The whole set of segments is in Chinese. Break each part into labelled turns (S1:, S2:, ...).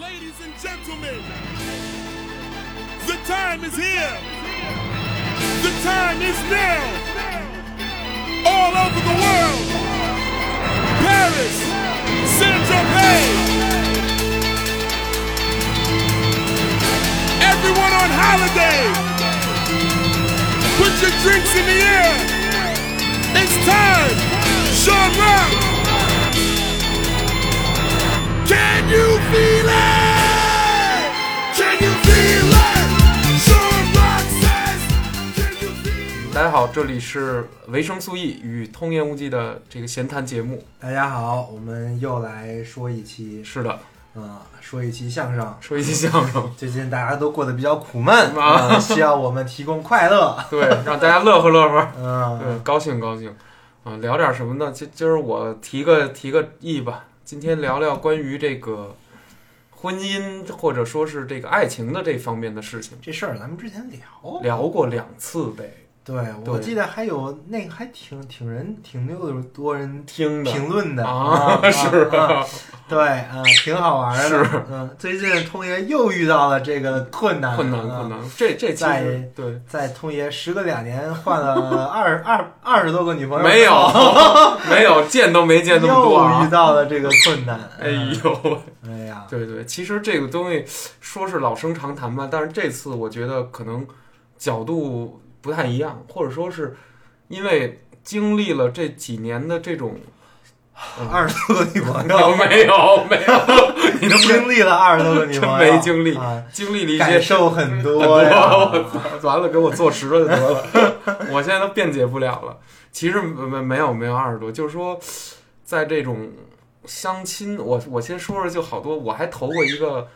S1: Ladies and gentlemen, the time is here. The time is now. All over the world. Paris, Saint Tropez. Everyone on holiday. Put your drinks in the air. It's time. Sean Rock. Can you feel it? Can you feel it? Sean Rock says, Can you feel it?
S2: 大家好，这里是维生素 E 与通言无忌的这个闲谈节目。
S3: 大家好，我们又来说一期，
S2: 是的，
S3: 啊、说一期相声。
S2: 说一期相 声，
S3: 最近大家都过得比较苦闷啊、
S2: 啊
S3: 需要我们提供 快乐。
S2: 对，让大家乐呵乐呵，
S3: 嗯、
S2: 对，高兴高兴。啊，聊点什么呢？今今儿我提个提个 E 吧，今天聊聊关于这个婚姻或者说是这个爱情的这方面的事情，
S3: 这事儿咱们之前聊，
S2: 聊过两次呗，
S3: 对我
S2: 对
S3: 记得还有那个还挺挺人挺有多人
S2: 听的
S3: 评论的
S2: 啊，是
S3: 啊
S2: 啊
S3: 对啊、挺好玩的。
S2: 是
S3: 嗯、最近通爷又遇到了这个困难，
S2: 困难
S3: 啊
S2: 困。难，这这其
S3: 在
S2: 实对。
S3: 在通爷时隔两年换了二二二十多个女朋友，
S2: 没有，没有，见都没见那么多
S3: 又遇
S2: 啊！
S3: 到了这个困难。
S2: 哎呦，
S3: 哎呀，
S2: 对对，其实这个东西说是老生常谈吧，但是这次我觉得可能角度不太一样，或者说是因为经历了这几年的这种，
S3: 二十多个女朋
S2: 没 有
S3: 友，
S2: 没有没有，你都
S3: 经历了二十多个女
S2: 真
S3: 朋友，
S2: 没经 历
S3: 啊，
S2: 经历了一
S3: 感
S2: 些，
S3: 受很多呀。
S2: 完了给我坐实了就得了， 我现在都辩解不了了。其实没没有没有二十多，就是说在这种相亲，我我先说说就好多，我还投过一个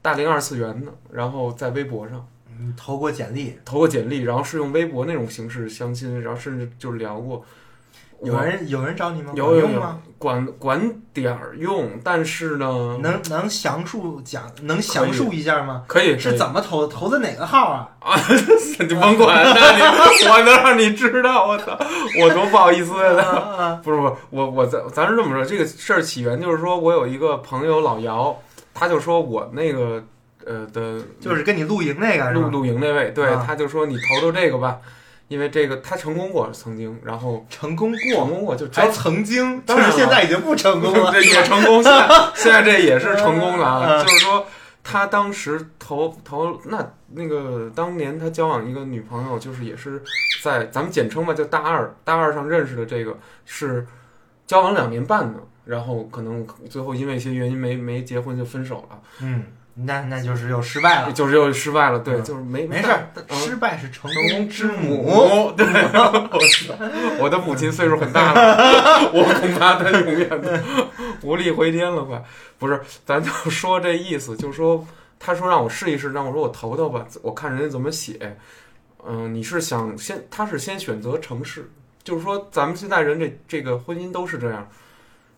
S2: 大龄二次元呢，然后在微博上。
S3: 你嗯投过简历，
S2: 投过简历，然后是用微博那种形式相亲，然后甚至就是聊过。
S3: 有人有人找你吗？
S2: 有有
S3: 用
S2: 有
S3: 吗？
S2: 管管点儿用，但是呢，
S3: 能能详述讲，能详述一下吗？
S2: 可以
S3: 是怎么投？投的哪个号啊？
S2: 么你甭管，那 你我能让你知道，我操，我多不好意思
S3: 啊
S2: 呀、
S3: 啊
S2: 不是不是，我我咱咱是这么说，这个事儿起源就是说我有一个朋友老姚，他就说我那个呃的
S3: 就是跟你露营那个是
S2: 露
S3: 吗？
S2: 露营那位，对，
S3: 啊
S2: 他就说你投投这个吧，因为这个他成功过曾经，然后
S3: 成功
S2: 成
S3: 过，
S2: 功过就只要
S3: 还曾经，
S2: 哎当
S3: 就
S2: 然
S3: 是
S2: 了
S3: 现在已经不成功 了。
S2: 这也成功，现在现在这也是成功的
S3: 嗯
S2: 啊。
S3: 嗯
S2: 就是说，他当时投投那那个当年他交往一个女朋友，就是也是在咱们简称吧，就大二大二上认识的这个是交往两年半的，然后可能最后因为一些原因没没结婚就分手了，
S3: 嗯，那那就是又失败了。
S2: 就是又失败了。对，
S3: 嗯
S2: 就是没
S3: 没事儿，
S2: 嗯
S3: 失败是成
S2: 成功之
S3: 之母。
S2: 母， 对，我我的母亲岁数很大了，我恐怕她永远都无力回天了，快！不是，咱就说这意思，就说他说让我试一试，让我说我投投吧，我看人家怎么写。嗯、你是想先，他是先选择城市，就是说咱们现在人这这个婚姻都是这样，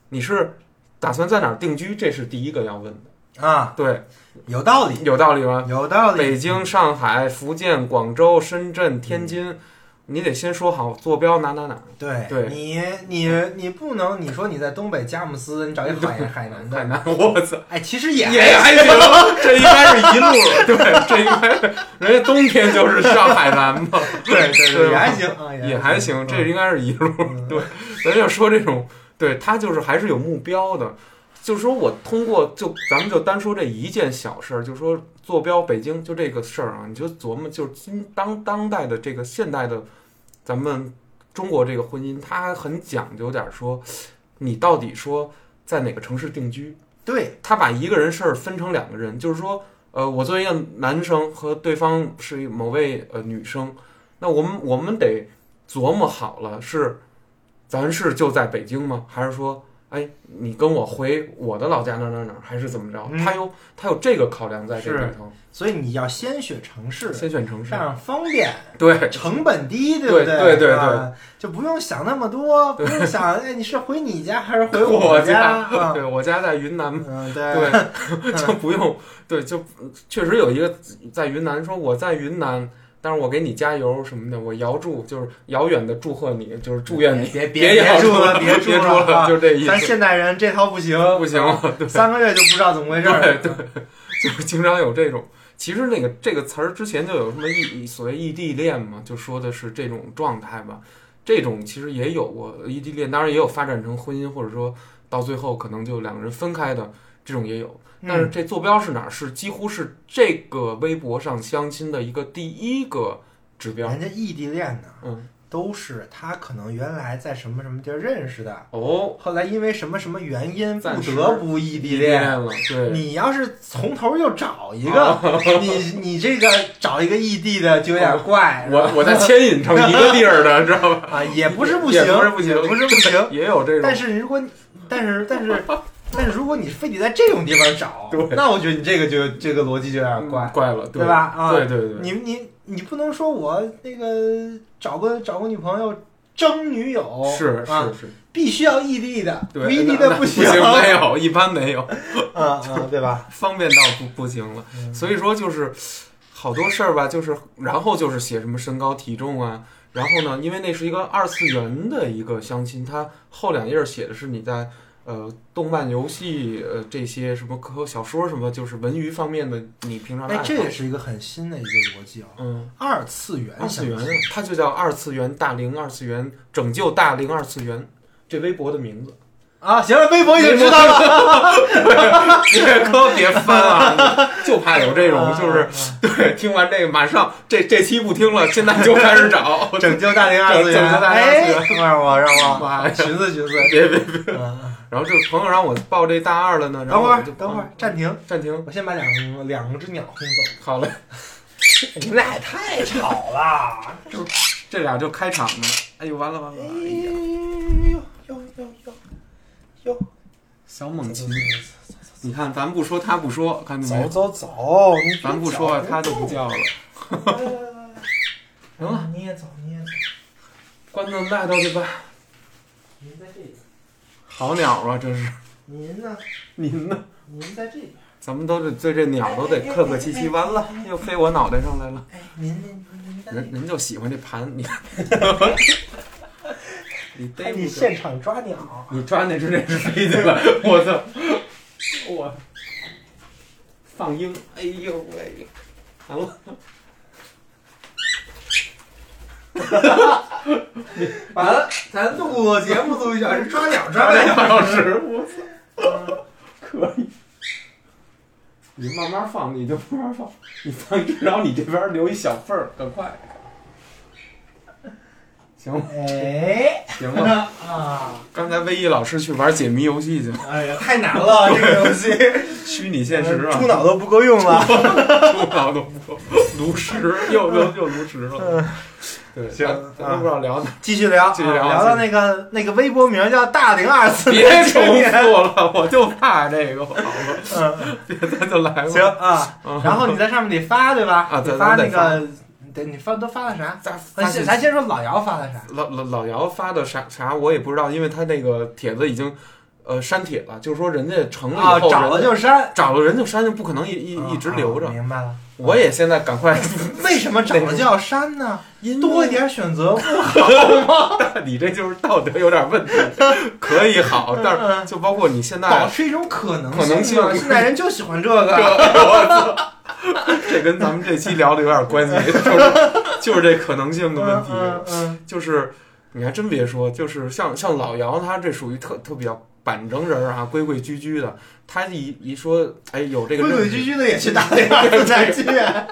S2: 你是打算在哪儿定居，这是第一个要问的。
S3: 啊，
S2: 对，
S3: 有道理，
S2: 有道理吧？
S3: 有道理。
S2: 北京、上海、福建、广州、深圳、天津，
S3: 嗯
S2: 你得先说好坐标哪哪哪。
S3: 对，
S2: 对
S3: 你你你不能，你说你在东北佳木斯，你找一海海南
S2: 海
S3: 的，
S2: 南，我操，
S3: 哎，其实嗯也
S2: 也还行， 这应该是一路，对，这应该是人家冬天就是上海南嘛，
S3: 对 对
S2: 对
S3: 也还行啊，
S2: 也还行，这
S3: 嗯
S2: 应该是一路。
S3: 嗯
S2: 对咱就说这种，对他就是还是有目标的，就是说我通过就咱们就单说这一件小事儿，就说坐标北京就这个事儿啊，你就琢磨就是今当当代的这个现代的咱们中国这个婚姻，它很讲究点儿说，你到底说在哪个城市定居，
S3: 对，
S2: 他把一个人事儿分成两个人，就是说，呃，我作为一个男生和对方是某位呃女生，那我们我们得琢磨好了是，咱是就在北京吗？还是说，哎，你跟我回我的老家哪儿哪儿哪儿，还是怎么着？
S3: 嗯
S2: 他有他有这个考量在这
S3: 是
S2: 里头，
S3: 所以你要先选城市，
S2: 先选城市
S3: 这，样方便，
S2: 对，
S3: 成本低，不
S2: 对对对
S3: 对啊，就不用想那么多，不用想，哎，你是回你家还是回
S2: 我
S3: 家 啊？
S2: 对我家在云南嘛
S3: 嗯，
S2: 对，就不用，对，就确实有一个在云南说我在云南，但是我给你加油什么的，我遥祝就是遥远的祝贺你，就是祝愿你
S3: 别
S2: 别
S3: 别
S2: 咬
S3: 住
S2: 住
S3: 了，
S2: 了
S3: 别
S2: 别
S3: 住
S2: 住
S3: 了，啊
S2: 了，就是这意
S3: 咱
S2: 思。
S3: 现代人这套不行，
S2: 不行了，对
S3: 三个月就不知道怎么回事儿
S2: 对对，就是经常有这种。其实那个这个词儿之前就有什么异所谓异地恋嘛，就说的是这种状态吧。这种其实也有过异地恋，当然也有发展成婚姻，或者说到最后可能就两个人分开的这种也有。但是
S3: 嗯
S2: 这坐标是哪儿？是几乎是这个微博上相亲的一个第一个指标。
S3: 人家异地恋呢，
S2: 嗯，
S3: 都是他可能原来在什么什么地儿认识的，
S2: 哦，
S3: 后来因为什么什么原因不
S2: 暂时
S3: 得不异
S2: 异
S3: 地
S2: 地
S3: 恋。
S2: 了，对，啊
S3: 你要是从头又找一个，你你这个找一个异地的就有点 怪，
S2: 我我在牵引成一个地儿的，知道吧？
S3: 啊也不是不行，
S2: 也不是不行，
S3: 也不是不 行。
S2: 也有这种。
S3: 但是如果你，但是但是但是如果你非得在这种地方找
S2: 对，
S3: 那我觉得你这个就这个逻辑就有点
S2: 嗯
S3: 怪，
S2: 怪了，
S3: 对吧？啊，
S2: 对对对，
S3: 你你你不能说我那个找个找个女朋友争女友
S2: 是
S3: 啊，
S2: 是是，
S3: 必须要异地的，
S2: 对，
S3: 不异地
S2: 那
S3: 的
S2: 那不
S3: 行
S2: 没有，一般没有，
S3: 啊啊，对吧？
S2: 方便到不不行了。所以说就是好多事儿吧，就是然后就是写什么身高体重啊，然后呢，因为那是一个二次元的一个相亲，它后两页写的是你在。呃，动漫、游戏，呃，这些什么科小说什么，就是文娱方面的，你平常爱
S3: 哎，
S2: 好
S3: 这也是一个哎很新的一个逻辑啊、
S2: 嗯，
S3: 二次元
S2: 二次元
S3: 相亲，
S2: 它就叫二次元大龄二次元拯救大龄二次元，这微博的名字。
S3: 啊，行了，微博已经知道了，
S2: 这哥别翻 啊！就怕有这
S3: 啊
S2: 种，就是
S3: 是
S2: 对，听完这个马上这这期不听了，现在就开始找。
S3: 拯救大龄二次元，
S2: 拯救大龄二次元
S3: 哎，让我让我
S2: 妈呀！
S3: 寻 思寻思，
S2: 别别！
S3: 嗯
S2: 然后这朋友让我报这大二了呢，然
S3: 等
S2: 后
S3: 会
S2: 我
S3: 儿
S2: 就嗯啊
S3: 等会儿暂停，
S2: 暂停。
S3: 我先把两个两只鸟 轰走，
S2: 好嘞，
S3: 你们俩也太吵了，
S2: 这俩就开场了。哎呦，完了完了！
S3: 哎
S2: 哎呀，
S3: 呦呦呦呦呦。
S2: 小猛禽，你看咱不说他不说，看见没
S3: 走
S2: 有？
S3: 走走，你别
S2: 咱不说他就 不叫了。
S3: 走。来来来来来
S2: 行了，
S3: 你也走，你也走，
S2: 关灯带到去吧。
S3: 您在这边，
S2: 好鸟啊，这是
S3: 您呢？
S2: 您呢？
S3: 您在这边，
S2: 咱们都得对这鸟都得客客气气。完了，又飞我脑袋上来了。
S3: 哎，您您您在这
S2: 人
S3: 边。
S2: 人就喜欢这盘， 你你逮
S3: 哎，
S2: 不着，
S3: 你现场抓鸟，
S2: 你抓那只那只飞去了，我操，我放鹰，哎呦喂，完了，
S3: 完了，咱录个节目录一小时，抓鸟抓
S2: 半
S3: 鸟。
S2: 个小时，我操， 可以，你慢慢放，你就慢慢放，你放一只，然后你这边留一小缝儿，赶快，行了
S3: 哎，
S2: 行了，
S3: 啊，
S2: 刚才威一老师去玩解谜游戏去了，
S3: 哎呀，太难了，这个游戏，
S2: 虚拟现实 啊
S3: 猪。脑都不够用 了。
S2: 不知道都不炉石， 又又又炉石了。对，
S3: 行
S2: 咱咱都不知道聊哪，
S3: 继续聊，
S2: 继续聊
S3: 啊聊到那个那个微博名叫大龄二次
S2: 别
S3: 元
S2: 重
S3: 青年。
S2: 复了，我就怕这个，好 吧，
S3: 嗯，
S2: 别咱就来吧。
S3: 行，啊，
S2: 嗯
S3: 然后你在上面得发对吧？
S2: 啊对
S3: 得发那
S2: 咱得
S3: 个，对，你发都发的啥？
S2: 咱
S3: 咱先咱先说老姚发的啥？
S2: 老老老姚发的啥啥我也不知道，因为他那个帖子已经呃删帖了，就是说人家成了
S3: 啊，
S2: 以嗯后
S3: 找了
S2: 人
S3: 就删，
S2: 找了人就删，就不可能一一一直留
S3: 啊
S2: 着。
S3: 明白了，
S2: 我也现在赶 快，
S3: 为什么找了就要删呢？
S2: 因为
S3: 多一点选择，
S2: 哎你这就是道德有点问题， 可以好，
S3: 嗯
S2: 但是就包括你现在啊
S3: 保持一种可能
S2: 可能
S3: 性嘛。
S2: 性
S3: 现在人就喜欢这个。
S2: 这跟咱们这期聊的有点关系， 就是就是这可能性的问
S3: 嗯
S2: 题，
S3: 嗯嗯，
S2: 就是你还真别说，就是像像老姚他这属于特特比较板正人儿啊，规规矩矩的，他一一说哎有这个
S3: 规
S2: 认
S3: 规
S2: 识
S3: 矩矩的也去打零二次元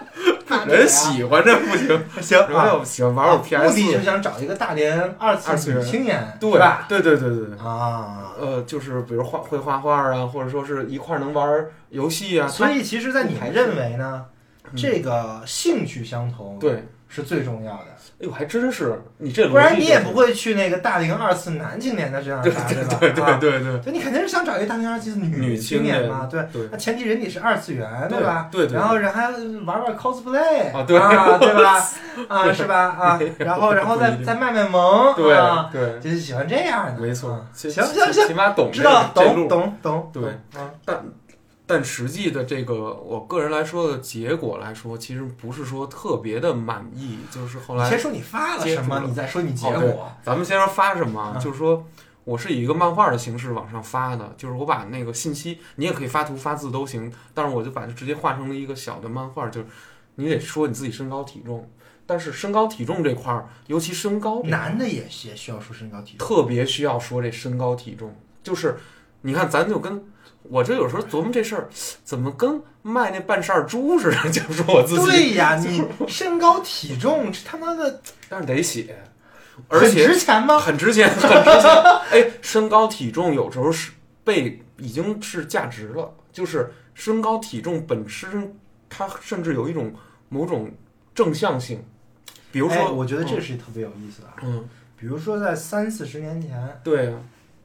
S3: 去，
S2: 人喜欢这 不 行，
S3: 行
S2: 人
S3: 啊。
S2: 要喜欢玩会儿
S3: 目的就
S2: PS，
S3: 想找一个大连二
S2: 二次
S3: 次
S2: 元
S3: 女青年，
S2: 对
S3: 是吧？
S2: 对对对对对。
S3: 啊，
S2: 呃，就是比如画会画画啊，或者说是一块儿能玩儿游戏啊，
S3: 所以其实，在你们认为呢，
S2: 嗯
S3: 这个兴趣相同
S2: 对，
S3: 是最重要的，
S2: 哎呦，还真是你这逻辑
S3: 不然你也不
S2: 就是
S3: 会去那个大龄二次男青年的这 样
S2: 对
S3: 发，
S2: 对
S3: 吧？
S2: 对
S3: 啊
S2: 对对对
S3: 对，你肯定是想找一个大龄二次
S2: 女
S3: 青
S2: 青
S3: 年
S2: 年
S3: 嘛，对。
S2: 对
S3: 那前提人你是二次元，
S2: 对
S3: 吧？
S2: 对对
S3: 然后人还玩玩 cosplay
S2: 啊对
S3: 啊，对吧？啊，是吧？啊，然后然后再再卖卖萌，啊，
S2: 对对，
S3: 就是喜欢这样的，
S2: 没错
S3: 啊，
S2: 起
S3: 行
S2: 起
S3: 行行
S2: 起码懂
S3: 知道
S2: 这这
S3: 懂
S2: 路。
S3: 懂懂，
S2: 对
S3: 啊，
S2: 但但实际的这个，我个人来说的结果来说，其实不是说特别的满意。就是后
S3: 你
S2: 来
S3: 先说你发了什
S2: 接触
S3: 么，
S2: 了
S3: 你再说你结
S2: 哦
S3: 果。
S2: 咱们先说发什么啊，
S3: 嗯
S2: 就是说我是以一个漫画的形式往上发的，就是我把那个信息，你也可以发图发字都行，但是我就把它直接画成了一个小的漫画，就是你得说你自己身高体重，但是身高体重这块儿，尤其身高这块儿
S3: 男的也也需要说身高体重，
S2: 特别需要说这身高体重，就是你看咱就跟。我这有时候琢磨这事儿，怎么跟卖那半扇儿猪似的，就说我 自己，
S3: 对呀，你身高体重这他妈的
S2: 但是得写，而
S3: 很
S2: 且
S3: 值钱吗？
S2: 很 值钱，很值钱。哎，身高体重有时候是被已经是价值了，就是身高体重本身，它甚至有一种某种正向性。比如说，
S3: 哎我觉得这是特别有意思的啊。
S2: 嗯，
S3: 比如说在三四十年前，
S2: 对啊，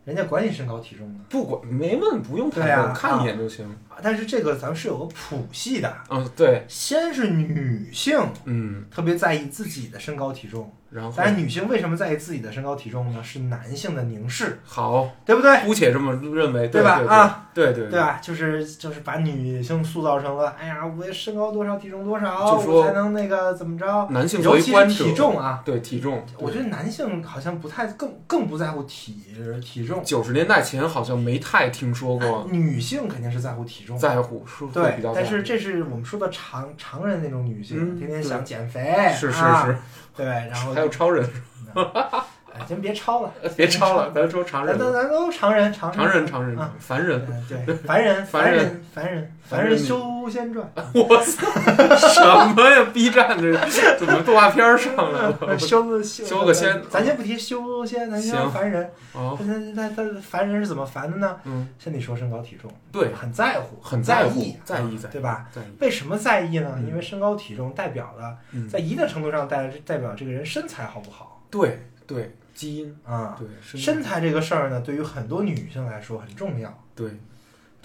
S3: 人家管你身高体重的，
S2: 不管没问，不用
S3: 对
S2: 太
S3: 啊
S2: 多，看一眼就行。
S3: 但是这个咱们是有个谱系的，
S2: 嗯，对，
S3: 先是女性
S2: 嗯，
S3: 特别在意自己的身高体重，
S2: 然后
S3: 但是女性为什么在意自己的身高体重呢？是男性的凝视，
S2: 好，
S3: 对不对？
S2: 姑且这么认为，对
S3: 吧？
S2: 对
S3: 啊，
S2: 对对
S3: 对吧？就是就是把女性塑造成了，哎呀，我身高多少，体重多少，
S2: 就说
S3: 我才能那个怎么着？
S2: 男性作
S3: 尤
S2: 为
S3: 其
S2: 观
S3: 是
S2: 者，
S3: 体重啊，
S2: 对体重，
S3: 我觉得男性好像不太更更不在乎体体重，
S2: 九十年代前好像没太听说
S3: 哎
S2: 过
S3: 女性肯定是在乎体重。
S2: 在乎，是会
S3: 哎对
S2: 比较，在
S3: 但
S2: 乎。
S3: 是这是我们说的常常人那种女
S2: 嗯
S3: 性，天天想减肥，
S2: 是是
S3: 啊
S2: 是，
S3: 对，然后
S2: 还有超人。
S3: 哎先别超了，
S2: 别抄了，咱说常
S3: 咱
S2: 人
S3: 都
S2: 吧，
S3: 咱都常人，常
S2: 常人，常人
S3: 啊，
S2: 凡人，
S3: 嗯对，凡人，
S2: 凡人
S3: 人，凡人，
S2: 凡
S3: 凡
S2: 人
S3: 人修 仙传，
S2: 我操，什么呀？B 站这怎么动画片儿上来了？
S3: 修个修
S2: 修个仙
S3: 咱先不提修仙，咱先
S2: 行
S3: 说凡人。
S2: 哦，
S3: 那那那凡人是怎么凡的呢？
S2: 嗯，
S3: 先得说身高体重，
S2: 对，
S3: 很在乎，
S2: 很
S3: 在
S2: 在乎
S3: 意，，啊
S2: 在意，在
S3: 对吧？
S2: 在意，
S3: 为什么在意呢？
S2: 嗯
S3: 因为身高体重代表了，
S2: 嗯，
S3: 在一定程度上代代表这个人身材好不好
S2: 对对，基因，
S3: 啊。
S2: 对身
S3: 身材这个事儿呢，对于很多女性来说很重要，
S2: 对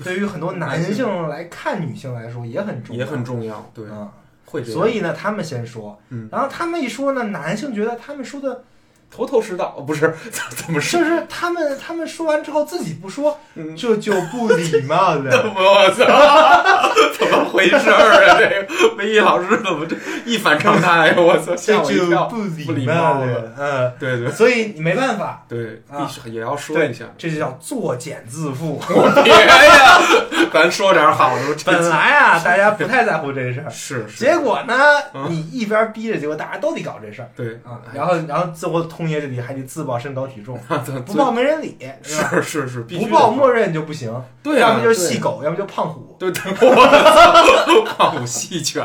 S3: 对于很多男性来看女性来说也很重要，
S2: 也很重要，对，
S3: 啊。
S2: 会这样，
S3: 所以呢，他们先说，
S2: 嗯，
S3: 然后他们一说呢，男性觉得他们说的，
S2: 头头是道，不是 怎么是？
S3: 就是他们他们说完之后自己不说，
S2: 嗯，
S3: 这就不礼貌了。
S2: 我操， 怎么回事儿啊？这个文艺老师怎么这一反常态呀？我操，
S3: 这
S2: 吓我一
S3: 就
S2: 跳，
S3: 不礼
S2: 不礼
S3: 貌
S2: 貌
S3: 了，
S2: 对
S3: 嗯，
S2: 对
S3: 所以你没办法，
S2: 对，
S3: 啊
S2: 必须也要说
S3: 对
S2: 一下。
S3: 这就叫作茧自 缚。
S2: 别呀，咱说点好的。这
S3: 本来啊，大家不太在乎这事儿，
S2: 是是
S3: 结果呢，
S2: 嗯哎
S3: 你一边逼着，结果大家都得搞这事儿
S2: 对
S3: 啊，然后然后最后通爷这里还得自曝身高 体重，
S2: 哎咱
S3: 不报没人理，是吧？
S2: 是是是，必须
S3: 不报
S2: 得
S3: 默认就不行，
S2: 对啊，
S3: 要么就是细
S2: 对啊。
S3: 狗，要么就胖虎。
S2: 对，对我操， 胖虎细犬，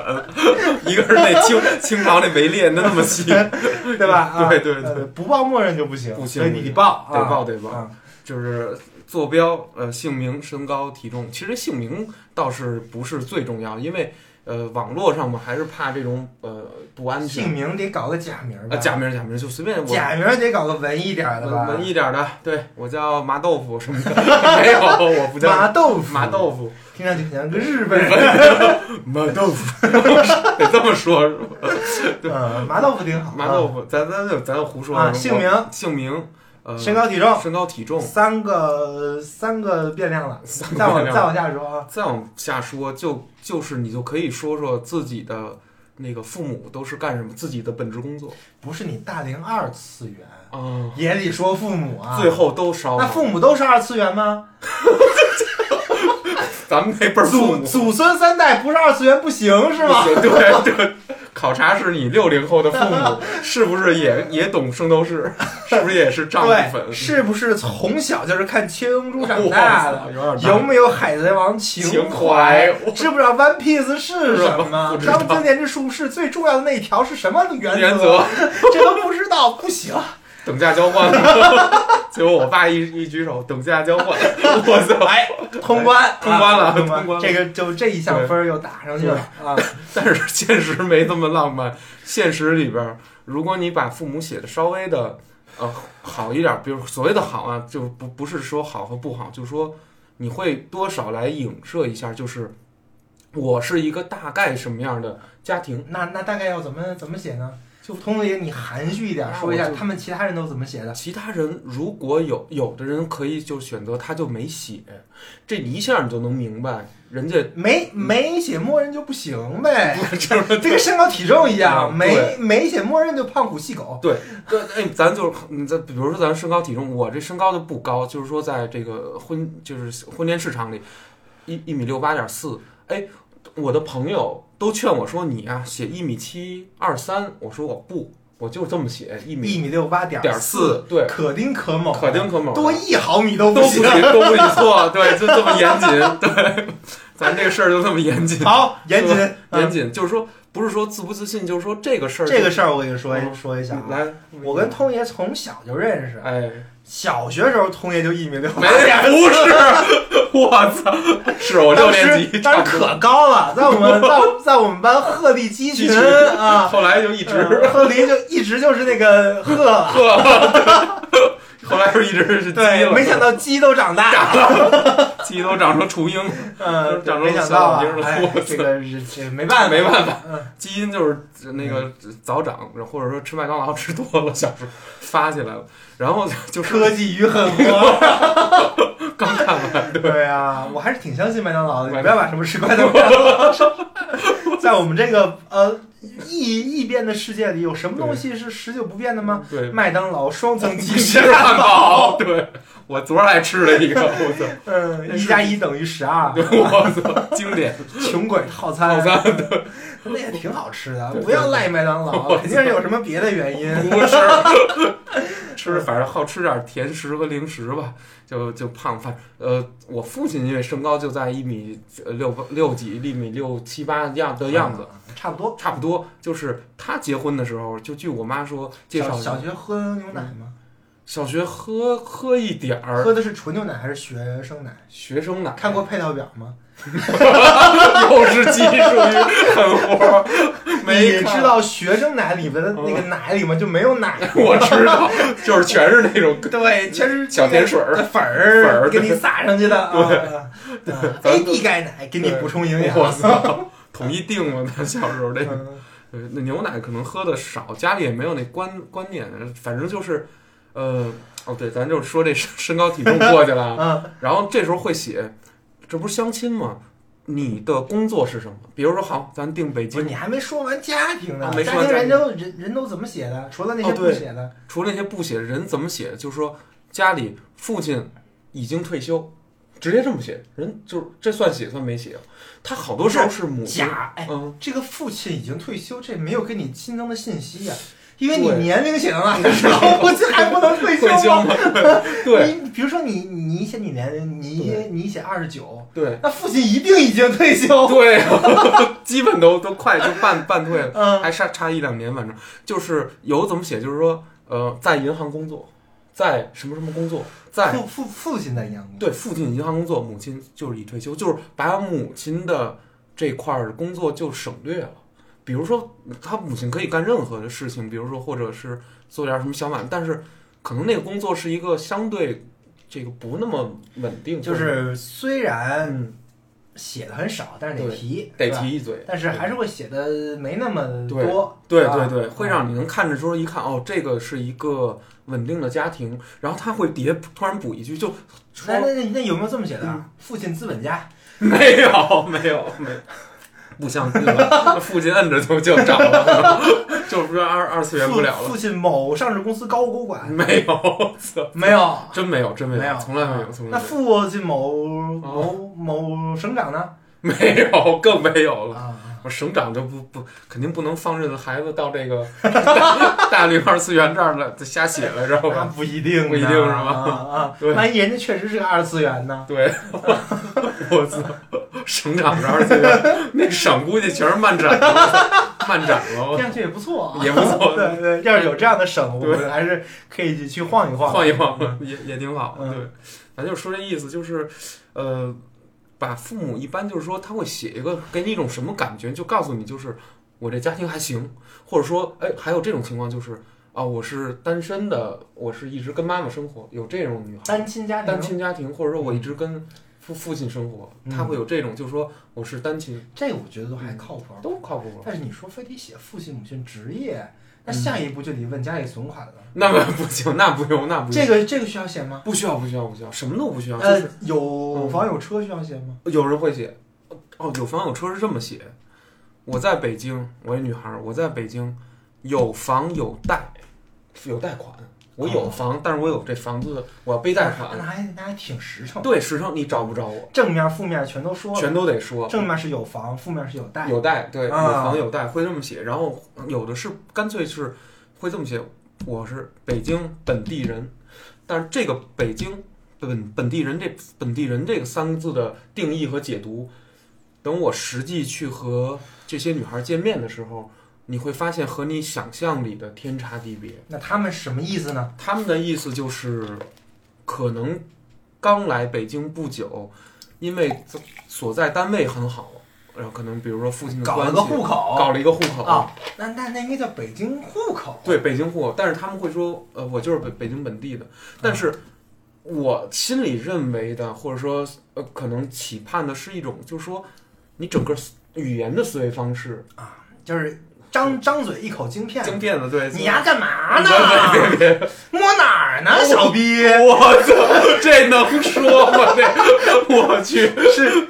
S2: 一个是那清清朝那围猎那那么细，
S3: 对吧？啊、
S2: 对对对
S3: 呃不报默认就不行，
S2: 不行
S3: 所以
S2: 不
S3: 你
S2: 行
S3: 得报，
S2: 得
S3: 啊
S2: 报得报
S3: 啊
S2: 就是坐标、呃姓名、身高、体重。其实姓名倒是不是最重要，因为呃网络上嘛还是怕这种呃不安
S3: 姓
S2: 全
S3: 名得搞个假名儿
S2: 啊
S3: 吧，
S2: 假名假名就随便我
S3: 假名儿得搞个文艺点儿的吧，
S2: 文文艺点儿的，对我叫麻豆腐什么 的，没有我不叫
S3: 麻豆腐，
S2: 麻豆 腐，
S3: 听上去像个日本人。
S2: 麻豆腐，得这么说，是吧
S3: 嗯，麻豆腐挺好，
S2: 麻豆腐，咱咱就咱就胡说
S3: 啊姓名
S2: 姓名，呃，
S3: 啊，身高体重
S2: 身高体重，
S3: 三个三个变量了，
S2: 三个
S3: 再往
S2: 变量
S3: 再往下说啊，
S2: 再往下说，就就是你就可以说说自己的那个父母都是干什么，自己的本职工作
S3: 不是你大龄二次元，
S2: 啊，
S3: 也得说父母啊，
S2: 最后都烧
S3: 那
S2: 了。
S3: 父母都是二次元吗？
S2: 咱们那辈儿父
S3: 祖
S2: 母
S3: 祖孙三代不是二次元不行是吗？
S2: 对对，考察是你六零后的父母 是不是也也懂圣斗士，是不是也是丈夫
S3: 对，
S2: 粉？
S3: 是不是从小就是看《七龙珠》长大
S2: 哇塞
S3: 的？
S2: 有点大
S3: 有没有《海贼王》情
S2: 情怀
S3: 知不知道 One Piece 是什么
S2: 不？知道
S3: 当经典之术是最重要的那一条是什么原则？
S2: 原则
S3: 这都不知道，不 行。
S2: 等价交换。 结果我爸一一举手，等价交换， 我操！哎，
S3: 通关，
S2: 通关了
S3: 啊通
S2: 通关了
S3: 这个就这一项分儿又打上去了啊！
S2: 但是现实没这么浪漫。现实里边儿，如果你把父母写的稍微的呃好一点儿，比如所谓的好啊，就不不是说好和不好，就说你会多少来影射一下，就是我是一个大概什么样的家庭，
S3: 那那大概要怎么怎么写呢？就童子爷，你含蓄一
S2: 啊
S3: 点说一下，他们其他人都怎么写的？
S2: 其他人如果有有的人可以就选择他就没写，这一下你就能明白人家
S3: 没没写默认就不行 呗，
S2: 这
S3: 这跟身高体重一样，
S2: 嗯
S3: 没
S2: 对
S3: 没写默认就胖虎细狗。
S2: 对，对，哎，咱就是你在，比如说咱身高体重，我这身高就不高，就是说在这个婚就是婚恋市场里，一一米六八点四，哎，我的朋友都劝我说你啊写一米七二三，我说我不，我就这么写一
S3: 一
S2: 米
S3: 米六八点
S2: 点
S3: 四，
S2: 四，对，
S3: 可丁可卯，
S2: 可丁可卯，
S3: 多一毫米都
S2: 都
S3: 不
S2: 不许
S3: 行。
S2: 都不许错，对，就这么严谨，对，咱这个事儿就这么严谨，
S3: 好，严谨，
S2: 严
S3: 嗯
S2: 谨，就是说不是说自不自信，就是说这个事儿
S3: 这个事儿我跟你说一
S2: 嗯
S3: 说一下啊。
S2: 来，
S3: 我跟通爷从小就认识，啊
S2: 哎。
S3: 小学时候通爷就一米六八
S2: 没，不是， 我操，是我六
S3: 当
S2: 年级
S3: 时
S2: 差
S3: 当
S2: 不
S3: 时
S2: 多，
S3: 可高了，在我们 在我在我们班鹤立鸡群
S2: 鸡群
S3: 啊，
S2: 后来就一 直，
S3: 嗯鹤立就一直就是那个鹤了，
S2: 后来就一直是鸡
S3: 对，
S2: 了，
S3: 没想到鸡都长大了，
S2: 鸡都长成雏鹰，
S3: 嗯，
S2: 长成
S3: 没想到啊
S2: 小老，兵了
S3: 哎
S2: 我操
S3: 这个是这没办法，
S2: 没办法
S3: 嗯，
S2: 基因就是那个早长，或者说吃麦当劳吃多了，小时候发起来了，然后就是
S3: 科技与狠活，
S2: 刚看完，
S3: 对啊，我还是挺相信麦当劳的，你
S2: 麦
S3: 不要把什么 吃麦当劳，在我们这个呃异异变的世界里，有什么东西是持久不变的吗？
S2: 对，啊
S3: 麦当劳双层鸡
S2: 吃
S3: 翅
S2: 汉堡，对我昨儿还吃了一个，我操，
S3: 嗯，一加一等于十二，
S2: 对我操，经典，
S3: 穷鬼套餐，
S2: 套餐
S3: 那也挺好吃的，
S2: 对
S3: 不要赖麦当劳，肯定是有什么别的原因。 嗯
S2: 不吃，吃反正好吃点甜食和零食吧，就就胖。反呃，我父亲因为身高就在一米呃六八六几，一米六七八样
S3: 嗯
S2: 的样子，
S3: 差不多。
S2: 差不多。就是他结婚的时候，就据我妈说介绍
S3: 小小学喝牛奶吗？
S2: 小学喝喝一点儿
S3: 喝的是纯牛奶还是学生奶？
S2: 学生奶，
S3: 看过配套表吗？
S2: 又是技 术与狠活，没
S3: 你
S2: 看
S3: 知。道学生奶里边的那个奶里面就没 有奶，
S2: 我知道，就是全是那 种
S3: 对，全是
S2: 小甜水儿，
S3: 粉儿
S2: 粉儿
S3: 给你撒上去 的啊。
S2: 咱们
S3: A D 钙奶给你补充营养。
S2: 我 操，统一定了他小时候这个。
S3: 嗯
S2: 对，呃那牛奶可能喝的少，家里也没有那观观念，反正就是，呃，哦对，咱就是说这身身高体重过去了，啊
S3: 嗯，
S2: 然后这时候会写，这不是相亲吗？你的工作是什么？比如说，好，咱定北
S3: 不是
S2: 京，
S3: 你还没说完家庭呢
S2: 啊，没
S3: 家
S2: 说完
S3: 庭
S2: 家
S3: 人
S2: 庭
S3: 都人人都怎么写的？除了那些
S2: 哦
S3: 不
S2: 对
S3: 写的，
S2: 除了那些不写，人怎么写？就是说家里父亲已经退休，直接这么写，人就是这算写算没写？他好多时候是母亲，
S3: 假哎，
S2: 嗯，
S3: 这个父亲已经退休，这没有给你新增的信息呀、因为你
S2: 对
S3: 年龄写到那儿 然后我这还不能退
S2: 退休
S3: 吗？
S2: 吗？ 对
S3: 你比如说你你写你年龄，你
S2: 对
S3: 你写二十九，
S2: 对
S3: 那父亲一定已经退休。
S2: 对， 基本都都快就半半退了。
S3: 嗯，
S2: 还差差一两年，反正就是有怎么写，就是说，呃，在银行工作，在什么什么工作，在
S3: 父父父亲在养我。
S2: 对父亲银行工作，母亲就是已退休，就是把母亲的这块儿工作就省略了。比如说，他母亲可以干任何的事情，比如说或者是做点什么小买卖，但是可能那个工作是一个相对这个不那么稳定，
S3: 就
S2: 或者
S3: 是虽然
S2: 嗯
S3: 写的很少，但是得
S2: 对
S3: 提，
S2: 得
S3: 对吧
S2: 提，一嘴，
S3: 但是还是会写的没那么
S2: 对
S3: 多。
S2: 对
S3: 啊
S2: 对对，会让你能看着说一看哦，这个是一个稳定的家庭，然后他会底下突然补一句， 就说
S3: 那那那那有没有这么写的啊
S2: 嗯？
S3: 父亲资本家，
S2: 没有没有没有，不相信了，附近摁着就就找了， 就是说二二次元不
S3: 父
S2: 了了，
S3: 父亲某上市公司高管，
S2: 没有， 操
S3: 没有。
S2: 真没有真没
S3: 没有
S2: 从来没有从
S3: 那
S2: 来没有
S3: 父亲某
S2: 哦
S3: 某某省长呢？
S2: 没有更没有了。
S3: 啊，
S2: 我省长就不不肯定不能放任孩子到这个 大大龄二次元这儿了，就瞎写了，知道
S3: 那
S2: 吧？
S3: 不一定呢，
S2: 不一定是吧
S3: 啊啊，
S2: 对
S3: 万一人家确实是个二次元 呢？
S2: 对，我操，省长这二次元，那省估计全是漫展了， 漫展了，
S3: 这
S2: 我
S3: 样就也不错啊，
S2: 也不错
S3: 对 对，要是有这样的省，我
S2: 对
S3: 们还是可以去晃一晃，
S2: 晃一晃也也挺好。
S3: 嗯
S2: 对，咱就说这意思，就是，呃，把父母一般就是说他会写一个给你一种什么感觉，就告诉你就是我这家庭还行，或者说哎还有这种情况就是啊我是单身的，我是一直跟妈妈生活，有这种女孩
S3: 单亲家庭，
S2: 单亲家庭，或者说我一直跟父父亲生活，他
S3: 嗯
S2: 会有这种就是说我是单亲，嗯
S3: 这我觉得都还靠谱。
S2: 都靠谱。
S3: 但是你说非得写父亲母亲职业，
S2: 嗯
S3: 那下一步就得问家里存款了。
S2: 那么不行，那不用，那不用，
S3: 这个这个需要写吗？
S2: 不需要，不需要，不需要，什么都不需要，就
S3: 呃
S2: 是，嗯
S3: 有房有车需要写吗？
S2: 有人会写，哦，有房有车是这么写，我在北京，我是女孩儿，我在北京有房有贷，有贷款，我有房，但是我有这房子，我要背贷
S3: 哦那
S2: 款，
S3: 还那还挺实诚，
S2: 对，实诚你找不着我，
S3: 正面负面全都说了。
S2: 全都得说，
S3: 正面是有房，负面是有贷。
S2: 有贷，对，有
S3: 啊
S2: 房有贷会这么写，然后有的是干脆是会这么写，我是北京本地人，但是这个北京本本地人这本地人这个三个字的定义和解读，等我实际去和这些女孩见面的时候，你会发现和你想象里的天差地别。
S3: 那他们什么意思呢？
S2: 他们的意思就是，可能刚来北京不久，因为自所在单位很好，然后可能比如说父亲的
S3: 搞了
S2: 关
S3: 个
S2: 系
S3: 户口，
S2: 搞了一个户口
S3: 哦啊，那那那应该叫北京户口。
S2: 对北京户口，但是他们会说，呃，我就是北北京本地的，
S3: 嗯
S2: 但是我心里认为的，或者说呃，可能期盼的是一种，就是说你整个思语言的思维方式，
S3: 就是张张嘴一口晶片。
S2: 经变了，对，
S3: 你呀干嘛呢？
S2: 别别别，哦
S3: 摸哪儿呢，小逼？
S2: 我操，这能说吗？这，我去，
S3: 是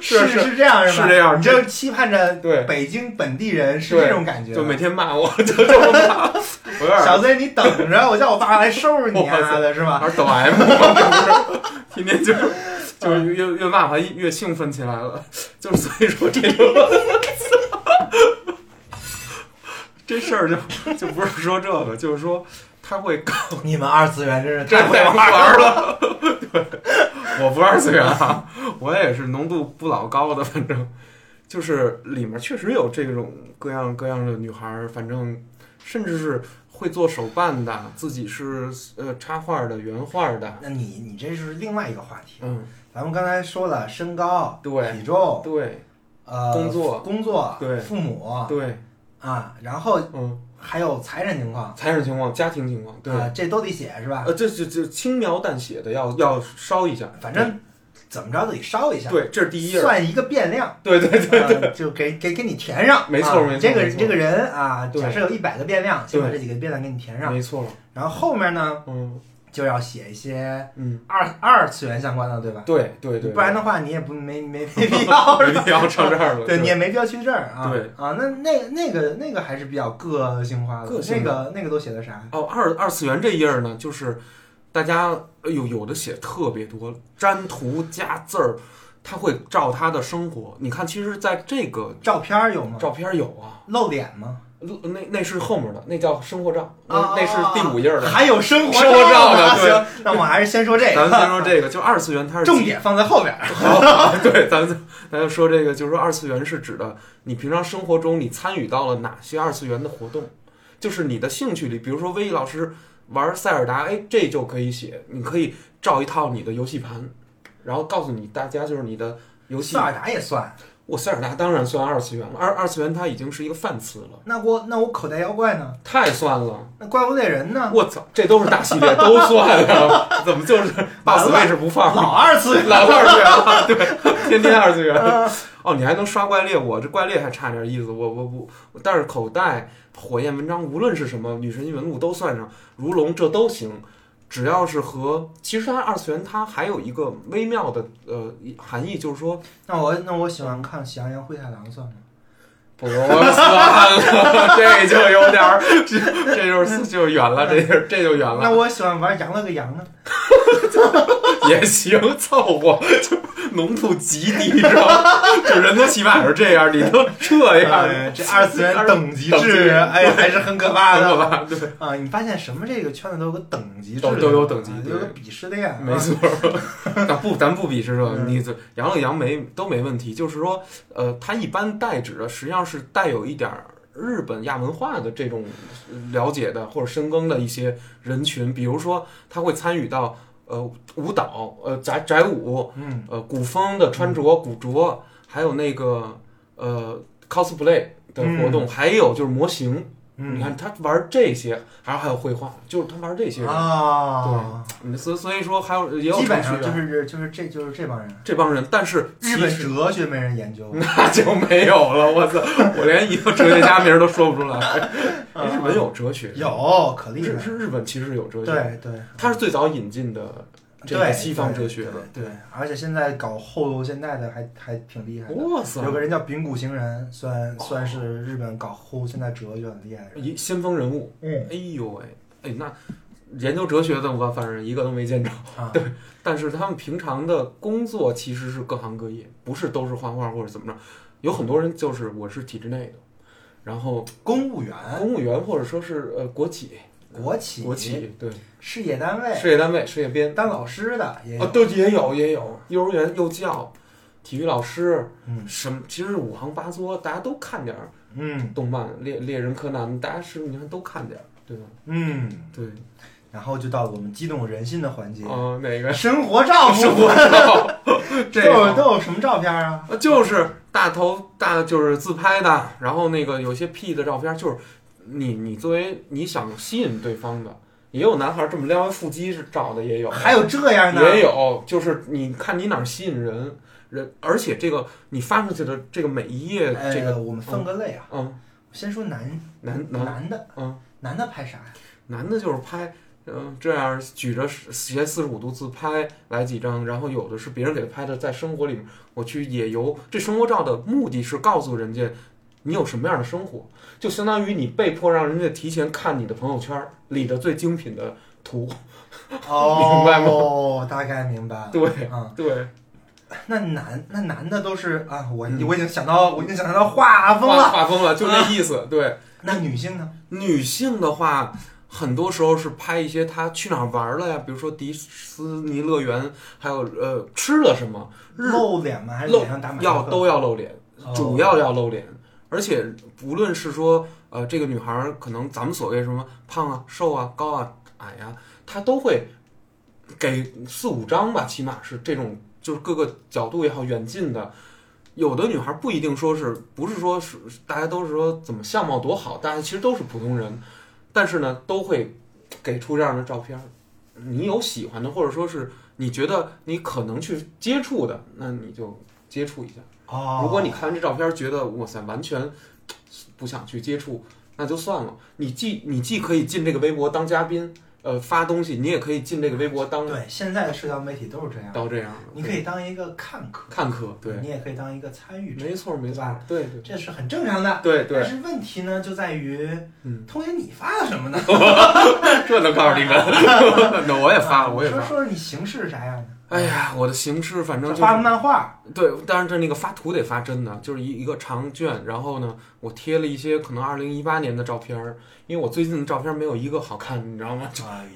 S2: 是
S3: 是这样吧？
S2: 是这样
S3: 你这期盼着
S2: 对
S3: 北京本地人是
S2: 对
S3: 这种感觉。
S2: 就每天骂我，就这么骂， 我有点儿
S3: 小子，你等 着，我叫我爸来收拾你丫的，是吧？
S2: 还是抖 M，就是天天就就是越越骂他越兴奋起来了，就是所以说这个这事儿就就不是说这个，就是说他会告
S3: 你们二次元真是
S2: 这
S3: 太会
S2: 太
S3: 玩
S2: 玩儿了。对，我不二次元啊，我也是浓度不老高的，反正就是里面确实有这种各样各样的女孩儿，反正甚至是会做手办的，自己是呃插画的、原画的，
S3: 那你你这是另外一个话题。
S2: 嗯，
S3: 咱们刚才说了身高、
S2: 对
S3: 体重、
S2: 对
S3: 呃
S2: 工作
S3: 工作、
S2: 对
S3: 父母
S2: 对，
S3: 啊，然后
S2: 嗯，
S3: 还有财产情况
S2: 财产情况、家庭情况，对，
S3: 啊，这都得写是吧？
S2: 呃，这这这轻描淡写的要要烧一下，
S3: 反正怎么着都得烧一下，
S2: 呃对，这是第一页儿，
S3: 算一个变量。
S2: 对对对对，
S3: 呃就给给给你填上，
S2: 没错
S3: 啊
S2: 没错
S3: 这个
S2: 没错
S3: 这个人啊，
S2: 对
S3: 假设有一百个变量，先把
S2: 对
S3: 这几个变量给你填上，
S2: 没错，
S3: 然后后面呢
S2: 嗯
S3: 就要写一些
S2: 嗯，
S3: 二二次元相关的，对吧？
S2: 对对对，
S3: 不然的话你也不 没没没必要，是
S2: 没
S3: 吧
S2: 必要上这儿了，
S3: 对，你也没必要去这儿啊。
S2: 对
S3: 啊，那那那个那个还是比较个性化的，
S2: 个性
S3: 那个那个都写的啥？
S2: 哦，二二次元这一页儿呢，就是大家呃有有的写特别多，粘图加字儿，他会照他的生活。你看，其实在这个
S3: 照片儿有吗？
S2: 照片儿有啊，
S3: 露脸吗？
S2: 呃那那是后面的，那叫生活照，那、
S3: 啊
S2: 那是第五页儿的。
S3: 还有生活
S2: 生活照
S3: 呢？
S2: 呢对
S3: 行，那我还是先说这
S2: 咱们
S3: 个，啊
S2: 先说这个，就二次元它是
S3: 重点放在后边儿。
S2: 好，对，咱们咱就说这个，就是说二次元是指的你平常生活中你参与到了哪些二次元的活动，就是你的兴趣里，比如说威毅老师玩塞尔达，哎，这就可以写，你可以照一套你的游戏盘，然后告诉你大家就是你的游戏
S3: 塞。尔达也算，
S2: 我塞尔达当然算二次元了，二二次元它已经是一个泛词了，
S3: 那我那我口袋妖怪呢？
S2: 太算了。
S3: 那怪物猎人呢？
S2: 我操，这都是大系列，都算啊， 怎么就是把 Switch 不放？
S3: 老 二次元
S2: 老二次元了，对，天天二次元。哦，你还能刷怪猎，我这怪猎还差点意思。我我不，但是口袋、火焰文章，无论是什么女神异闻录都算上，如龙这都行，只要是和其实它二次元它还有一个微妙的呃含义，就是 说
S3: 那我那我喜欢看《喜羊羊灰太狼》算吗？
S2: 不算了，这就有点儿，这这就是就远了，这就这就远
S3: 那
S2: 了，
S3: 我喜欢玩《羊了个羊》呢？
S2: 也行，凑合，就浓度极低，你知道吗？就人都起码是这样，你都这样。
S3: 哎这二次元等级
S2: 等级
S3: 制，
S2: 制
S3: 哎，还是很可怕
S2: 很可
S3: 的
S2: 怕，对，
S3: 啊！你发现什么这个圈子都有个等级制
S2: 都
S3: 的，
S2: 都有等级
S3: 啊
S2: 对
S3: 有个鄙视 链，啊
S2: 没错。 咱不，咱不鄙视这个，
S3: 嗯
S2: 你这羊了羊没都没问题。就是说，呃，它一般代指的实际上是带有一点儿日本亚文化的这种呃了解的或者深耕的一些人群，比如说他会参与到呃舞蹈、呃宅宅舞、
S3: 啊。嗯，
S2: 呃古风的穿着、古着，还有那个呃 cosplay 的活动，还有就是模型。你
S3: 嗯
S2: 看他玩这些，还有还有绘画，就是他玩这些人。
S3: 啊，
S2: 嗯所所以说还有也有
S3: 基本
S2: 程序
S3: 上就
S2: 员
S3: 是就是这就是这帮人。
S2: 这帮人，但是
S3: 日
S2: 啊其
S3: 本
S2: 实嗯
S3: 哲学没人研究，
S2: 那就没有了。我操，我连一个哲学家名儿都说不出来。哎日本有哲学，
S3: 啊有可厉
S2: 日
S3: 害，
S2: 日日本其实有哲学，
S3: 嗯对对，
S2: 它是最早引进的这个
S3: 对
S2: 西方哲学的。
S3: 对，对而且现在搞后现代的还还挺厉害的。
S2: 哇塞
S3: 有，个人叫丙谷行人，算算是日本搞后现代哲学很厉害的人。
S2: 一先锋人物，
S3: 嗯
S2: 哎呦喂，哎那研究哲学的我反正一个都没见着。
S3: 啊，
S2: 但是他们平常的工作其实是各行各业，不是都是画画或者怎么着。有很多人就是我是体制内的，然后
S3: 公务员、
S2: 公务员或者说是呃国企、
S3: 国啊企、
S2: 国企对
S3: 事业单位、
S2: 事业单位、事业编
S3: 当老师的也
S2: 啊
S3: 有。
S2: 都也有也有幼儿园幼教、体育老师
S3: 嗯
S2: 什么，其实五行八作大家都看点儿
S3: 嗯
S2: 动漫、猎猎人、柯南，大家是不是你看都看点儿对吧？
S3: 嗯，
S2: 对，
S3: 然后就到了我们激动人心的环节，
S2: 哦、哪个？
S3: 生活照
S2: 生
S3: 部
S2: 活照，
S3: 都
S2: 这
S3: 有
S2: 个
S3: 都有什么照片啊？
S2: 啊，就是大头大就是自拍的，然后那个有些 P 的照片，就是你你作为你想吸引对方的，也有男孩这么撩完腹肌是照的也有，
S3: 还有这样的，
S2: 也有，就是你看你哪儿吸引人，人而且这个你发出去的这个每一页
S3: 呃，
S2: 这个，
S3: 我们分个类啊，
S2: 嗯，
S3: 先说男
S2: 男男
S3: 男的，
S2: 嗯，
S3: 男的拍啥呀？
S2: 男的就是拍。嗯，这样举着斜四十五度自拍来几张，然后有的是别人给他拍的，在生活里面，我去野游。这生活照的目的是告诉人家你有什么样的生活，就相当于你被迫让人家提前看你的朋友圈里的最精品的图。 明白吗
S3: 哦，大概明白了。
S2: 对
S3: 啊，
S2: 对，
S3: 那男那男的都是啊，我
S2: 嗯
S3: 我已经想到我已经想到画风
S2: 画
S3: 了。
S2: 画风了，就那意思。对，
S3: 那女性呢？
S2: 女性的话，很多时候是拍一些她去哪儿玩了呀，比如说迪斯尼乐园，还有呃吃了什么，日
S3: 露脸吗？还是
S2: 露
S3: 脸上打马赛
S2: 要
S3: 克
S2: 都要露脸，
S3: 哦
S2: 主要要露脸。而且无论是说呃这个女孩儿可能咱们所谓什么胖啊、瘦啊、高啊、矮呀、她都会给四五张吧，起码是这种就是各个角度也好，远近的。有的女孩不一定说是不是说是大家都是说怎么相貌多好，大家其实都是普通人，但是呢都会给出这样的照片儿。你有喜欢的，或者说是你觉得你可能去接触的，那你就接触一下。
S3: 哦。
S2: 如果你看完这照片觉得哇塞完全不想去接触，那就算了。你既你既可以进这个微博当嘉宾，呃发东西，你也可以进这个微博当
S3: 哦对现在的社交媒体都是这样，
S2: 到这样。
S3: 你可以当一个看客，
S2: 看客，对，
S3: 你也可以当一个参与者，
S2: 没错没
S3: 对
S2: 错
S3: 吧，
S2: 对对
S3: 这是很正常的。
S2: 对
S3: 但
S2: 对，
S3: 是问题呢，就在于，
S2: 嗯，
S3: 通姐你发的什么呢？
S2: 这能告诉你们， 那我也发了，啊我也
S3: 说
S2: 发了。
S3: 说你形式是啥样的？
S2: 哎呀，我的形式反正就
S3: 就
S2: 是
S3: 画个漫画，
S2: 对，但是这那个发图得发真的，就是一一个长卷，然后呢，我贴了一些可能二零一八年的照片儿，因为我最近的照片没有一个好看，你知道吗？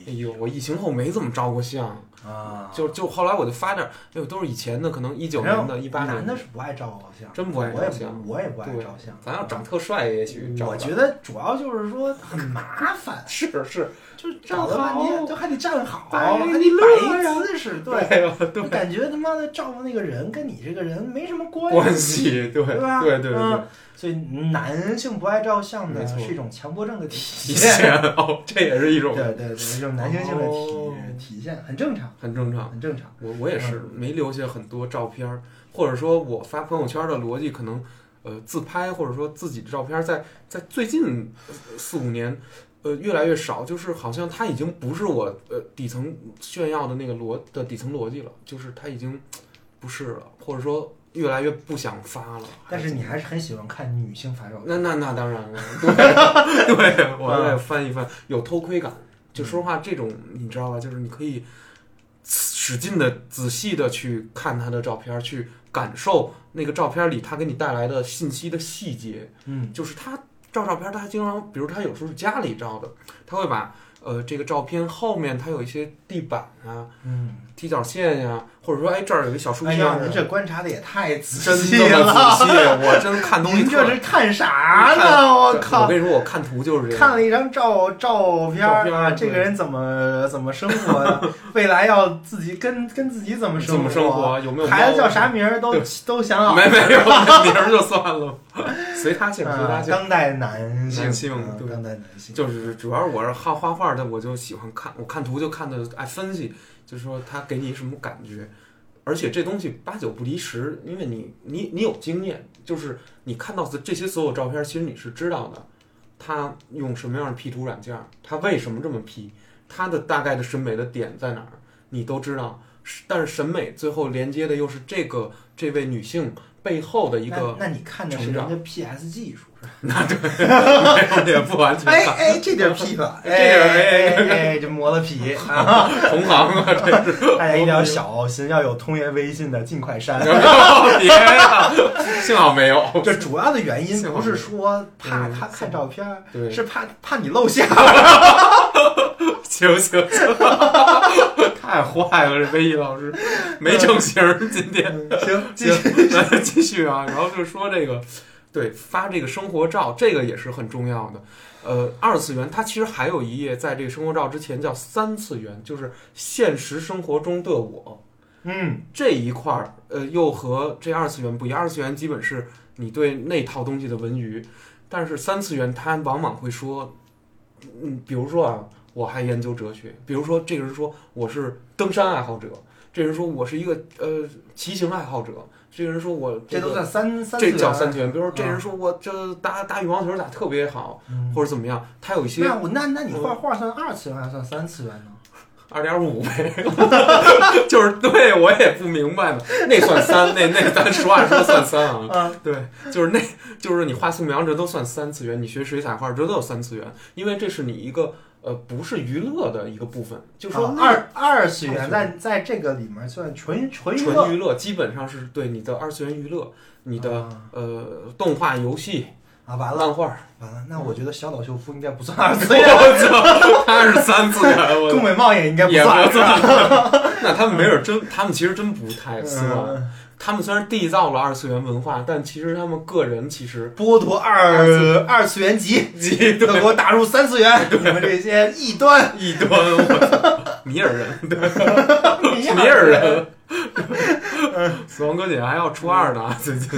S2: 哎呦，我疫情后没怎么照过相，
S3: 啊
S2: 就就后来我就发点儿，哎呦，都是以前的，可能一九年的、一八年
S3: 哎男的是不爱照相，
S2: 真不爱
S3: 我也
S2: 照相。
S3: 不我也不爱
S2: 对
S3: 照相，嗯
S2: 咱要长特帅也许照不
S3: 我
S2: 着
S3: 觉得主要就是说很麻烦，
S2: 是是，
S3: 就是站了半
S2: 站
S3: 天
S2: 好
S3: 都还得站好，啊
S2: 哎
S3: 还得
S2: 你乐
S3: 摆
S2: 呀
S3: 一姿势，对，
S2: 对吧？对
S3: 你感觉他妈的照顾那个人跟你这个人没什么关
S2: 关系，对
S3: 对吧
S2: 对对对
S3: 嗯，所以男性不爱照相
S2: 没
S3: 呢
S2: 错
S3: 是一种强迫症的体
S2: 体
S3: 现，
S2: 现哦，这也是一种
S3: 对对对，一种男性性的
S2: 哦
S3: 体体现，很正常，
S2: 很正常。
S3: 很正常。
S2: 我我也
S3: 嗯
S2: 是没留下很多照片儿，或者说我发朋友圈的逻辑可能，呃，自拍或者说自己的照片儿在在最近呃四五年，呃，越来越少，就是好像它已经不是我呃底层炫耀的那个逻的底层逻辑了，就是它已经不是了，或者说越来越不想发了。
S3: 但是你还是很喜欢看女性发照片，
S2: 那那那当 然了，对对，我
S3: 嗯
S2: 再翻一翻，有偷窥感。就说实话这种，你知道吧？就是你可以使劲的、仔细的去看他的照片，去感受那个照片里他给你带来的信息的细节。
S3: 嗯
S2: 就是他照照片，他经常，比如他有时候是家里照的，他会把呃这个照片后面他有一些地板啊、
S3: 嗯
S2: 踢脚线呀、或者说，哎，这儿有一小书
S3: 哎
S2: 皮
S3: 呀
S2: 样，
S3: 您
S2: 子，
S3: 这观察的也太仔
S2: 真
S3: 细
S2: 这么仔
S3: 了，
S2: 细，我真看东西
S3: 您
S2: 特
S3: 这是看啥
S2: 看
S3: 呢？我
S2: 对
S3: 靠
S2: 我！跟你说，我看图就是这样。
S3: 看了一张照照片儿
S2: 照片
S3: 啊，
S2: 儿
S3: 这个人怎么怎么生活的， 未来要自己跟跟自己怎么
S2: 怎么生活？有没有
S3: 孩
S2: 猫
S3: 子叫啥？名儿啊都
S2: 对
S3: 都想好了。
S2: 没没有，名儿就算 了，随他姓，随他
S3: 啊
S2: 姓。
S3: 当代男
S2: 性性
S3: 嗯
S2: 对
S3: 当代男性，
S2: 就是主要是我是好画画的，我就喜欢看，我看图就看的爱分析，就是说它给你什么感觉，而且这东西八九不离十，因为你你你有经验，就是你看到的这些所有照片，其实你是知道的，它用什么样的 P 图软件，它为什么这么 P，它的大概的审美的点在哪儿，你都知道。是但是审美最后连接的又是这个这位女性背后的一个，
S3: 那那你看的是
S2: 成
S3: 人
S2: 长
S3: 家 PS 技术 是吧？
S2: 也不完全
S3: 哎
S2: 看
S3: 哎，这点儿 P 了，
S2: 这点儿
S3: 哎哎哎，这磨了 皮啊！
S2: 同行啊，这是。
S3: 大家一定要小心，要有通源微信的尽快删。
S2: 别呀，啊幸好没有。
S3: 这主要的原因
S2: 幸好
S3: 不是说怕
S2: 嗯
S3: 他看照片儿，
S2: 对
S3: 是怕怕你露馅儿。
S2: 行行行，太坏了，这威毅老师没正形儿，今天。
S3: 嗯行，继
S2: 行
S3: 续。，
S2: 那继续啊，然后就说这个，对，发这个生活照，这个也是很重要的。呃，二次元它其实还有一页，在这个生活照之前叫三次元，就是现实生活中的我。
S3: 嗯，
S2: 这一块儿，呃，又和这二次元不一样。二次元基本是你对那套东西的文娱，但是三次元它往往会说，嗯，比如说啊，我还研究哲学，比如说这个人说我是登山爱好者，这人说我是一个呃骑行爱好者，这个人说我
S3: 这
S2: 个
S3: 都算三三
S2: 这
S3: 次元
S2: 叫三次元。比如说这
S3: 啊
S2: 人说我这打打羽毛球打特别好，
S3: 嗯
S2: 或者怎么样，他有一些
S3: 那我那那你画画算二次元还是算三次元呢？
S2: 二点五呗，就是对我也不明白呢，那算三，那那咱实话说算三啊。
S3: 嗯，
S2: 对，就是那，就是你画素描，这都算三次元；你学水彩画，这都有三次元，因为这是你一个呃不是娱乐的一个部分，就说
S3: 啊
S2: 那
S3: 二二次
S2: 二
S3: 元
S2: 次元
S3: 在在这个里面算纯纯娱
S2: 纯
S3: 乐，
S2: 娱乐基本上是对你的二次元娱乐，你的
S3: 啊
S2: 呃动画、游戏、
S3: 啊，完了
S2: 漫画，
S3: 完了，那我觉得小岛秀夫应该不算 二次元，
S2: 我操，他是三次元， 我
S3: 宫本茂也应该
S2: 也
S3: 算，嗯
S2: 不
S3: 是吧
S2: 算， 那他们没准儿真，他们其实真不太希望。
S3: 嗯
S2: 他们虽然缔造了二次元文化，但其实他们个人其实
S3: 剥夺二二次 元级，都给我打入三次元，你们这些异端
S2: 异端，我操米尔人，对，
S3: 迷
S2: 米尔人。死亡搁浅还要出二呢，最近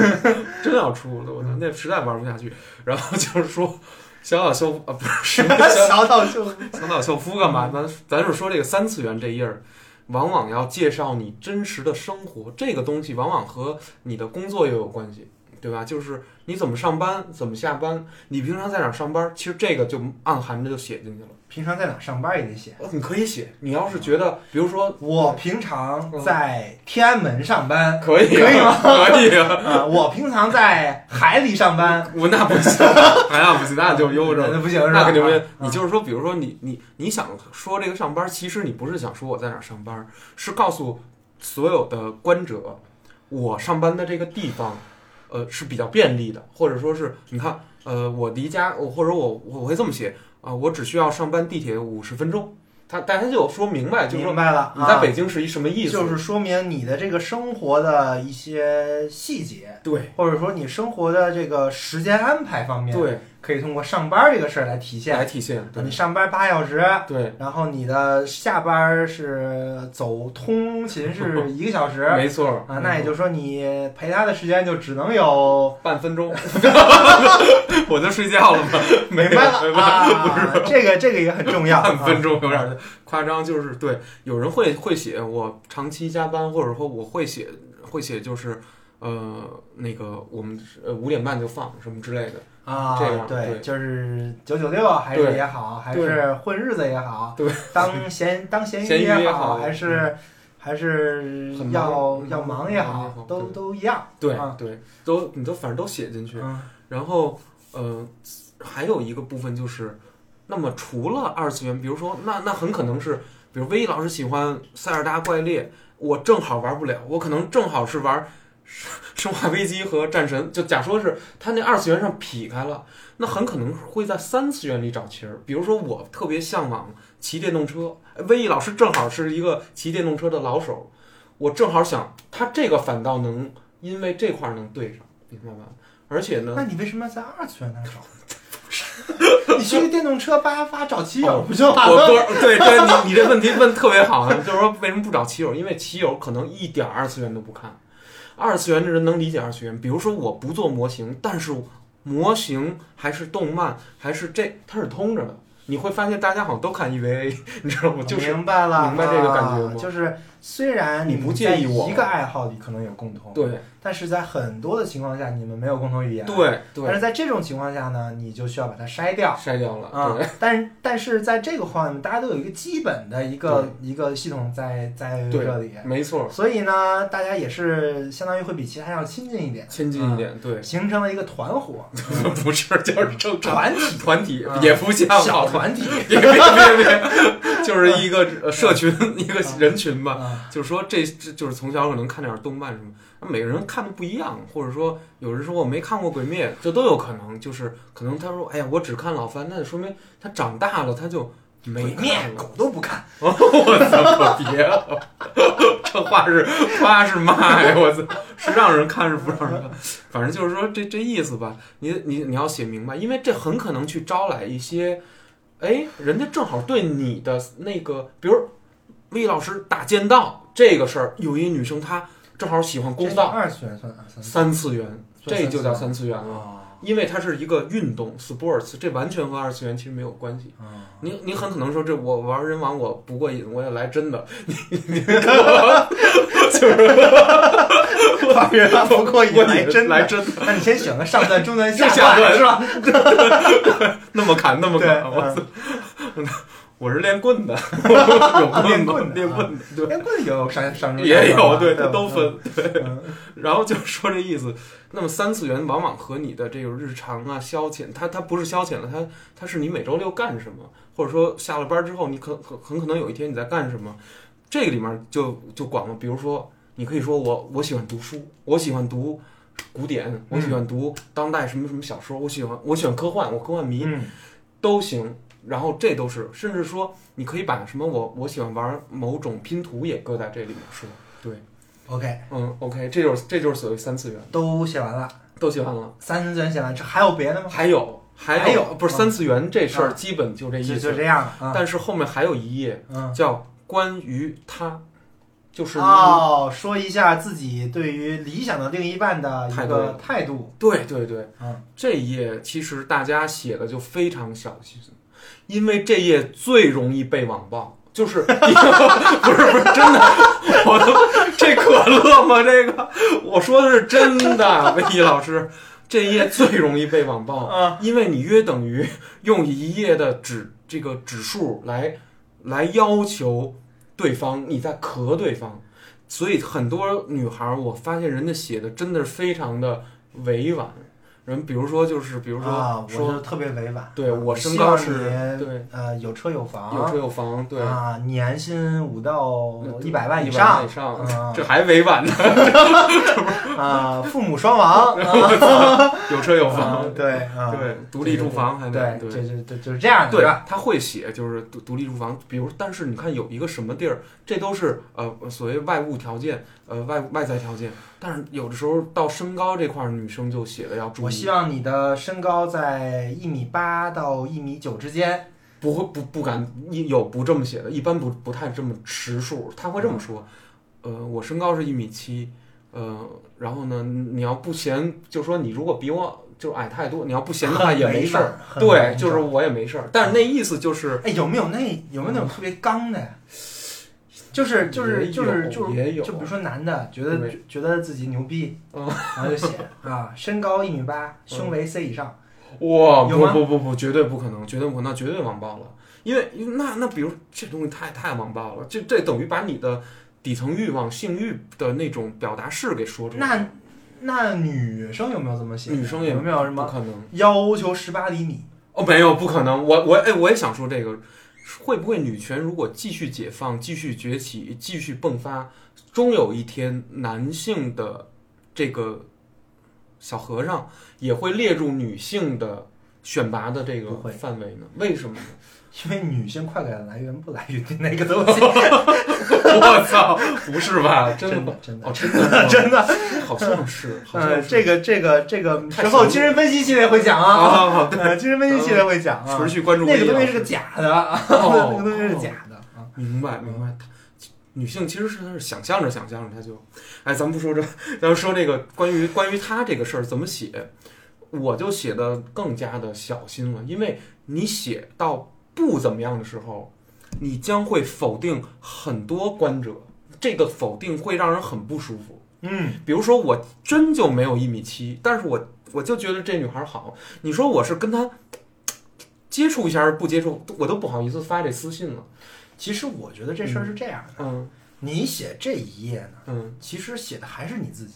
S2: 真要出了，我操，那实在玩不下去。然后就是说，小岛秀夫啊，不是什么小
S3: 小岛秀夫，
S2: 小岛秀夫干嘛？咱咱是说这个三次元这页儿，往往要介绍你真实的生活，这个东西往往和你的工作又有关系，对吧？就是你怎么上班，怎么下班，你平常在哪儿上班，其实这个就暗含着就写进去了。
S3: 平常在哪上班也得写。
S2: 呃你可以写，你要是觉得，比如说
S3: 我平常
S2: 嗯
S3: 在天安门上班，
S2: 可以、
S3: 可以
S2: 啊，可以啊，
S3: 啊，我平常在海里上班，嗯
S2: 我那不行，哎呀不行， 那就悠着。
S3: 那不行是吧？
S2: 那肯定不行
S3: 啊。
S2: 你就是说，比如说你你你想说这个上班，其实你不是想说我在哪儿上班，是告诉所有的观者，我上班的这个地方，呃，是比较便利的，或者说是你看，呃，我离家，我或者我我我会这么写啊、我只需要上班地铁五十分钟。他大家就有说明白，就是
S3: 明
S2: 说
S3: 白了，
S2: 你在北
S3: 啊
S2: 京是一什么意思？
S3: 就是说明你的这个生活的一些细节，
S2: 对
S3: 或者说你生活的这个时间安排方面，
S2: 对，
S3: 可以通过上班这个事儿来体现。
S2: 来
S3: 啊
S2: 体现对
S3: 你上班八小时，
S2: 对，
S3: 然后你的下班是走通勤是一个小时
S2: 没错儿嗯
S3: 啊，那也就是说你陪他的时间就只能有
S2: 半分 钟，我就睡觉了嘛， 没
S3: 明
S2: 有
S3: 白
S2: 没
S3: 了
S2: 办法
S3: 啊，这个这个也 很重要。
S2: 半分钟
S3: 啊
S2: 有点夸张，就是对，有人会会写我长期加班，或者说我会写会写就是。呃，那个我们呃五点半就放什么之类的，
S3: 啊，
S2: 这样
S3: 对，
S2: 对
S3: 就是九九六还是
S2: 对
S3: 也好，还
S2: 对
S3: 是混日子也好，
S2: 对，
S3: 当闲当闲
S2: 闲
S3: 鱼
S2: 鱼也
S3: 好，
S2: 好嗯
S3: 还是还是
S2: 很忙
S3: 要
S2: 嗯
S3: 要忙也
S2: 忙也
S3: 好
S2: 好，
S3: 都
S2: 对
S3: 都一样。
S2: 对、
S3: 啊
S2: 对，都你都反正都写进去。
S3: 嗯
S2: 然后呃，还有一个部分就是，那么除了二次元，比如说那那很可能是，比如威老师喜欢塞尔达怪猎，我正好玩不了，我可能正好是玩生生化危机和战神，就假说是他那二次元上劈开了，那很可能会在三次元里找其儿。比如说我特哎别向往骑电动车，威毅老师正好是一个骑电动车的老手。我正好想，他这个反倒能因为这块儿能对上，你明白吗？而且呢，
S3: 那你为什么要在二次元那儿找？ 你去电动车叭叭找骑友不就完
S2: 哦我
S3: 了？
S2: 哥，对对，你你这问题问特别好啊，就是说为什么不找棋友？因为棋友可能一点儿二次元都不看，二次元的人能理解二次元。比如说我不做模型，但是模型还是动漫还是这，它是通着的。你会发现大家好像都看 EVA，你知
S3: 啊
S2: 道吗？就是
S3: 明白了，
S2: 明白这个感觉
S3: 啊
S2: 吗
S3: 就是虽然
S2: 你
S3: 们
S2: 不介意
S3: 在
S2: 我
S3: 一个爱好里可能有共同，，
S2: 对
S3: 但是在很多的情况下你们没有共同语言，。
S2: 对
S3: 但
S2: 对，
S3: 是在这种情况下呢，你就需要把它筛掉。
S2: 筛掉了，
S3: 啊
S2: 对，
S3: 但是但是在这个方面，大家都有一个基本的一个一个系统在在
S2: 对嗯
S3: 这里，
S2: 没错，
S3: 所以呢，大家也是相当于会比其他人要亲近一点，
S2: 亲近一
S3: 啊
S2: 点，对，
S3: 形成了一个团 伙、嗯
S2: 不是就是正常
S3: 团体、
S2: 团体
S3: 啊
S2: 也不像
S3: 小团 体。
S2: 别别别别， 就是一个呃社群，一个人群吧。
S3: 啊
S2: 就是说这，这就是从小可能看点动漫什么，那每个人看的不一样，或者说有人说我没看过《鬼灭》，这都有可能。就是可能他说，哎呀，我只看老番，那就说明他长大了，他就没
S3: 鬼
S2: 看
S3: 面
S2: 了。
S3: 狗都不看，
S2: 我操，可别了，这话是夸是骂呀！我操，是让人看是不让人看，反正就是说这这意思吧。你你你要写明白，因为这很可能去招来一些，哎，人家正好对你的那个，比如魏老师打剑道这个事儿，有一女生她正好喜欢
S3: 这
S2: 弓
S3: 算
S2: 道，
S3: 二次元算二次元
S2: 三次元，这就叫三次元了，
S3: 啊
S2: 因为它是一个运动 sports，这完全和二次元其实没有关系。
S3: 啊！
S2: 您您很可能说这我玩人王我不过瘾，我也来真的。 你你 我就是
S3: 二次元 不过瘾，来真
S2: 来
S3: 的。
S2: 真的，
S3: 那你先选个上 段、中段、
S2: 就
S3: 下
S2: 下段
S3: 是吧？
S2: 那么砍那么
S3: 对，
S2: 砍， 我
S3: 嗯
S2: 我是练棍 的，有
S3: 练
S2: 棍子
S3: 棍的
S2: 练棍子，对，
S3: 连棍也有上 上中
S2: 也
S3: 下段
S2: 有
S3: 吧
S2: 对，
S3: 吧
S2: 它都分。
S3: 嗯
S2: 然后就说这意思，那么三次元往往和你的这个日常啊消遣，它它不是消遣了，它它是你每周六干什么，或者说下了班之后你可很很可能有一天你在干什么，这个里面就就广了。比如说，你可以说我我喜欢读书，我喜欢读古典，我喜
S3: 嗯
S2: 欢读当代什么什么小说，我喜欢我喜欢科幻，我科幻迷，
S3: 嗯
S2: 都行。然后这都是，甚至说你可以把什么我我喜欢玩某种拼图也搁在这里面说。
S3: ，OK，
S2: 嗯，OK，这就是这就是所谓三次元，
S3: 都写完了。
S2: 都喜欢了。
S3: 三次元写完，这还有别的吗？
S2: 还有还
S3: 还有
S2: 不是
S3: 嗯
S2: 三次元这事
S3: 啊
S2: 儿，基本就这意
S3: 就就
S2: 思。
S3: 这样了啊。
S2: 但是后面还有一页
S3: 嗯，
S2: 叫关于他，就是你
S3: 哦，说一下自己对于理想的另一半的一
S2: 态
S3: 个
S2: 度
S3: 态度。
S2: 对对对
S3: 嗯，
S2: 这一页其实大家写的就非常小心，因为这页最容易被网暴。就是 ，不是不是真的，我的这可乐吗？这个我说的是真的，啊魏毅老师，这一页最容易被网暴。
S3: 嗯，
S2: 因为你约等于用一页的指这个指数来来要求对方，你在壳对方，所以很多女孩儿，我发现人家写的真的是非常的委婉。人比如说就是比
S3: 比
S2: 如说、
S3: 啊，我
S2: 说
S3: 就特别委婉。
S2: 对我身
S3: 希
S2: 高
S3: 望
S2: 是
S3: 你
S2: 对
S3: 呃有车有房，
S2: 有车有房，对，
S3: 啊，年薪五到一百万以
S2: 100万
S3: 上
S2: 以上，
S3: 啊
S2: 这还委婉呢，
S3: 啊，父母 双亡，
S2: 有车有
S3: 啊
S2: 房，
S3: 对啊，
S2: 对，独立住房还
S3: 对
S2: 能，
S3: 这这这就是这样的，
S2: 对
S3: 是吧？，
S2: 他会写就是独独立住房，比如，但是你看有一个什么地儿，这都是呃所谓外物条件，呃外外在条件，但是有的时候到身高这块儿，女生就写的要注
S3: 我希
S2: 意，
S3: 望你的身高在一米八到一米九之间。
S2: 不会不不敢有不这么写的，一般不不太这么实数，他会这么说，呃，我身高是一米七，呃，然后呢，你要不嫌，就说你如果比我就是矮太多，你要不嫌的话也没事儿，
S3: 很委婉，很委
S2: 对，
S3: 婉
S2: 就是我也没事儿，但是那意思就是
S3: 哎，有没有那有没有那种特别刚的呀？就是就是
S2: 嗯也
S3: 就是
S2: 有
S3: 就是，
S2: 也有，
S3: 就比如说男的觉得
S2: 对
S3: 觉得自己牛逼，
S2: 嗯
S3: 然后就写啊，身高一米八，胸围 C 以上，
S2: 哇，
S3: 有
S2: 不
S3: 吗
S2: 不不不，绝对不可能，绝对不可能，那绝对网暴了。因为那那比如这东西太太网暴了，这这等于把你的底层欲望、性欲的那种表达式给说出来。
S3: 那那女生有没有这么写？
S2: 女生也
S3: 有没有什
S2: 不
S3: 么
S2: 可能
S3: 要求十八厘米？
S2: 哦，没有不可能。我我哎，我也想说这个，会不会女权如果继续解放、继续崛起、继续迸发，终有一天男性的这个小和尚也会列入女性的选拔的这
S3: 不
S2: 个
S3: 会
S2: 范 围呢？为什么呢？
S3: 因为女性快感来源不来源于那个东西，
S2: 我操，不是吧？ 真
S3: 真
S2: 的
S3: 的，真的
S2: 哦，真的，
S3: 真的，
S2: 好像是，好像
S3: 嗯，
S2: 是
S3: 这个这个这个
S2: 太
S3: 之后
S2: 神了
S3: 精神分析系列会讲
S2: 啊
S3: 啊，
S2: 好，好
S3: 呃，精神分析系列会讲 啊，
S2: 持续关注
S3: 那个
S2: 微
S3: 东西
S2: 老
S3: 是
S2: 师
S3: 个假的 啊，
S2: 哦
S3: 那个东西是假的啊，
S2: 明白明白，她女性其实是她是想象着想象着，她就，哎，咱们不说这， 咱们说这个关于关于她这个事儿怎么写，我就写的更加的小心了，因为你写到不怎么样的时候，你将会否定很多观者，这个否定会让人很不舒服。
S3: 嗯
S2: 比如说我真就没有一米七，但是我我就觉得这女孩好。你说我是跟她接触一下不接触，我都不好意思发这私信了。
S3: 其实我觉得这事儿是这样的，
S2: 嗯
S3: 你写这一页呢，
S2: 嗯，
S3: 其实写的还是你自己，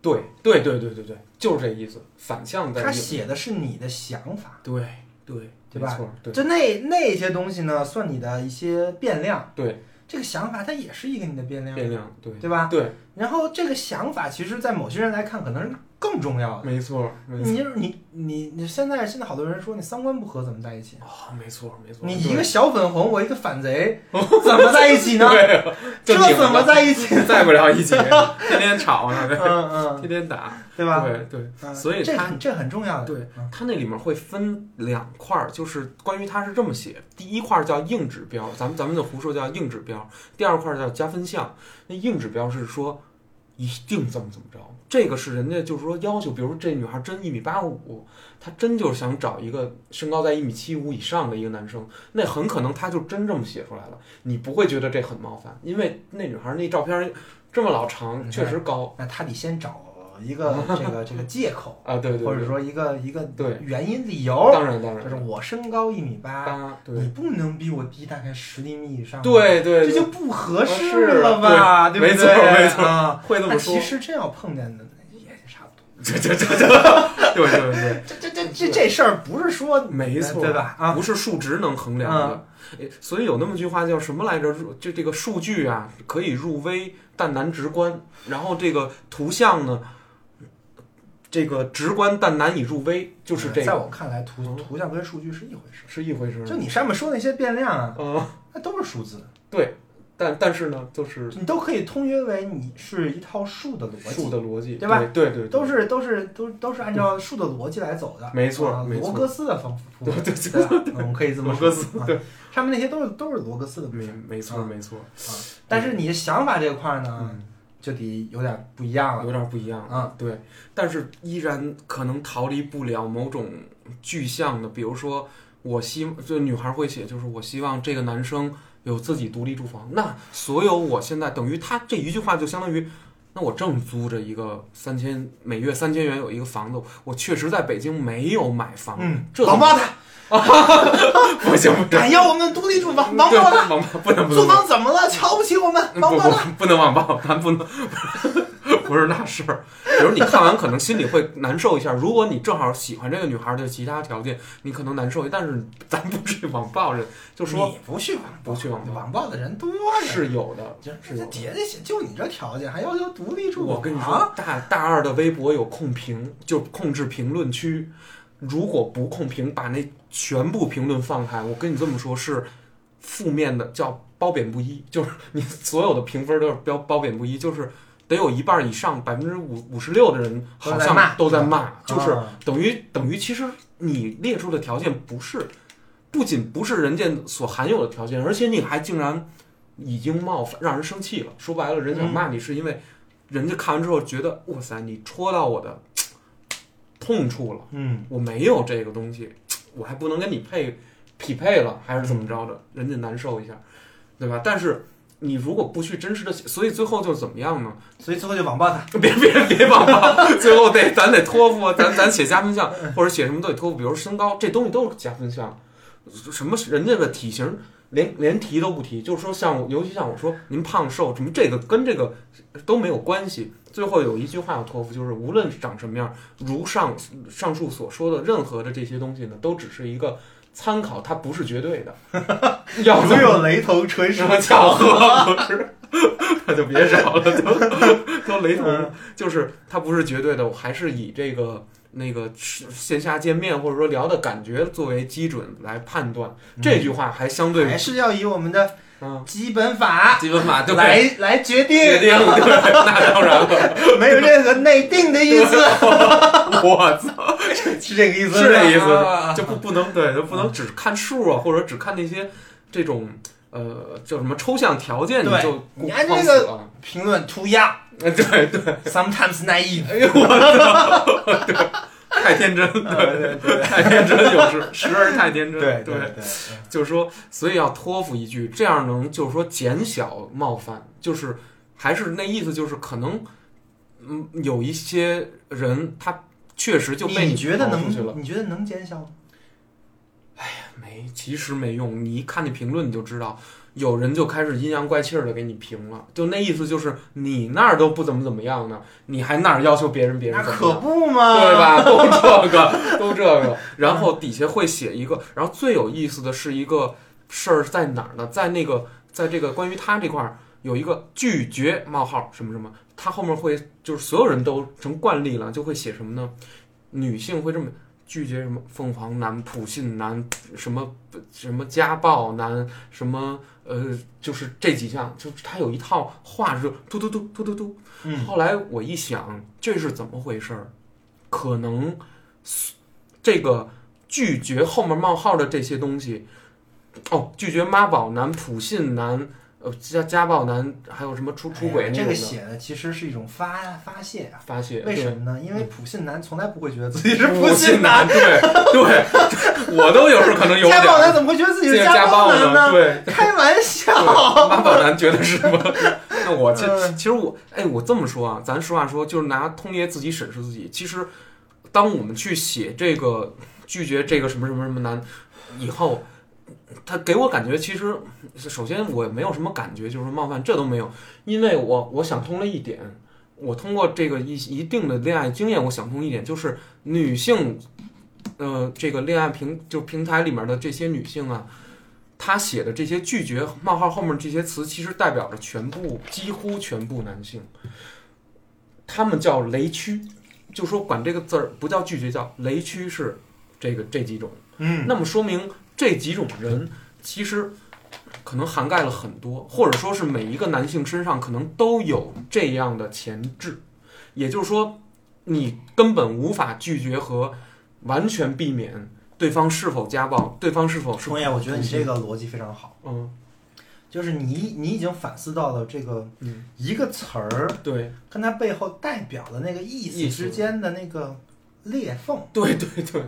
S2: 对对对对对对，就是这意思，反向在
S3: 他
S2: 用
S3: 写的是你的想法。
S2: 对对
S3: 对吧
S2: 没错，对
S3: 就那那些东西呢，算你的一些变量。
S2: 对，
S3: 这个想法它也是一个你的变量，
S2: 变量对
S3: 对吧？
S2: 对，
S3: 然后这个想法，其实，在某些人来看，可能是更重要的。
S2: 没错没错
S3: 你就是你你你现在现在好多人说你三观不合怎么在一起？
S2: 啊，没错没错，
S3: 你
S2: 对
S3: 一个小粉红，我一个 反贼，怎么在一起呢？
S2: 对啊，
S3: 这
S2: 就拧
S3: 怎么
S2: 着
S3: 在一 起？
S2: 在不了一起，天天吵呢，对
S3: 嗯嗯，
S2: 天天打，
S3: 对吧？
S2: 对对，
S3: 嗯
S2: 所以
S3: 这
S2: 他
S3: 很这很重要的。
S2: 对
S3: 嗯，
S2: 它那里面会分两块儿，就是关于它是这么写：第一块儿叫硬指标，咱们咱们的胡说叫硬指标；第二块儿叫加分项。那硬指标是说一定怎么怎么着，这个是人家就是说要求，比如说这女孩真一米八五，她真就是想找一个身高在一米七五以上的一个男生，那很可能她就真这么写出来了，你不会觉得这很冒犯，因为那女孩那照片儿这么老长，确实高
S3: 那他得先找一 个这个这个借口，
S2: 啊，对对对，
S3: 或者说一个一个
S2: 对
S3: 原因理由。
S2: 当然当然
S3: 就是我身高一米八，
S2: 八对
S3: 你不能比我低大概十厘米以上，，
S2: 对对，对
S3: 这
S2: 啊
S3: 就不合适了吧？
S2: 对
S3: 对不对？
S2: 没错没错
S3: 啊，
S2: 会那么
S3: 那
S2: 说
S3: 其，实真要碰见的也差不多。
S2: 这这这这，对对对，
S3: 这这这这这事儿不是说
S2: 没错，嗯
S3: 对吧？啊，
S2: 不是数值能衡量的，诶所以有那么句话叫什么来着？入就这个数据啊，可以入微，但难直观。然后这个图像呢，这个直观但难以入微，就是这
S3: 在
S2: 个
S3: 我看来，图
S2: 嗯
S3: 图像跟数据是一回事儿。
S2: 是一回事儿。
S3: 就你上面说那些变量啊，
S2: 嗯，
S3: 那都是数字，
S2: 但但是呢，就是
S3: 你都可以通约为你是一套数的逻
S2: 数
S3: 辑，
S2: 的逻辑，
S3: 对吧
S2: 对对对，
S3: 都是都是都都是按照数的逻辑来走的。
S2: 没错
S3: 啊
S2: 没错
S3: 罗格斯的方法，
S2: 对对
S3: 对吧？嗯我们可以这么
S2: 罗
S3: 说。
S2: 格斯
S3: 啊，
S2: 对，
S3: 上面那些都是都是罗格斯的部
S2: 没
S3: 分，
S2: 没错
S3: 啊
S2: 没错，
S3: 但是你的想法这块呢，
S2: 嗯，
S3: 就得有点不一样
S2: 有
S3: 了
S2: 点不一样。
S3: 啊。
S2: 对，但是依然可能逃离不了某种具象的，比如说，我希就女孩会写，就是我希望这个男生有自己独立住房。那所有我现在等于他这一句话就相当于，那我正租着一个三千每月三千元有一个房子，我确实在北京没有买房，
S3: 嗯，
S2: 这
S3: 王八蛋
S2: 不行不行，
S3: 敢哎要我们独立住房，王
S2: 对
S3: 八蛋
S2: 王八不能不
S3: 租
S2: 能。
S3: 房怎么了？瞧不起我们，
S2: 不
S3: 王八
S2: 不
S3: 蛋！
S2: 不能网暴， 咱不能不是那事儿。比如你看完可能心里会难受一下，如果你正好喜欢这个女孩的其他条件，你可能难受一下，但是咱不去网暴人，就说
S3: 你不去网
S2: 不去网吧
S3: 网暴的人多着呢。
S2: 是有的，
S3: 这
S2: 是有的。
S3: 这姐姐写就你这条件，还要求独立啊住房？
S2: 我跟你说，大大二的微博有控评，就控制评论区，如果不控评，把那全部评论放开，我跟你这么说，是负面的，叫褒贬不一，就是你所有的评分都是标褒贬不一，就是得有一半以上，百分之五五十六的人好
S3: 都在骂
S2: 像都在骂，就是
S3: 啊
S2: 等于等于，其实你列出的条件不是，不仅不是人家所含有的条件，而且你还竟然已经冒犯，让人生气了。说白了，人想骂你是因为人家看完之后觉得，哇塞，你戳到我的嘖痛处了，
S3: 嗯，
S2: 我没有这个东西，嘖我还不能跟你配匹配了，还是怎么着的，人家难受一下，对吧？但是。你如果不去真实的，所以最后就怎么样呢？
S3: 所以最后就网暴他。
S2: 别别别忘了，最后得咱得托付，咱咱写加分项或者写什么都得托付，比如身高这东西都是加分项，什么人家的体型连连提都不提，就是说像我，尤其像我说您胖瘦什么这个跟这个都没有关系。最后有一句话要托付，就是无论长什么样，如上上述所说的任何的这些东西呢，都只是一个参考，它不是绝对的。 要怎
S3: 如
S2: 么
S3: 有雷同，纯属
S2: 什么巧合？不是， 那就别找了，都都雷同了。就是它不是绝对的，我还是以这个那个线下见面或者说聊的感觉作为基准来判断。这句话还相对
S3: 还是要以我们的
S2: 嗯，
S3: 基本法
S2: 基本法对
S3: 来来决定，
S2: 决定对， 那当然了，
S3: 没有任何内定的意思，
S2: 我操，
S3: 是这个意 思，
S2: 是这意
S3: 啊
S2: 思，就不不能对，就不能只看数啊，或者只看那些这种呃叫什么抽象条件，你
S3: 对
S2: 就
S3: 你按
S2: 框
S3: 这
S2: 死
S3: 个
S2: 了。
S3: 评论 too young，sometimes
S2: 嗯，对对，
S3: naive。
S2: 哎呦我操，对，太天真了，
S3: 对对
S2: 太天真，有 时时而太天真，
S3: 对
S2: 对
S3: 对，
S2: 就是说，所以要托付一句，这样能就是说减小冒犯，就是还是那意思，就是可能，嗯，有一些人他确实就被
S3: 你觉得
S2: 刨出去了，
S3: 能？你觉得能减小吗？
S2: 没，其实没用。你一看那评论你就知道，有人就开始阴阳怪气儿的给你评了，就那意思就是你那儿都不怎么怎么样呢，你还那儿要求别人别人
S3: 那
S2: 怎么
S3: 可
S2: 样？
S3: 不嘛，
S2: 对？吧？都这个，都这个。然后底下会写一个，然后最有意思的是一个事儿在哪儿呢？在那个，在这个关于他这块儿有一个拒绝冒号什么什么，他后面会就是所有人都成惯例了，就会写什么呢？女性会这么。拒绝什么凤凰男、普信男，什么什么家暴男，什么呃，就是这几项，就是他有一套话，就嘟嘟嘟嘟嘟嘟，
S3: 嗯，
S2: 后来我一想，这是怎么回事儿？可能这个拒绝后面冒号的这些东西，哦，拒绝妈宝男、普信男、呃家家暴男，还有什么出出
S3: 哎
S2: 轨
S3: 呀
S2: 那
S3: 这
S2: 种
S3: 个
S2: 的、
S3: 写的其实是一种发发泄啊。
S2: 发泄，
S3: 为
S2: 对
S3: 什么呢？因为普信男从来不会觉得自己是
S2: 普
S3: 信
S2: 信，男，对对，我都有时候可能有点
S3: 家
S2: 儿
S3: 暴男怎么会觉得自己是
S2: 这家
S3: 暴
S2: 暴
S3: 男
S2: 呢，？对。
S3: 开玩笑，
S2: 对妈宝男觉得是吗？ 那我其实
S3: 嗯
S2: 其实我哎，我这么说啊，咱实话说，就是拿通爷自己审视自己。其实，当我们去写这个拒绝这个什么什么什么男以后，他给我感觉，其实首先我没有什么感觉，就是冒犯这都没有，因为我我想通了一点。我通过这个一一定的恋爱经验，我想通一点，就是女性，呃，这个恋爱平就平台里面的这些女性啊，他写的这些拒绝冒号后面这些词，其实代表着全部几乎全部男性，他们叫雷区，就说管这个字儿不叫拒绝，叫雷区是这个这几种。
S3: 嗯，
S2: 那么说明这几种人其实可能涵盖了很多，或者说是每一个男性身上可能都有这样的潜质，也就是说，你根本无法拒绝和完全避免对方是否家暴，对方是否是
S3: 冲爷，我觉得你这个逻辑非常好，
S2: 嗯
S3: 就是你你已经反思到了这个
S2: 嗯，
S3: 一个词儿
S2: 对
S3: 跟它背后代表的那个意
S2: 意
S3: 思
S2: 思
S3: 之间的那个裂缝，
S2: 对对对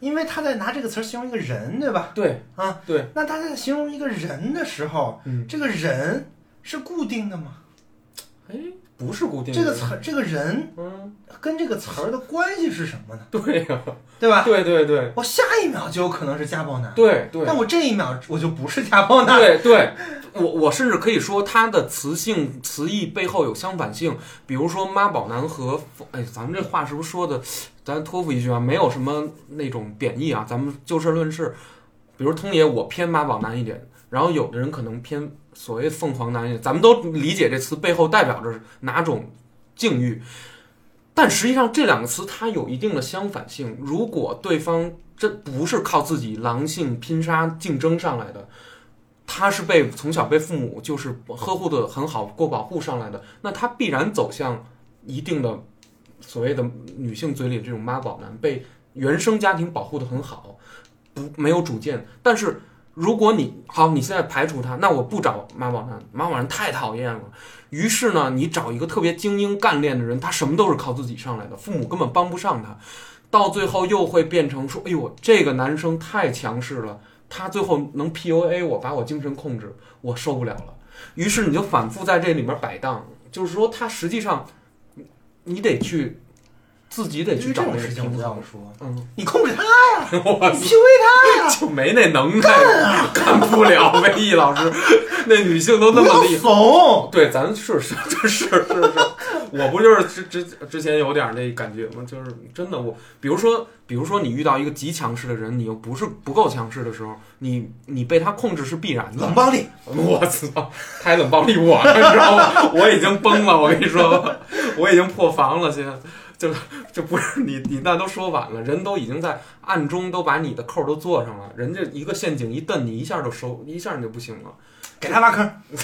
S3: 因为他在拿这个词儿形容一个人，对吧？
S2: 对
S3: 啊，
S2: 对，
S3: 那他在形容一个人的时候，
S2: 嗯，
S3: 这个人是固定的吗？
S2: 哎，不是固定
S3: 这
S2: 的
S3: 个词儿，这个人
S2: 嗯，
S3: 跟这个词儿的关系是什么呢？
S2: 对呀、
S3: 对吧？
S2: 对对对
S3: 我下一秒就有可能是家暴男，
S2: 对对
S3: 但。我这一秒我就不是家暴男，
S2: 对对，我我甚至可以说，它的词性词义背后有相反性，比如说妈宝男和哎，咱们这话是不是说的？咱托付一句啊，没有什么那种贬义啊，咱们就事论事。比如通爷，我偏妈宝男一点，然后有的人可能偏所谓凤凰男一点，咱们都理解这词背后代表着哪种境遇。但实际上，这两个词它有一定的相反性。如果对方真不是靠自己狼性拼杀竞争上来的，他是被从小被父母就是呵护的很好，过保护上来的，那他必然走向一定的所谓的女性嘴里这种妈宝男，被原生家庭保护的很好，不没有主见。但是如果你好，你现在排除他，那我不找妈宝男，妈宝男太讨厌了。于是呢，你找一个特别精英干练的人，他什么都是靠自己上来的，父母根本帮不上他，到最后又会变成说，哎呦，这个男生太强势了。他最后能 PUA 我，把我精神控制，我受不了了。于是你就反复在这里面摆荡，就是说，他实际上你你得去自己得
S3: 对于
S2: 去
S3: 这
S2: 找
S3: 种
S2: 那个
S3: 事情
S2: 平
S3: 不
S2: 衡
S3: 要。说，
S2: 嗯，
S3: 你控制他，
S2: 我
S3: 你 PUA 他呀，
S2: 就没那能耐，干不了呗，易老师， 那女性都那
S3: 不要
S2: 么厉害。
S3: 怂，
S2: 对，咱是是是是是是，我不就是之之之前有点那感觉吗？就是真的我，比如说，比如说你遇到一个极强势的人，你又不是不够强势的时候，你你被他控制是必然的
S3: 冷。暴力，
S2: 我操，太冷暴力我了，你知道吗？我已经崩了，我跟你说，我已经破防了，现在就就不是你你那都说晚了，人都已经在暗中都把你的扣儿都做上了，人家一个陷阱一蹬你一下就收，一下你就不行了。
S3: 给他挖坑，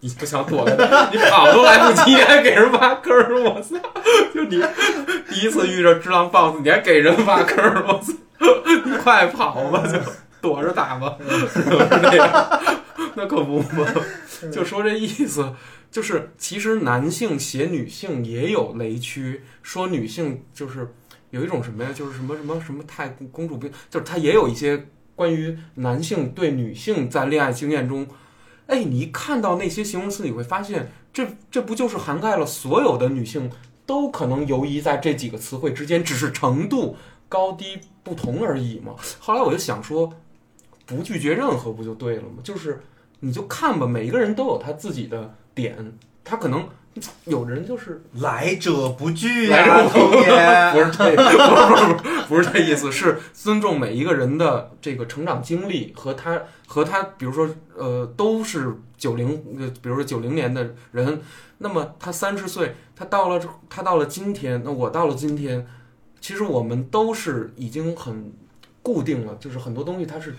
S2: 你不想躲开他，你跑都来不及，你还给人挖坑儿，我操！ 就你第一次遇着只狼 boss，你还给人挖坑儿，我操！ 你快跑吧，就躲着打吧， 是那样。 那可不嘛，就说这意思，就是其实男性写女性也有雷区，说女性就是有一种什么呀，就是什么什么什么太公主病，就是他也有一些关于男性对女性在恋爱经验中哎，你一看到那些形容词，你会发现，这这不就是涵盖了所有的女性都可能游移在这几个词汇之间，只是程度高低不同而已吗？后来我就想说，不拒绝任何不就对了吗？就是你就看吧，每一个人都有他自己的点，他可能有人就是
S3: 来者不拒啊
S2: 来
S3: 呀，
S2: 者
S3: 童
S2: 不是
S3: 爷。
S2: 这， 不是不是不是这意思，是尊重每一个人的这个成长经历和他和他，比如说呃，都是九零，呃，比如说九零年的人，那么他三十岁，他到了他到了今天，那我到了今天，其实我们都是已经很固定了，就是很多东西它是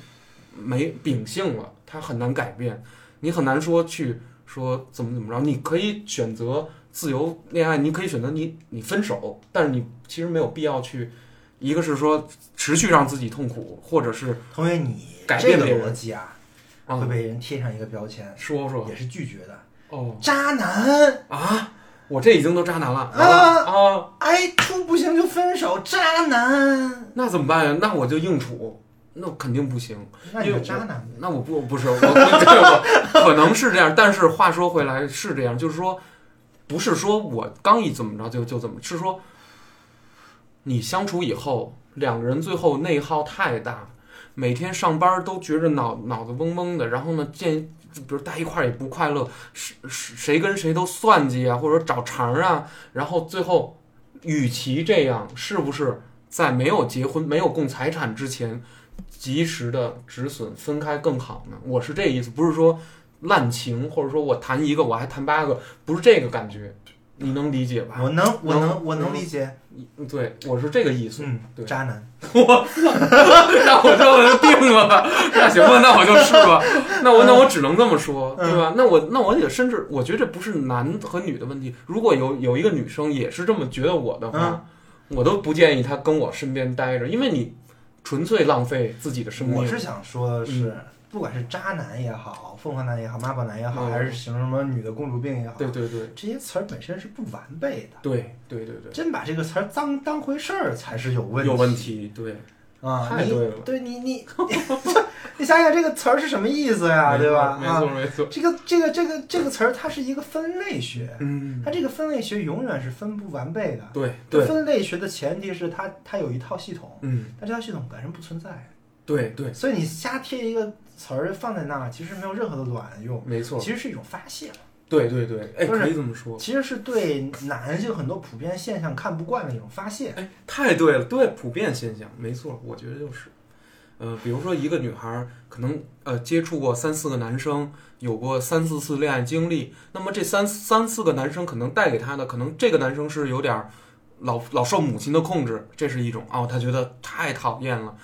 S2: 没秉性了，它很难改变，你很难说去说怎么怎么着，你可以选择。自由恋爱，你可以选择你你分手，但是你其实没有必要去，一个是说持续让自己痛苦，或者是
S3: 同学，你
S2: 改
S3: 这
S2: 变
S3: 个
S2: 别
S3: 逻
S2: 人
S3: 辑啊，
S2: 啊
S3: 会被人贴上一个标签，
S2: 说说
S3: 也是拒绝的。
S2: 哦
S3: 渣男，
S2: 啊，我这已经都渣男了
S3: 啊
S2: 啊，
S3: 哎，处不行就分手，渣男。
S2: 那怎么办呀？那我就硬处，那肯定不行。
S3: 那你是渣男呗？
S2: 那我不不是我，我可能是这样，但是话说回来是这样，就是说，不是说我刚一怎么着就就怎么，是说你相处以后，两个人最后内耗太大，每天上班都觉着脑脑子嗡嗡的，然后呢见。比如待一块儿也不快乐，谁谁谁跟谁都算计啊，或者找茬儿啊，然后最后，与其这样，是不是在没有结婚、没有共财产之前，及时的止损，分开更好呢？我是这意思，不是说滥情，或者说我谈一个我还谈八个，不是这个感觉，你能理解吧？
S3: 我能，我能，
S2: 能
S3: 我能
S2: 能
S3: 理解。
S2: 对，我是这个意思。
S3: 嗯
S2: 对，
S3: 渣男，
S2: 那我这我就定了 吧。那行吧，那我就是吧。
S3: 嗯
S2: 那我那我只能这么说，对吧？那我那我也甚至我觉得这不是男和女的问题。如果有有一个女生也是这么觉得我的话，
S3: 嗯
S2: 我都不建议她跟我身边待着，因为你纯粹浪费自己的生命。
S3: 我是想
S2: 嗯
S3: 说的是，不管是渣男也好，凤凰男也好，妈宝男也好，
S2: 嗯
S3: 还是形容什么女的公主病也好，
S2: 对对对
S3: 这些词儿本身是不完备的。
S2: 对对对对。
S3: 真把这个词儿当当回事儿才是有问
S2: 有问题，对，
S3: 啊！
S2: 太
S3: 你
S2: 对了
S3: 对你 你你想想这个词儿是什么意思呀？对吧？
S2: 没错
S3: 啊，
S2: 没错，
S3: 这个这个这个这个词儿它是一个分类学，
S2: 嗯，
S3: 它这个分类学永远是分不完备的。
S2: 对对，
S3: 分类学的前提是它它有一套系统，
S2: 嗯，
S3: 但这套系统本身不存在，
S2: 对对，
S3: 所以你瞎贴一个词儿放在那儿，其实没有任何的卵用，
S2: 没错，
S3: 其实是一种发泄，
S2: 对对对，哎，
S3: 就是
S2: 可以这么说，
S3: 其实是对男性很多普遍现象看不惯的一种发泄。
S2: 哎，太对了，对，普遍现象，没错，我觉得就是，呃，比如说一个女孩儿可能呃接触过三四个男生，有过三四次恋爱经历，那么这三三四个男生可能带给她的，可能这个男生是有点儿老老受母亲的控制，这是一种哦，她觉得太讨厌了。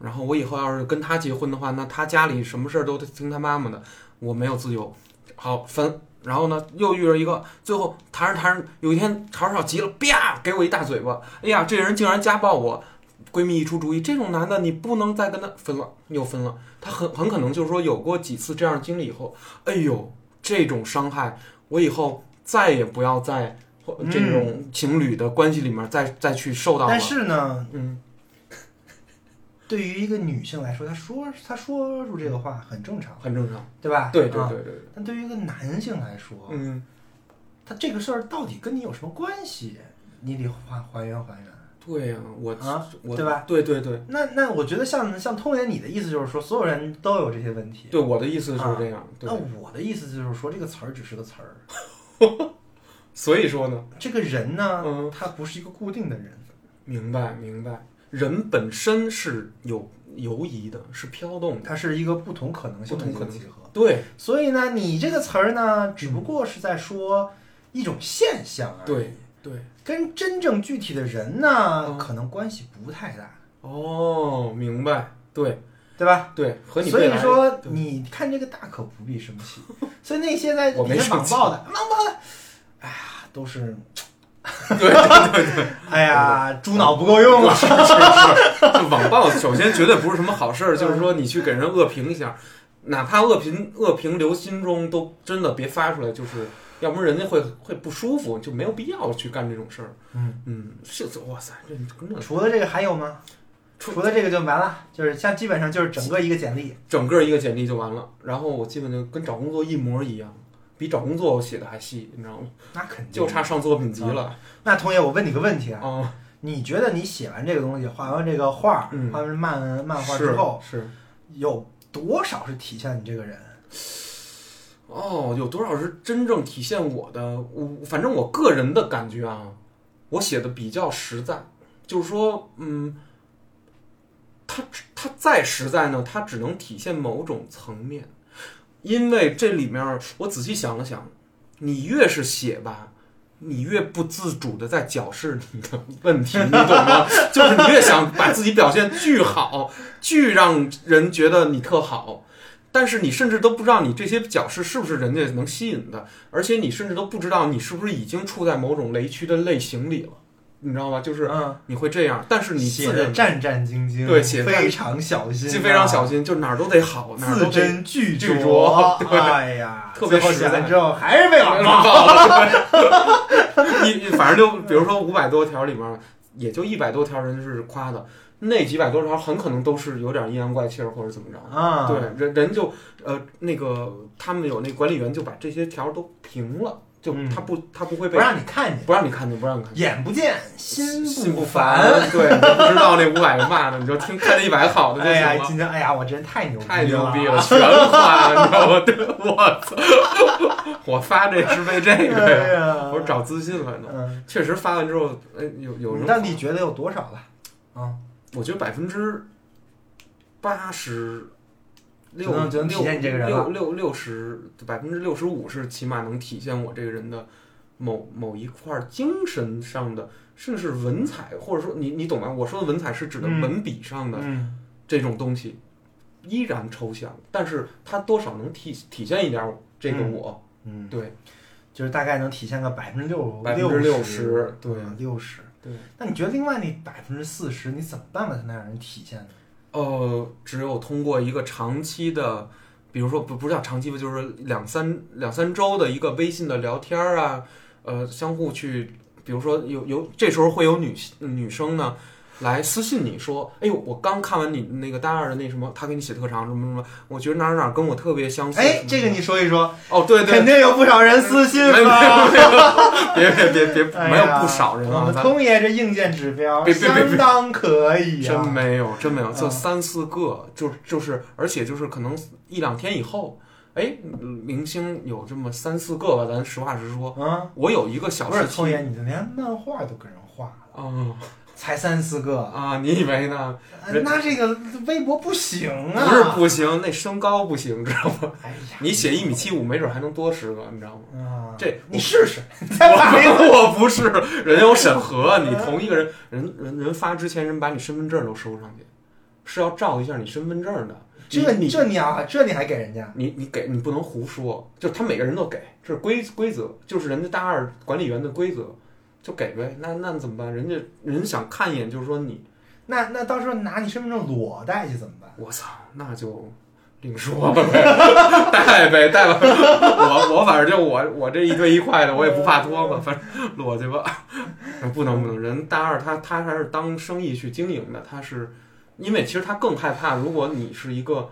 S2: 然后我以后要是跟他结婚的话，那他家里什么事儿都得听他妈妈的，我没有自由。好分，然后呢又遇着一个，最后谈着谈着，有一天吵吵急了，啪给我一大嘴巴，哎呀，这人竟然家暴我。闺蜜一出主意，这种男的你不能再跟他分了，又分了。他很很可能就是说有过几次这样的经历以后，哎呦，这种伤害，我以后再也不要在或这种情侣的关系里面再再去受到了。
S3: 但是呢，
S2: 嗯，
S3: 对于一个女性来说，她说她说出这个话很正常，
S2: 很正常。
S3: 对吧？
S2: 对对
S3: 啊
S2: 对对对，
S3: 但对于一个男性来说，
S2: 嗯，
S3: 他这个事儿到底跟你有什么关系？你得还还原还原。
S2: 对呀、我
S3: 啊
S2: 我
S3: 对吧？
S2: 对对对
S3: 那那我觉得像像通爷你的意思就是说，所有人都有这些问题。
S2: 对，我的意思就是这样。对
S3: 啊那，我的意思就是说，这个词儿只是个词儿，
S2: 所以说呢，
S3: 这个人呢，
S2: 嗯
S3: 他不是一个固定的人。
S2: 明白明白，人本身是有游移的，是飘动的，
S3: 它是一个不同可能性的
S2: 不
S3: 一
S2: 同
S3: 个
S2: 可能
S3: 集
S2: 性
S3: 合，
S2: 对
S3: 所以呢，你这个词儿呢，只不过是在说一种现象而已。
S2: 对对。
S3: 跟真正具体的人呢，
S2: 嗯
S3: 可能关系不太大。
S2: 哦，明白，对，
S3: 对吧？
S2: 对，和你
S3: 所
S2: 未
S3: 以
S2: 来
S3: 说，
S2: 对
S3: 你看这个大可不必生气。所以那些在
S2: 我没
S3: 底下
S2: 生
S3: 网
S2: 气
S3: 暴的，网暴的，哎呀，都是，
S2: 对对对对，
S3: 哎呀，猪脑不够用啊！
S2: 是是是，就网暴首先绝对不是什么好事儿，就是说你去给人恶评一下，哪怕恶评恶评留心中，都真的别发出来，就是要不然人家会会不舒服，就没有必要去干这种事儿。
S3: 嗯
S2: 嗯，是哇塞，这真的
S3: 除了这个还有吗？
S2: 除
S3: 除了这个就完了，就是像基本上就是整个一个简历，
S2: 整个一个简历就完了，然后我基本就跟找工作一模一样。比找工作我写的还细，你知道吗？
S3: 那肯定
S2: 就差上作品集了。
S3: 那同学，我问你个问题嗯啊，
S2: 啊，
S3: 你觉得你写完这个东西，画完这个画儿，
S2: 嗯
S3: 画完漫漫画之
S2: 是
S3: 后，
S2: 是
S3: 有多少是体现你这个人？
S2: 哦，有多少是真正体现我的？我反正我个人的感觉啊，我写的比较实在，就是说，嗯，它它再实在呢，它只能体现某种层面，因为这里面儿我仔细想了想，你越是写吧。你越不自主的在矫饰你的问题，你懂吗？ 就是你越想把自己表现巨好，巨让人觉得你特好，但是你甚至都不知道你这些角饰是不是人家能吸引的，而且你甚至都不知道你是不是已经处在某种雷区的类型里了，你知道吗？就是
S3: 嗯，
S2: 你会这样，但是你
S3: 写
S2: 自
S3: 的
S2: 认
S3: 战战兢兢，
S2: 对写得
S3: 非常小心、啊
S2: 非常小，心，就哪儿都得好，哪儿
S3: 字
S2: 都得
S3: 斟句
S2: 句酌 对
S3: 哎呀，
S2: 特别
S3: 最后
S2: 实
S3: 写
S2: 在
S3: 完之后还是被网暴。
S2: 了。 你你反正就比如说五百多条里面，也就一百多条人是夸的，那几百多条很可能都是有点阴阳怪气儿或者怎么着。
S3: 啊，
S2: 对，，人人就呃那个他们有那管理员就把这些条都平了，就
S3: 嗯
S2: 他不、他不会被
S3: 不让你看见，
S2: 不让你看见，不让你看见。
S3: 眼不见心
S2: 心
S3: 不
S2: 不
S3: 烦。，
S2: 对，你就不知道那五百个骂的，你就听看那一百好的就
S3: 哎
S2: 行
S3: 呀，
S2: 了。
S3: 今天哎呀，我真太牛逼了，
S2: 太牛逼了，！全夸，你知道吗？ 对，我操！我发这是为这 个
S3: 哎
S2: 呀，
S3: 呀，
S2: 我是找自信来的。
S3: 嗯，
S2: 确实发完之后，哎，有有人
S3: 你
S2: 夸
S3: 到底觉得有多少了？嗯，
S2: 我觉得百分之八十六
S3: 只能只能体现你这个人了
S2: 六六六十百分之六十五是起码能体现我这个人的某某一块精神上的，甚至是文采，或者说你你懂吗？我说的文采是指的
S3: 嗯
S2: 文笔上的
S3: 嗯，
S2: 这种东西，依然抽象，但是它多少能体体现一点儿这个
S3: 嗯
S2: 我。
S3: 嗯，
S2: 对，
S3: 就是大概能体现个百分之六
S2: 60%对
S3: 六十。
S2: 对，
S3: 那你觉得另外那百分之四十，你怎么办法才能让人体现呢？
S2: 呃，只有通过一个长期的，比如说不不是叫长期吧，就是两三两三周的一个微信的聊天儿啊，呃，相互去，比如说有有这时候会有女女生呢。来私信你说，哎呦，我刚看完你那个大二的那什么，他给你写特长什么什么，我觉得哪儿哪儿跟我特别相似。
S3: 哎，这个你说一说，
S2: 哦，对对，
S3: 肯定有不少人私信
S2: 没有没
S3: 吧？
S2: 有没有，别别别别，
S3: 哎
S2: 没有
S3: 呀
S2: 不少人
S3: 我
S2: 啊，
S3: 们
S2: 咱
S3: 通爷这硬件指标
S2: 别别别别
S3: 相当可以呀、
S2: 真
S3: 啊。
S2: 没有，真没有，就
S3: 嗯
S2: 三四个，就就是，而且就是可能一两天以后，哎，明星有这么三四个吧，咱实话实说，
S3: 嗯，
S2: 我有一个小
S3: 不是
S2: 时
S3: 通
S2: 期，
S3: 爷，你的连漫画都跟人画了，
S2: 嗯
S3: 才三四个，
S2: 啊，你以为呢？
S3: 哎那这个微博不行啊！
S2: 不是不行，那身高不行，知道 吗？
S3: 哎呀，
S2: 你写一米七五，没准还能多十个，你知道吗？
S3: 啊，
S2: 这
S3: 你 试试， 你再画一个。
S2: 我不是，人家有审核，你同一个人，人人人发之前，人把你身份证都收上去，是要照一下你身份证的。
S3: 这
S2: 你
S3: 这你啊，这你还给人家？
S2: 你你给你不能胡说，就是他每个人都给，这是规规则，就是人家大二管理员的规则，就给呗。那那怎么办？人家人想看一眼，就是说你，
S3: 那那到时候拿你身份证裸带去怎么办？
S2: 我操，那就另说吧呗，带呗带吧。我我反正就我我这一对一块的，我也不怕脱嘛，反正裸去吧。哎不能不能，人大二他他还是当生意去经营的，他是因为其实他更害怕，如果你是一个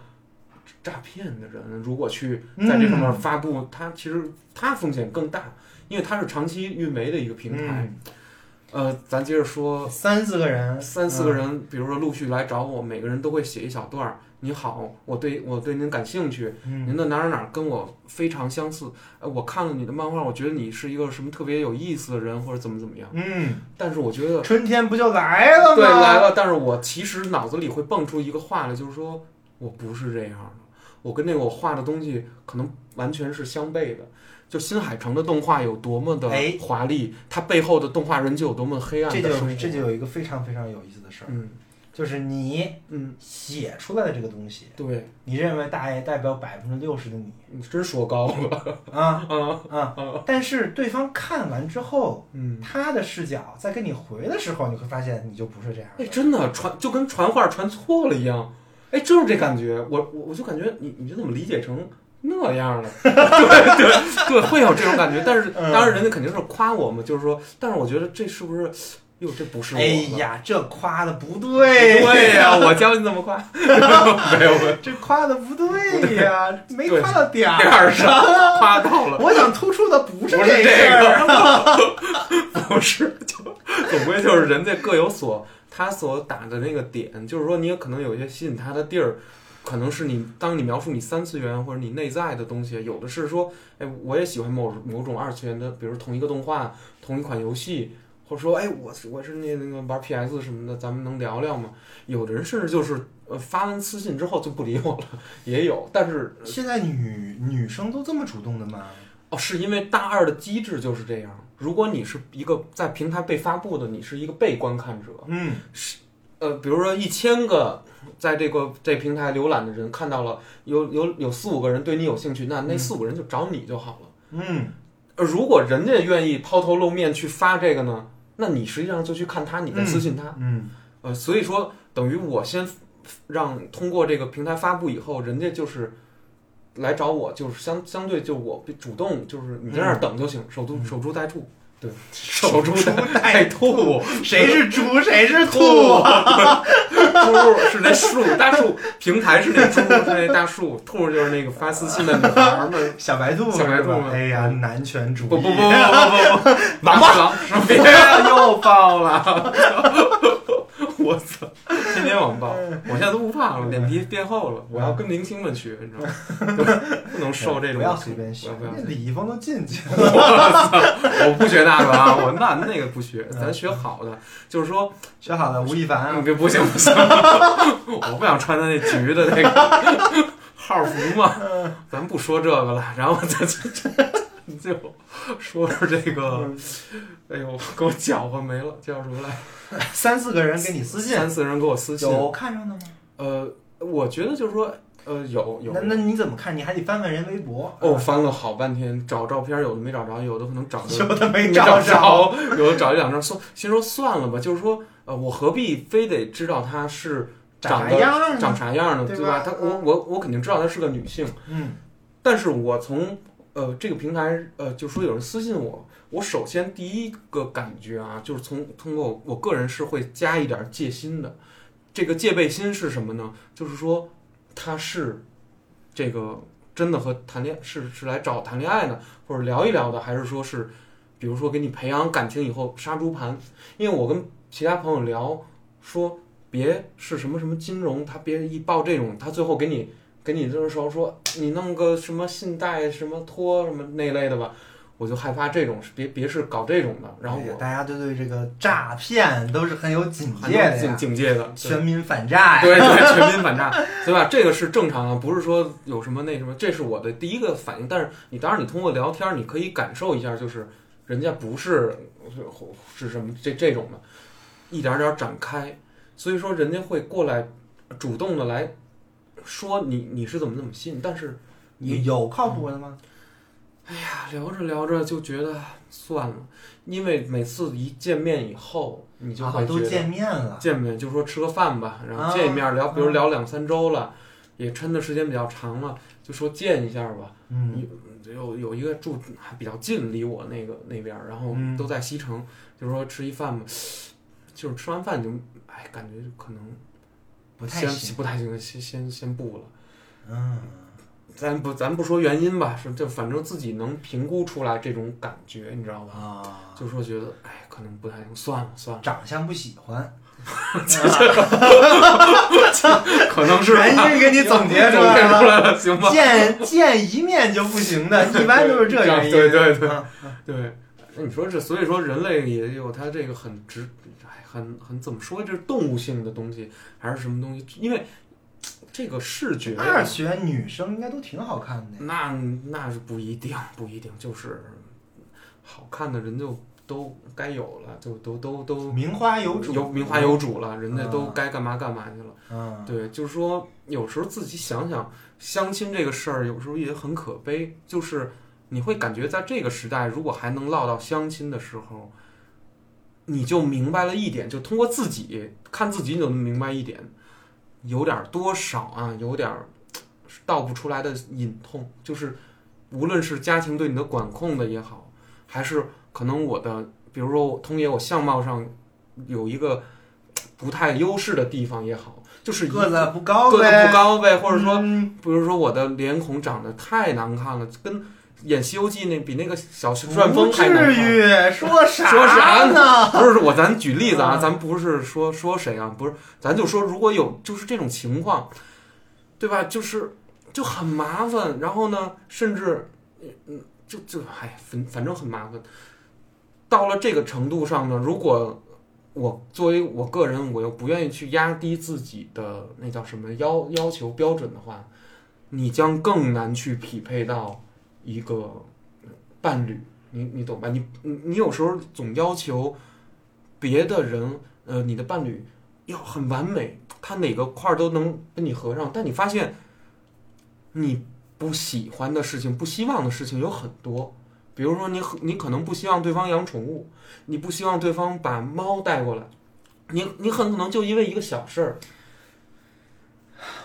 S2: 诈骗的人，如果去在这上面发布，他其实他风险更大，因为他是长期运维的一个平台。呃，咱接着说，
S3: 三四个人，
S2: 三四个人，比如说陆续来找我，每个人都会写一小段儿。你好，我对我对您感兴趣，
S3: 嗯，
S2: 您的哪儿哪儿哪儿跟我非常相似。呃，我看了你的漫画，我觉得你是一个什么特别有意思的人，或者怎么怎么样。
S3: 嗯
S2: 但是我觉得
S3: 嗯，春天不就来了吗？
S2: 对来。了，但是我其实脑子里会蹦出一个话来，就是说我不是这样的，我跟那个我画的东西可能完全是相悖的。就新海诚的动画有多么的
S3: 哎
S2: 华丽，它背后的动画人就有多么黑暗
S3: 这
S2: 的
S3: 就
S2: 生活。
S3: 这就有一个非常非常有意思的事儿，
S2: 嗯，
S3: 就是你
S2: 嗯，
S3: 写出来的这个东西，
S2: 对，
S3: 你认为大 A 代表百分之六十的 你
S2: 你真说高了，
S3: 啊
S2: 啊，
S3: 啊，但是对方看完之后，
S2: 嗯，
S3: 他的视角在跟你回的时候，你会发现你就不是这样
S2: 哎，
S3: 的。
S2: 真的传就跟传话传错了一样，哎，就是这感觉，我我我就感觉你你就怎么理解成那样了？对对对，会有这种感觉，但是
S3: 嗯
S2: 当然人家肯定是夸我嘛，就是说，但是我觉得这是不是，哟，这不是我
S3: 哎
S2: 了？
S3: 呀，这夸的不对，
S2: 对呀、我教你怎么夸，没有没有，
S3: 这夸的不对呀，没
S2: 对
S3: 夸到点
S2: 第
S3: 儿。
S2: 二声夸到了。
S3: 我想突出的不是
S2: 不是
S3: 事
S2: 这
S3: 儿，
S2: 个， 不是，就总归就是人家各有所他所打的那个点，就是说你也可能有一些吸引他的地儿，可能是你当你描述你三次元或者你内在的东西，有的是说，哎，我也喜欢某某种二次元的，比如同一个动画、同一款游戏。或者说，哎，我是我是那那个玩 PS 什么的，咱们能聊聊吗？有的人甚至就是，呃，发完私信之后就不理我了， 也有。但是，
S3: 现在女女生都这么主动的吗？
S2: 哦，是因为大二的机制就是这样。如果你是一个在平台被发布的，你是一个被观看者。
S3: 嗯，
S2: 呃，比如说一千个在这个这平台浏览的人看到了有有有四五个人对你有兴趣，那那
S3: 嗯
S2: 四五个人就找你就好了。
S3: 嗯，
S2: 呃，如果人家愿意抛头露面去发这个呢，那你实际上就去看他，你在私信他。
S3: 嗯，
S2: 呃，所以说等于我先让通过这个平台发布以后，人家就是来找我，就是相相对就我主动就是你在那儿等就行，守株守株待兔， 对，守株嗯待 兔，
S3: 谁是猪谁是
S2: 兔？
S3: 嗯兔？
S2: 猪是那树大树，平台是那猪是那大树，兔就是那个发私信的女孩儿嘛。
S3: 小白兔，
S2: 小白
S3: 是吧
S2: 兔嗯
S3: 哎呀，男权主义，
S2: 不不不不不不不，王八狼，别又爆了！我操，天天网暴，我现在都不怕了，脸皮变厚了。我要跟明星们学，你知道吗？对不能受这种
S3: 不要随便学
S2: 不要，
S3: 那
S2: 不
S3: 李易峰都进去了。
S2: 要我不学那个啊，我那那个不学，咱学好的。就是说，
S3: 学好了，吴亦凡
S2: 嗯
S3: 啊，
S2: 别不行 不行，我不想穿他那橘的那个 号服嘛。咱不说这个了，然后咱就就说说这个。
S3: 嗯
S2: 哎呦，给我搅和没了，叫什么来？
S3: 三四个人给你私信，
S2: 三四人给我私信。
S3: 有看上的吗？
S2: 呃，我觉得就是说，呃，有有
S3: 那。那你怎么看？你还得翻翻人微博。啊
S2: 哦， 翻了好半天，找照片，有的没找着，有的可能找
S3: 有
S2: 着
S3: 的没
S2: 找
S3: 找着，，
S2: 有的找一两张，算心说算了吧，就是说，呃，我何必非得知道她是
S3: 长
S2: 长
S3: 啥
S2: 得
S3: 样呢？
S2: 长啥样呢，
S3: 对
S2: 对
S3: 吧
S2: 吧？她我我我肯定知道她是个女性，
S3: 嗯
S2: 但是我从呃这个平台呃就说有人私信我，我首先第一个感觉啊，就是从通过我个人是会加一点戒心的。这个戒备心是什么呢？就是说他是这个真的和谈恋是是来找谈恋爱呢，或者聊一聊的，还是说是比如说给你培养感情以后杀猪盘？因为我跟其他朋友聊说。别是什么什么金融，他别一报这种，他最后给你给你这个时候说你弄个什么信贷、什么托、什么那类的吧，我就害怕这种，别别是搞这种的。然后
S3: 哎呀
S2: 我
S3: 大家都对这个诈骗都是很有警
S2: 还
S3: 戒
S2: 能
S3: 的
S2: 警
S3: 哎呀，
S2: 警戒的，
S3: 全民反诈呀。
S2: 对对，全民反诈，对吧？这个是正常的，啊不是说有什么那什么，这是我的第一个反应。但是你当然，你通过聊天，你可以感受一下，就是人家不是是什么这这种的，一点点展开。所以说，人家会过来主动的来说你你是怎么怎么信，但是你
S3: 你有靠谱的
S2: 嗯
S3: 吗？
S2: 聊着聊着就觉得算了，因为每次一见面以后，你就
S3: 啊
S2: 会
S3: 都
S2: 觉得
S3: 见面了，
S2: 见面就说吃个饭吧，然
S3: 啊
S2: 后见一面聊，比如
S3: 啊
S2: 聊两三周了，也抻的时间比较长了，就说见一下吧。
S3: 嗯，
S2: 有有一个住还比较近，离我那个那边儿，然后
S3: 嗯
S2: 都在西城，就说吃一饭吧。就是吃完饭就哎，感觉就可能
S3: 不太
S2: 先
S3: 行。
S2: 不太行，先先先不了。
S3: 嗯，
S2: 咱不咱不说原因吧，是就反正自己能评估出来这种感觉，你知道吧？
S3: 啊，
S2: 就说觉得哎，可能不太行，算了 算了，
S3: 长相不喜 欢，啊
S2: 可能是吧
S3: 原因给你总结出
S2: 总结
S3: 来
S2: 出来
S3: 了。
S2: 了， 行吧？
S3: 见见一面就不 行的，一般都是这原因。
S2: 对对对
S3: 啊
S2: 对，那你说这，所以说人类也有它这个很直，哎，很很怎么说，这是动物性的东西还是什么东西？因为这个视觉，
S3: 二学女生应该都挺好看的呀。
S2: 那那是不一定，不一定，就是好看的人就都该有了，就都都都
S3: 名花有主，
S2: 有名花有主了，人家都
S3: 嗯
S2: 该干嘛干嘛去了。
S3: 嗯，
S2: 对，就是说有时候自己想想相亲这个事儿，有时候也很可悲，就是你会感觉在这个时代，如果还能唠到相亲的时候，你就明白了一点，就通过自己看自己，你就能明白一点，有点儿多少啊，有点儿道不出来的隐痛，就是无论是家庭对你的管控的也好，还是可能我的，比如说我通爷我相貌上有一个不太优势的地方也好，就是一
S3: 个子不高
S2: 个
S3: 呗，
S2: 子不高呗，或者说，
S3: 嗯
S2: 比如说我的脸孔长得太难看了，跟演《西游记》那比那个小旋风
S3: 不
S2: 还难看。
S3: 至 于说啥
S2: 说啥
S3: 呢？
S2: 不是我，咱举例子啊，
S3: 嗯
S2: 咱不是说说谁啊，不是，咱就说如果有就是这种情况，对吧？就是就很麻烦，然后呢，甚至嗯嗯，就就哎，反反正很麻烦。到了这个程度上呢，如果我作为我个人，我又不愿意去压低自己的那叫什么要要求标准的话，你将更难去匹配到一个伴侣。你你懂吧？你你你有时候总要求别的人，呃，你的伴侣要很完美，他哪个块儿都能跟你合上，但你发现你不喜欢的事情、不希望的事情有很多。比如说你很，你可能不希望对方养宠物，你不希望对方把猫带过来，你你很可能就因为一个小 事儿，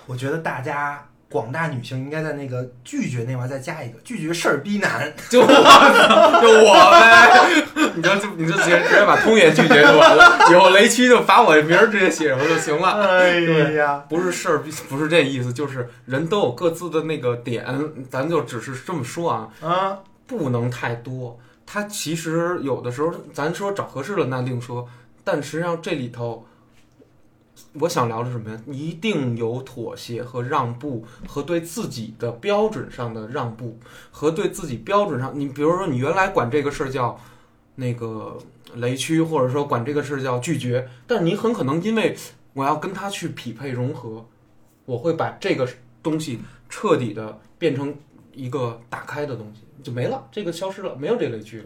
S3: 我觉得大家广大女性应该在那个拒绝那块再加一个拒绝事儿 逼男，
S2: 就我就我呗， 你就你就直接直接把通也拒绝就完了，以后雷区就把我名儿直接写上就行了。
S3: 哎
S2: 对
S3: 呀，
S2: 不是事儿，不是这意思，就是人都有各自的那个点，咱就只是这么说啊，
S3: 啊，
S2: 不能太多。他其实有的时候，咱说找合适了那另说，但实际上这里头，我想聊的是什么呀？一定有妥协和让步，和对自己的标准上的让步，和对自己标准上，你比如说你原来管这个事儿叫那个雷区，或者说管这个事儿叫拒绝，但你很可能因为我要跟他去匹配融合，我会把这个东西彻底的变成一个打开的东西，就没了，这个消失了，没有这类剧了。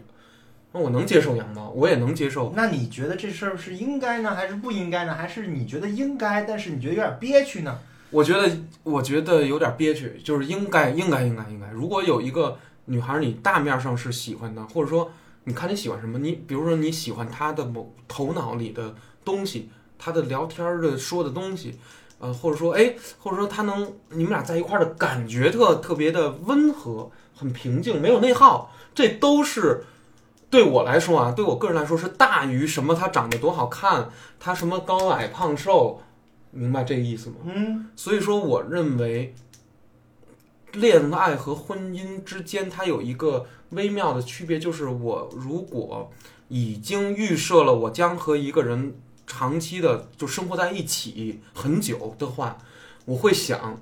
S2: 那我能接受羊毛，我也能接受。
S3: 那你觉得这事儿是应该呢，还是不应该呢？还是你觉得应该，但是你觉得有点憋屈呢？
S2: 我觉得，我觉得有点憋屈，就是应该，应该，应该，应该。如果有一个女孩，你大面上是喜欢的，或者说你看你喜欢什么，你比如说你喜欢她的某头脑里的东西，她的聊天儿的说的东西，呃，或者说哎，或者说她能你们俩在一块儿的感觉特特别的温和，很平静，没有内耗，这都是。对我来说啊，对我个人来说是大于什么？她长得多好看，她什么高矮胖瘦，明白这个意思吗？
S3: 嗯，
S2: 所以说，我认为恋爱和婚姻之间它有一个微妙的区别，就是我如果已经预设了我将和一个人长期的就生活在一起很久的话，我会想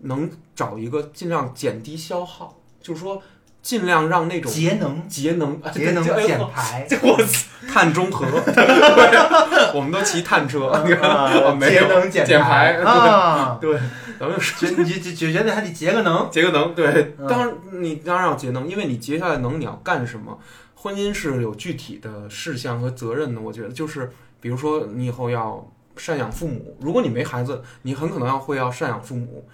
S2: 能找一个尽量减低消耗，就是说尽量让那种
S3: 节能
S2: 节能啊
S3: 节能
S2: 哎呦
S3: 减排，
S2: 这我碳中和， 对我们都骑碳车，你看，
S3: 啊
S2: 我没
S3: 节
S2: 有
S3: 能减
S2: 减排
S3: 啊，
S2: 对，咱们是
S3: 觉你就觉觉得还得节个能，
S2: 节个能，对，
S3: 嗯
S2: 当然你当然要节能，因为你节下来能你要干什么？婚姻是有具体的事项和责任的，我觉得就是，比如说你以后要赡养父母，如果你没孩子，你很可能要会要赡养父母，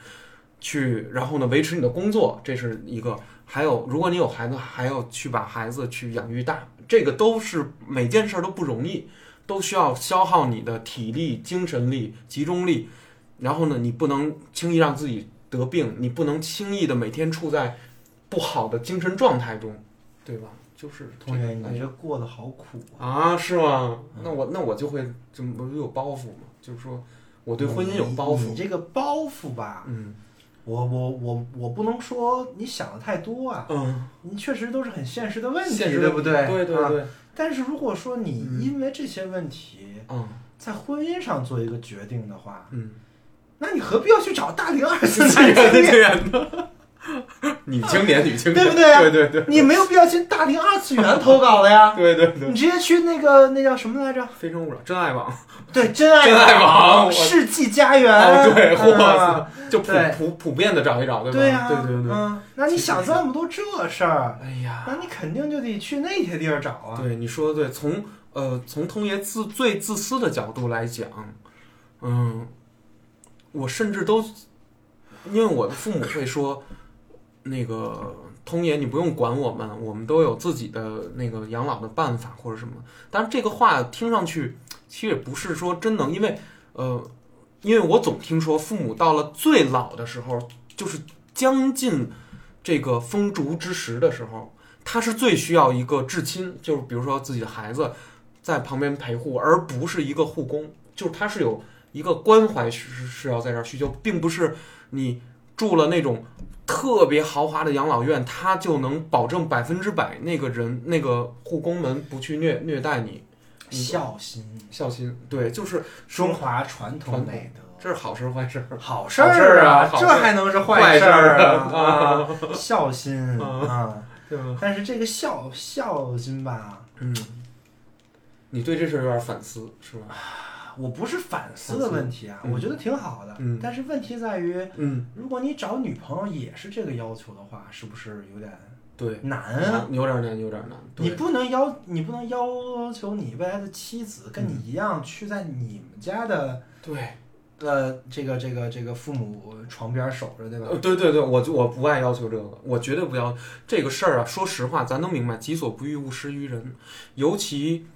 S2: 去然后呢维持你的工作，这是一个。还有，如果你有孩子，还要去把孩子去养育大，这个都是每件事儿都不容易，都需要消耗你的体力、精神力、集中力。然后呢，你不能轻易让自己得病，你不能轻易的每天处在不好的精神状态中，对吧？就是这
S3: 同学，
S2: 个
S3: 你这过得好苦啊！
S2: 啊，是吗？那我那我就会就我有包袱嘛，就是说我对婚姻有包
S3: 你你
S2: 袱。
S3: 这个包袱吧，
S2: 嗯
S3: 我我我我不能说你想的太多啊，
S2: 嗯，
S3: 你确实都是很现实的问题，
S2: 现实
S3: 对不对？
S2: 对对
S3: 啊
S2: 对，
S3: 但是如果说你
S2: 嗯
S3: 因为这些问题
S2: 嗯
S3: 在婚姻上做一个决定 的话，
S2: 嗯，
S3: 那你何必要去找大龄二十
S2: 这
S3: 男
S2: 个
S3: 青年？
S2: 这个女青 年，女青年，
S3: 对不对啊
S2: 对对对
S3: 你没有必要去大龄二次元投稿了呀，
S2: 对对对
S3: 你，直接去那个那叫什么来着？
S2: 非诚勿扰，真爱网，
S3: 对，真爱
S2: 真爱 网
S3: 网、
S2: 我
S3: 世纪佳缘，
S2: 哦对，嚯
S3: 嗯
S2: 塞，就普
S3: 对
S2: 普普遍的找一找，对吧？
S3: 对呀，
S2: 对对对，
S3: 嗯，那你想这么多这事儿，
S2: 哎呀，
S3: 那你肯定就得去那些地儿找啊。
S2: 对，你说的对。从呃，从通爷自最自私的角度来讲，嗯，我甚至都，呃因为我的父母会说，那个通爷你不用管我们，我们都有自己的那个养老的办法或者什么。但是这个话听上去其实也不是说真能，因为呃，因为我总听说父母到了最老的时候，就是将近这个风烛之时的时候，他是最需要一个至亲，就是比如说自己的孩子在旁边陪护，而不是一个护工，就是他是有一个关怀是是是要在这儿需求，并不是你住了那种特别豪华的养老院，他就能保证百分之百那个人那个护工们不去虐虐待你。你
S3: 孝心，
S2: 孝心，对，就是
S3: 中华传统
S2: 传统
S3: 美德。
S2: 这是好事儿坏事儿。
S3: 好事儿
S2: 好事
S3: 这
S2: 儿啊好事儿
S3: 还能是
S2: 坏
S3: 事
S2: 事儿
S3: 啊？啊， 孝心
S2: 嗯
S3: 啊！
S2: 对吧？
S3: 但是这个孝孝心吧，
S2: 嗯，你对这事儿有点反思是吧？
S3: 我不是反思的问题啊，
S2: 嗯
S3: 我觉得挺好的。
S2: 嗯
S3: 但是问题在于，
S2: 嗯，
S3: 如果你找女朋友也是这个要求的话，是不是有点
S2: 对，
S3: 难啊？
S2: 难有点难，有点难。对
S3: 你不能要，你不能要求你未来的妻子跟你一样去在你们家的
S2: 对，
S3: 呃这个这个这个父母床边守着，对吧
S2: 呃，？对对对，我就我不爱要求这个，我绝对不要这个事儿啊。说实话，咱都明白，己所不欲，勿施于人。尤其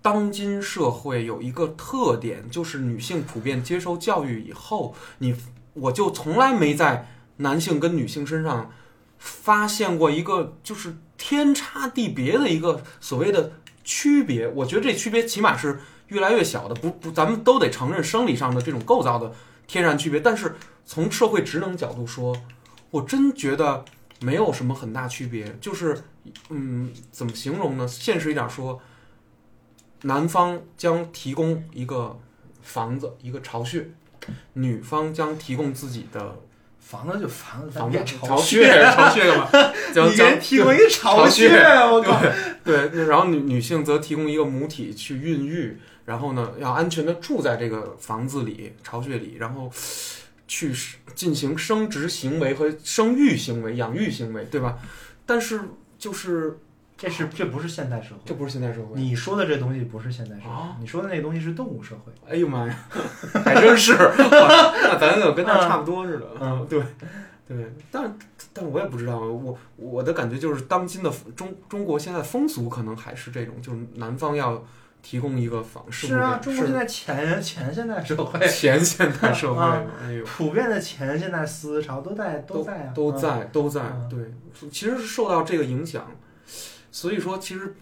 S2: 当今社会有一个特点，就是女性普遍接受教育以后，你我就从来没在男性跟女性身上发现过一个就是天差地别的一个所谓的区别。我觉得这区别起码是越来越小的，不不，咱们都得承认生理上的这种构造的天然区别，但是。从社会职能角度说，我真觉得没有什么很大区别。就是，嗯，怎么形容呢？现实一点说，男方将提供一个房子，一个巢穴，女方将提供自己的
S3: 房子就房子，咱
S2: 房
S3: 别
S2: 子
S3: 巢
S2: 穴，巢穴干嘛？将
S3: 你给人
S2: 将
S3: 提供一巢
S2: 巢
S3: 穴，我靠！
S2: 对，那然后女女性则提供一个母体去孕育，然后呢，要安全的住在这个房子里、巢穴里，然后去进行生殖行为和生育行为、养育行为，对吧？但是就是
S3: 这是这不是现代社会
S2: 这，不是现代社会。
S3: 你说的这东西不是现代社会
S2: 啊，
S3: 你说的那东西是动物社会。
S2: 哎呦妈 呀，还真是，哇那咱可跟那差不多似的。
S3: 嗯，
S2: 对，对，但但我也不知道，我我的感觉就是，当今的中中国现在风俗可能还是这种，就是男方要提供一个房，不
S3: 是
S2: 是
S3: 啊，
S2: 这
S3: 中
S2: 样
S3: 国
S2: 是
S3: 现在前前现代社会，
S2: 前现代社会嘛，哎呦，
S3: 普遍的前现代思潮都在
S2: 都
S3: 在啊，
S2: 都
S3: 嗯。
S2: 在都在
S3: 嗯，
S2: 对，其实是受到这个影响，所以说其实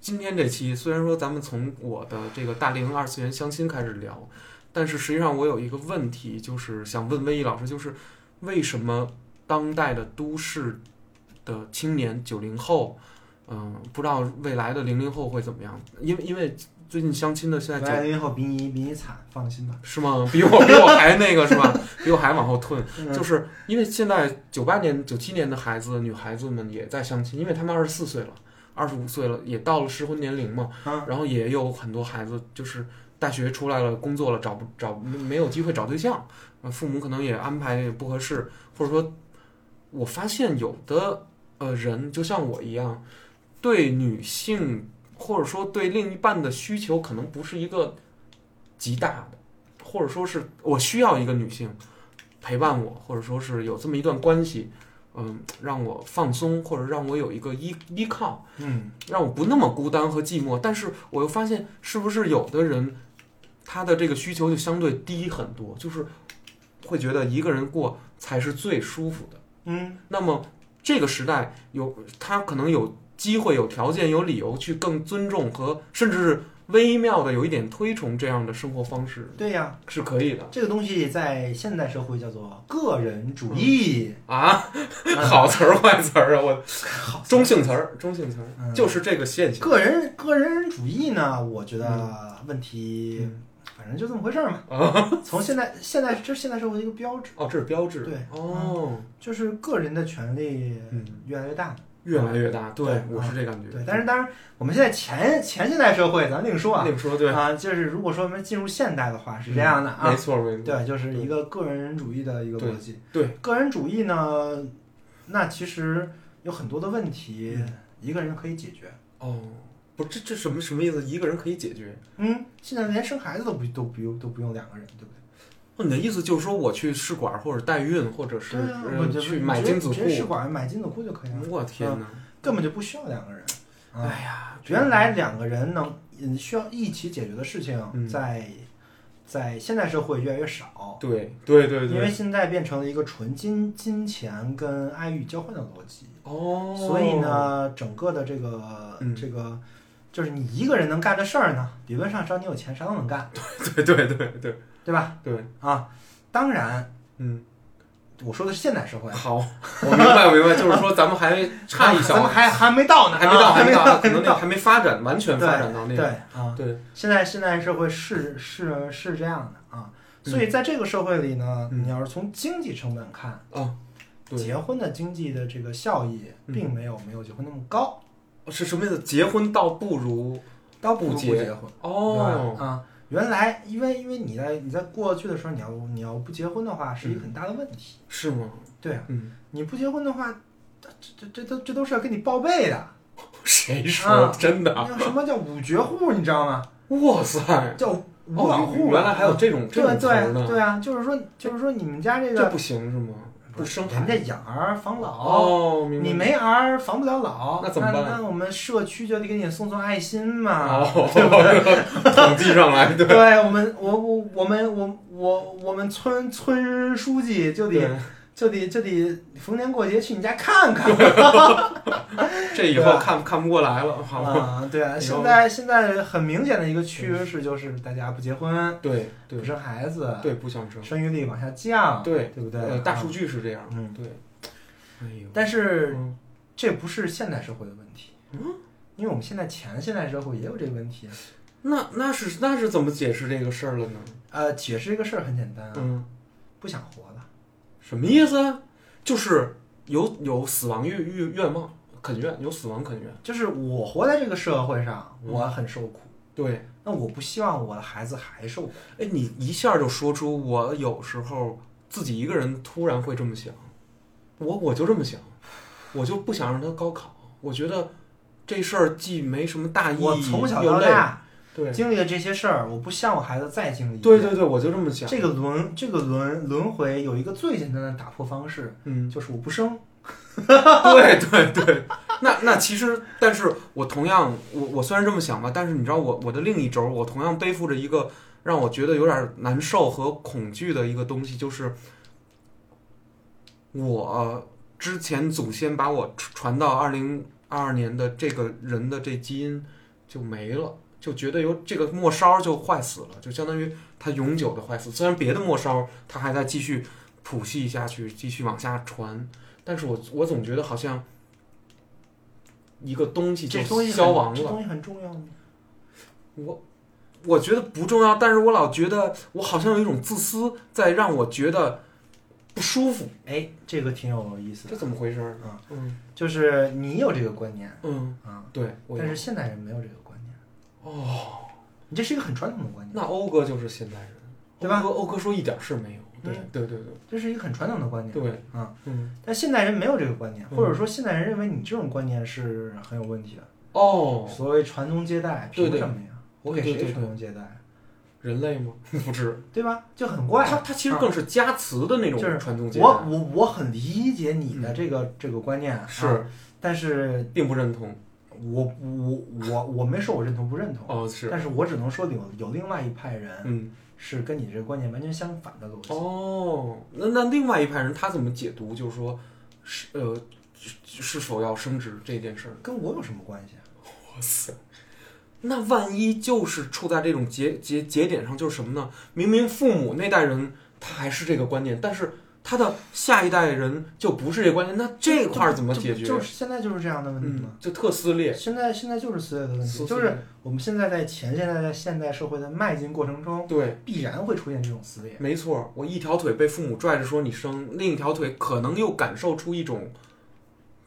S2: 今天这期虽然说咱们从我的这个大龄二次元相亲开始聊，但是实际上我有一个问题，就是想问魏毅老师，就是为什么当代的都市的青年九零后，嗯、不知道未来的零零后会怎么样？因为因为最近相亲的现在九
S3: 来零以后比你比你惨，放心吧。
S2: 是吗？比我比我还那个是吧？比我还往后退，
S3: 嗯
S2: 就是因为现在九八年、九七年的孩子、女孩子们也在相亲，因为他们二十四岁了、二十五岁了，也到了适婚年龄嘛。
S3: 啊，
S2: 然后也有很多孩子就是大学出来了，工作了，找不找没没有机会找对象，呃父母可能也安排不合适，或者说，我发现有的呃人就像我一样，对女性或者说对另一半的需求可能不是一个极大的，或者说是我需要一个女性陪伴我，或者说是有这么一段关系。嗯，让我放松，或者让我有一个依依靠，
S3: 嗯，
S2: 让我不那么孤单和寂寞。但是我又发现，是不是有的人他的这个需求就相对低很多，就是会觉得一个人过才是最舒服的。
S3: 嗯，
S2: 那么这个时代有他可能有机会、有条件、有理由去更尊重和甚至是微妙的有一点推崇这样的生活方式
S3: 对呀，
S2: 是可以的
S3: 这个东西在现代社会叫做个人主义。
S2: 啊。
S3: 嗯
S2: 好词儿坏词儿啊，我
S3: 好，
S2: 中性词儿，中性词
S3: 嗯
S2: 儿就是这个现象。
S3: 个人个人主义呢，我觉得问题反正就这么回事儿嘛。从现在现在这是现代社会的一个标志，
S2: 哦，这是标志。
S3: 对嗯
S2: 哦，
S3: 就是个人的权利
S2: 嗯
S3: 越来越大嘛。
S2: 越来越大。
S3: 嗯对
S2: 我是这感觉。
S3: 对，但是当然，我们现在前前现代社会咱另说啊
S2: 那个说嗯对，
S3: 啊，就是如果说我们进入现代的话是这样的啊，
S2: 没错没错。
S3: 对，就是一个个人主义的一个逻辑。
S2: 对
S3: 个人主义呢，那其实有很多的问题，
S2: 嗯
S3: 一个人可以解决。
S2: 哦，不，这这什么什么意思？一个人可以解决？
S3: 嗯，现在连生孩子都不都不用都不用两个人，对不对？
S2: 哦，你的意思就是说我去试管或者代孕，或者是
S3: 对啊，
S2: 呃
S3: 我就
S2: 去买精子
S3: 直接试
S2: 库？
S3: 管买精子库就可以了，
S2: 我天哪！
S3: 根本就不需要两个人。啊，
S2: 哎呀，
S3: 原来两个人能嗯需要一起解决的事情
S2: 嗯
S3: 在，在现代社会越来越少。
S2: 对对对
S3: 嗯因为
S2: 对，
S3: 现在变成了一个纯金金钱跟爱欲交换的逻辑，
S2: 哦，
S3: 所以，呢，整个的这个、
S2: 嗯
S3: 这个，就是你一个人能干的事儿呢，理论上只要你有钱，啥都能干，
S2: 对对对对
S3: 对吧？
S2: 对，
S3: 啊，当然，
S2: 嗯，
S3: 我说的是现代社会，啊
S2: 好，我明白我明白，就是说咱们还差一
S3: 咱
S2: 小
S3: 们，还还没到呢，
S2: 还没到，
S3: 啊还
S2: 没
S3: 到，
S2: 可能
S3: 没
S2: 那
S3: 到。
S2: 还没发展，完全
S3: 对
S2: 发展到那
S3: 对
S2: 个，
S3: 啊，
S2: 对，
S3: 现在现代社会是是是这样的啊，所以在这个社会里呢，
S2: 嗯
S3: 你要是从经济成本看，
S2: 哦，对，
S3: 结婚的经济的这个效益
S2: 嗯
S3: 并没有没有结婚那么高，
S2: 哦是什么意思？结婚倒不如
S3: 倒不如不
S2: 不结
S3: 结婚。对
S2: 哦，
S3: 吧啊，原来因为因为你在你在过去的时候，你要你要不结婚的话，是一个很大的问题。
S2: 是吗？
S3: 对啊，
S2: 嗯，
S3: 你不结婚的话，这这这都这都是要跟你报备的。
S2: 啊谁说
S3: 啊
S2: 真的？
S3: 那什么叫五绝户，你知道吗？
S2: 哇塞！
S3: 叫五老
S2: 哦，
S3: 户。
S2: 原来还有这种这
S3: 对
S2: 种词儿
S3: 对
S2: 呢，
S3: 对啊，就是说就是说你们家这
S2: 这
S3: 个
S2: 不行是吗？不生孩子
S3: 人家养儿防老，
S2: 哦，明白。
S3: 你没儿防不了老，
S2: 那怎么办
S3: 那我们社区就得给你送送爱心嘛。
S2: 哦， 统计上来对
S3: 对我们，我我我们我我我们村村书记就得
S2: 对，
S3: 就得就得逢年过节去你家看看
S2: 这以后看看不过来了， 好吗？
S3: 啊！对啊，
S2: 呦
S3: 现在现在很明显的一个趋势就是大家不结婚、
S2: 对对
S3: 不生孩子，
S2: 对，不想生。
S3: 生育率往下降，
S2: 对
S3: 对不
S2: 呃
S3: 对？
S2: 大数
S3: 据，
S2: 据是这样，
S3: 嗯
S2: 对。哎呦，
S3: 但是
S2: 嗯
S3: 这不是现代社会的问题，因为我们现在前现代社会也有这个问题啊。
S2: 那那是那是怎么解释这个事儿了呢？
S3: 呃，解释这个事儿很简单啊，
S2: 嗯，
S3: 不想活了。
S2: 什么意思？啊就是有有死亡欲欲愿望，肯愿有死亡肯愿。
S3: 就是我活在这个社会上，
S2: 嗯
S3: 我很受苦。
S2: 对，
S3: 那我不希望我的孩子还受苦。
S2: 哎，你一下就说出我有时候自己一个人突然会这么想，我我就这么想，我就不想让他高考，我觉得这事儿既没什么大意义，
S3: 我从小
S2: 又
S3: 到
S2: 哎累，
S3: 大
S2: 对
S3: 经历了这些事儿，我不希望我孩子再经历一遍。
S2: 对对对，我就这么想，
S3: 这个轮这个轮轮回有一个最简单的打破方式，
S2: 嗯，
S3: 就是我不生。
S2: 对对对，那那其实，但是我同样，我我虽然这么想吧，但是你知道我我的另一轴，我同样背负着一个让我觉得有点难受和恐惧的一个东西，就是我之前祖先把我传传到二零二二年的这个人的这基因就没了。就觉得有这个末梢就坏死了，就相当于它永久的坏死。虽然别的末梢它还在继续谱系下去，继续往下传，但是我我总觉得好像一个东西就
S3: 这东西很
S2: 消亡
S3: 这
S2: 了。
S3: 东西很重要吗？
S2: 我我觉得不重要，但是我老觉得我好像有一种自私在让我觉得不舒服，
S3: 哎，这个挺有意思
S2: 这
S3: 的，
S2: 怎么回事儿
S3: 啊？
S2: 嗯
S3: 就是你有这个观念
S2: 嗯，
S3: 啊，
S2: 对，我
S3: 但是现代人没有这个观念。
S2: 哦，
S3: 你这是一个很传统的观念，
S2: 那欧哥就是现代人，
S3: 对吧
S2: 欧哥欧哥说一点事儿没有，对
S3: 嗯
S2: 对对
S3: 这是一个很传统的观
S2: 对
S3: 念。
S2: 对，
S3: 啊，
S2: 嗯，
S3: 但现代人没有这个观念，
S2: 嗯
S3: 或者说现代人认为你这种观念是很有问题的。
S2: 哦，
S3: 所谓传宗接代，
S2: 对
S3: 凭
S2: 对
S3: 什么呀？我给
S2: 对对
S3: 谁
S2: 对
S3: 传宗接代？
S2: 人类吗？ 不是，
S3: 对吧？就很怪。
S2: 他他其实更是加词的那种
S3: 就是
S2: 传宗接代，
S3: 我我我很理解你的这个、这个观念啊，
S2: 是
S3: 但是
S2: 并不认同，
S3: 我我我我没说我认同不认同，
S2: 哦是，
S3: 但是我只能说有有另外一派人
S2: 嗯，
S3: 是跟你这个观念完全相反的逻辑。
S2: 哦，那那另外一派人他怎么解读？就是说，是呃，是是否要升职这件事儿？
S3: 跟我有什么关系啊？
S2: 哇塞！那万一就是处在这种节节节点上，就是什么呢？明明父母那代人他还是这个观念，但是他他的下一代人就不是这观念，那这块儿怎么解决？
S3: 就就是现在就是这样的问题嘛
S2: 嗯。，就特撕裂，
S3: 现在现在就是撕裂的问
S2: 撕
S3: 题，嗯就是我们现在在前现代在现代社会的迈进过程中，
S2: 对，
S3: 必然会出现这种撕裂。
S2: 没错。我一条腿被父母拽着说你生，另一条腿可能又感受出一种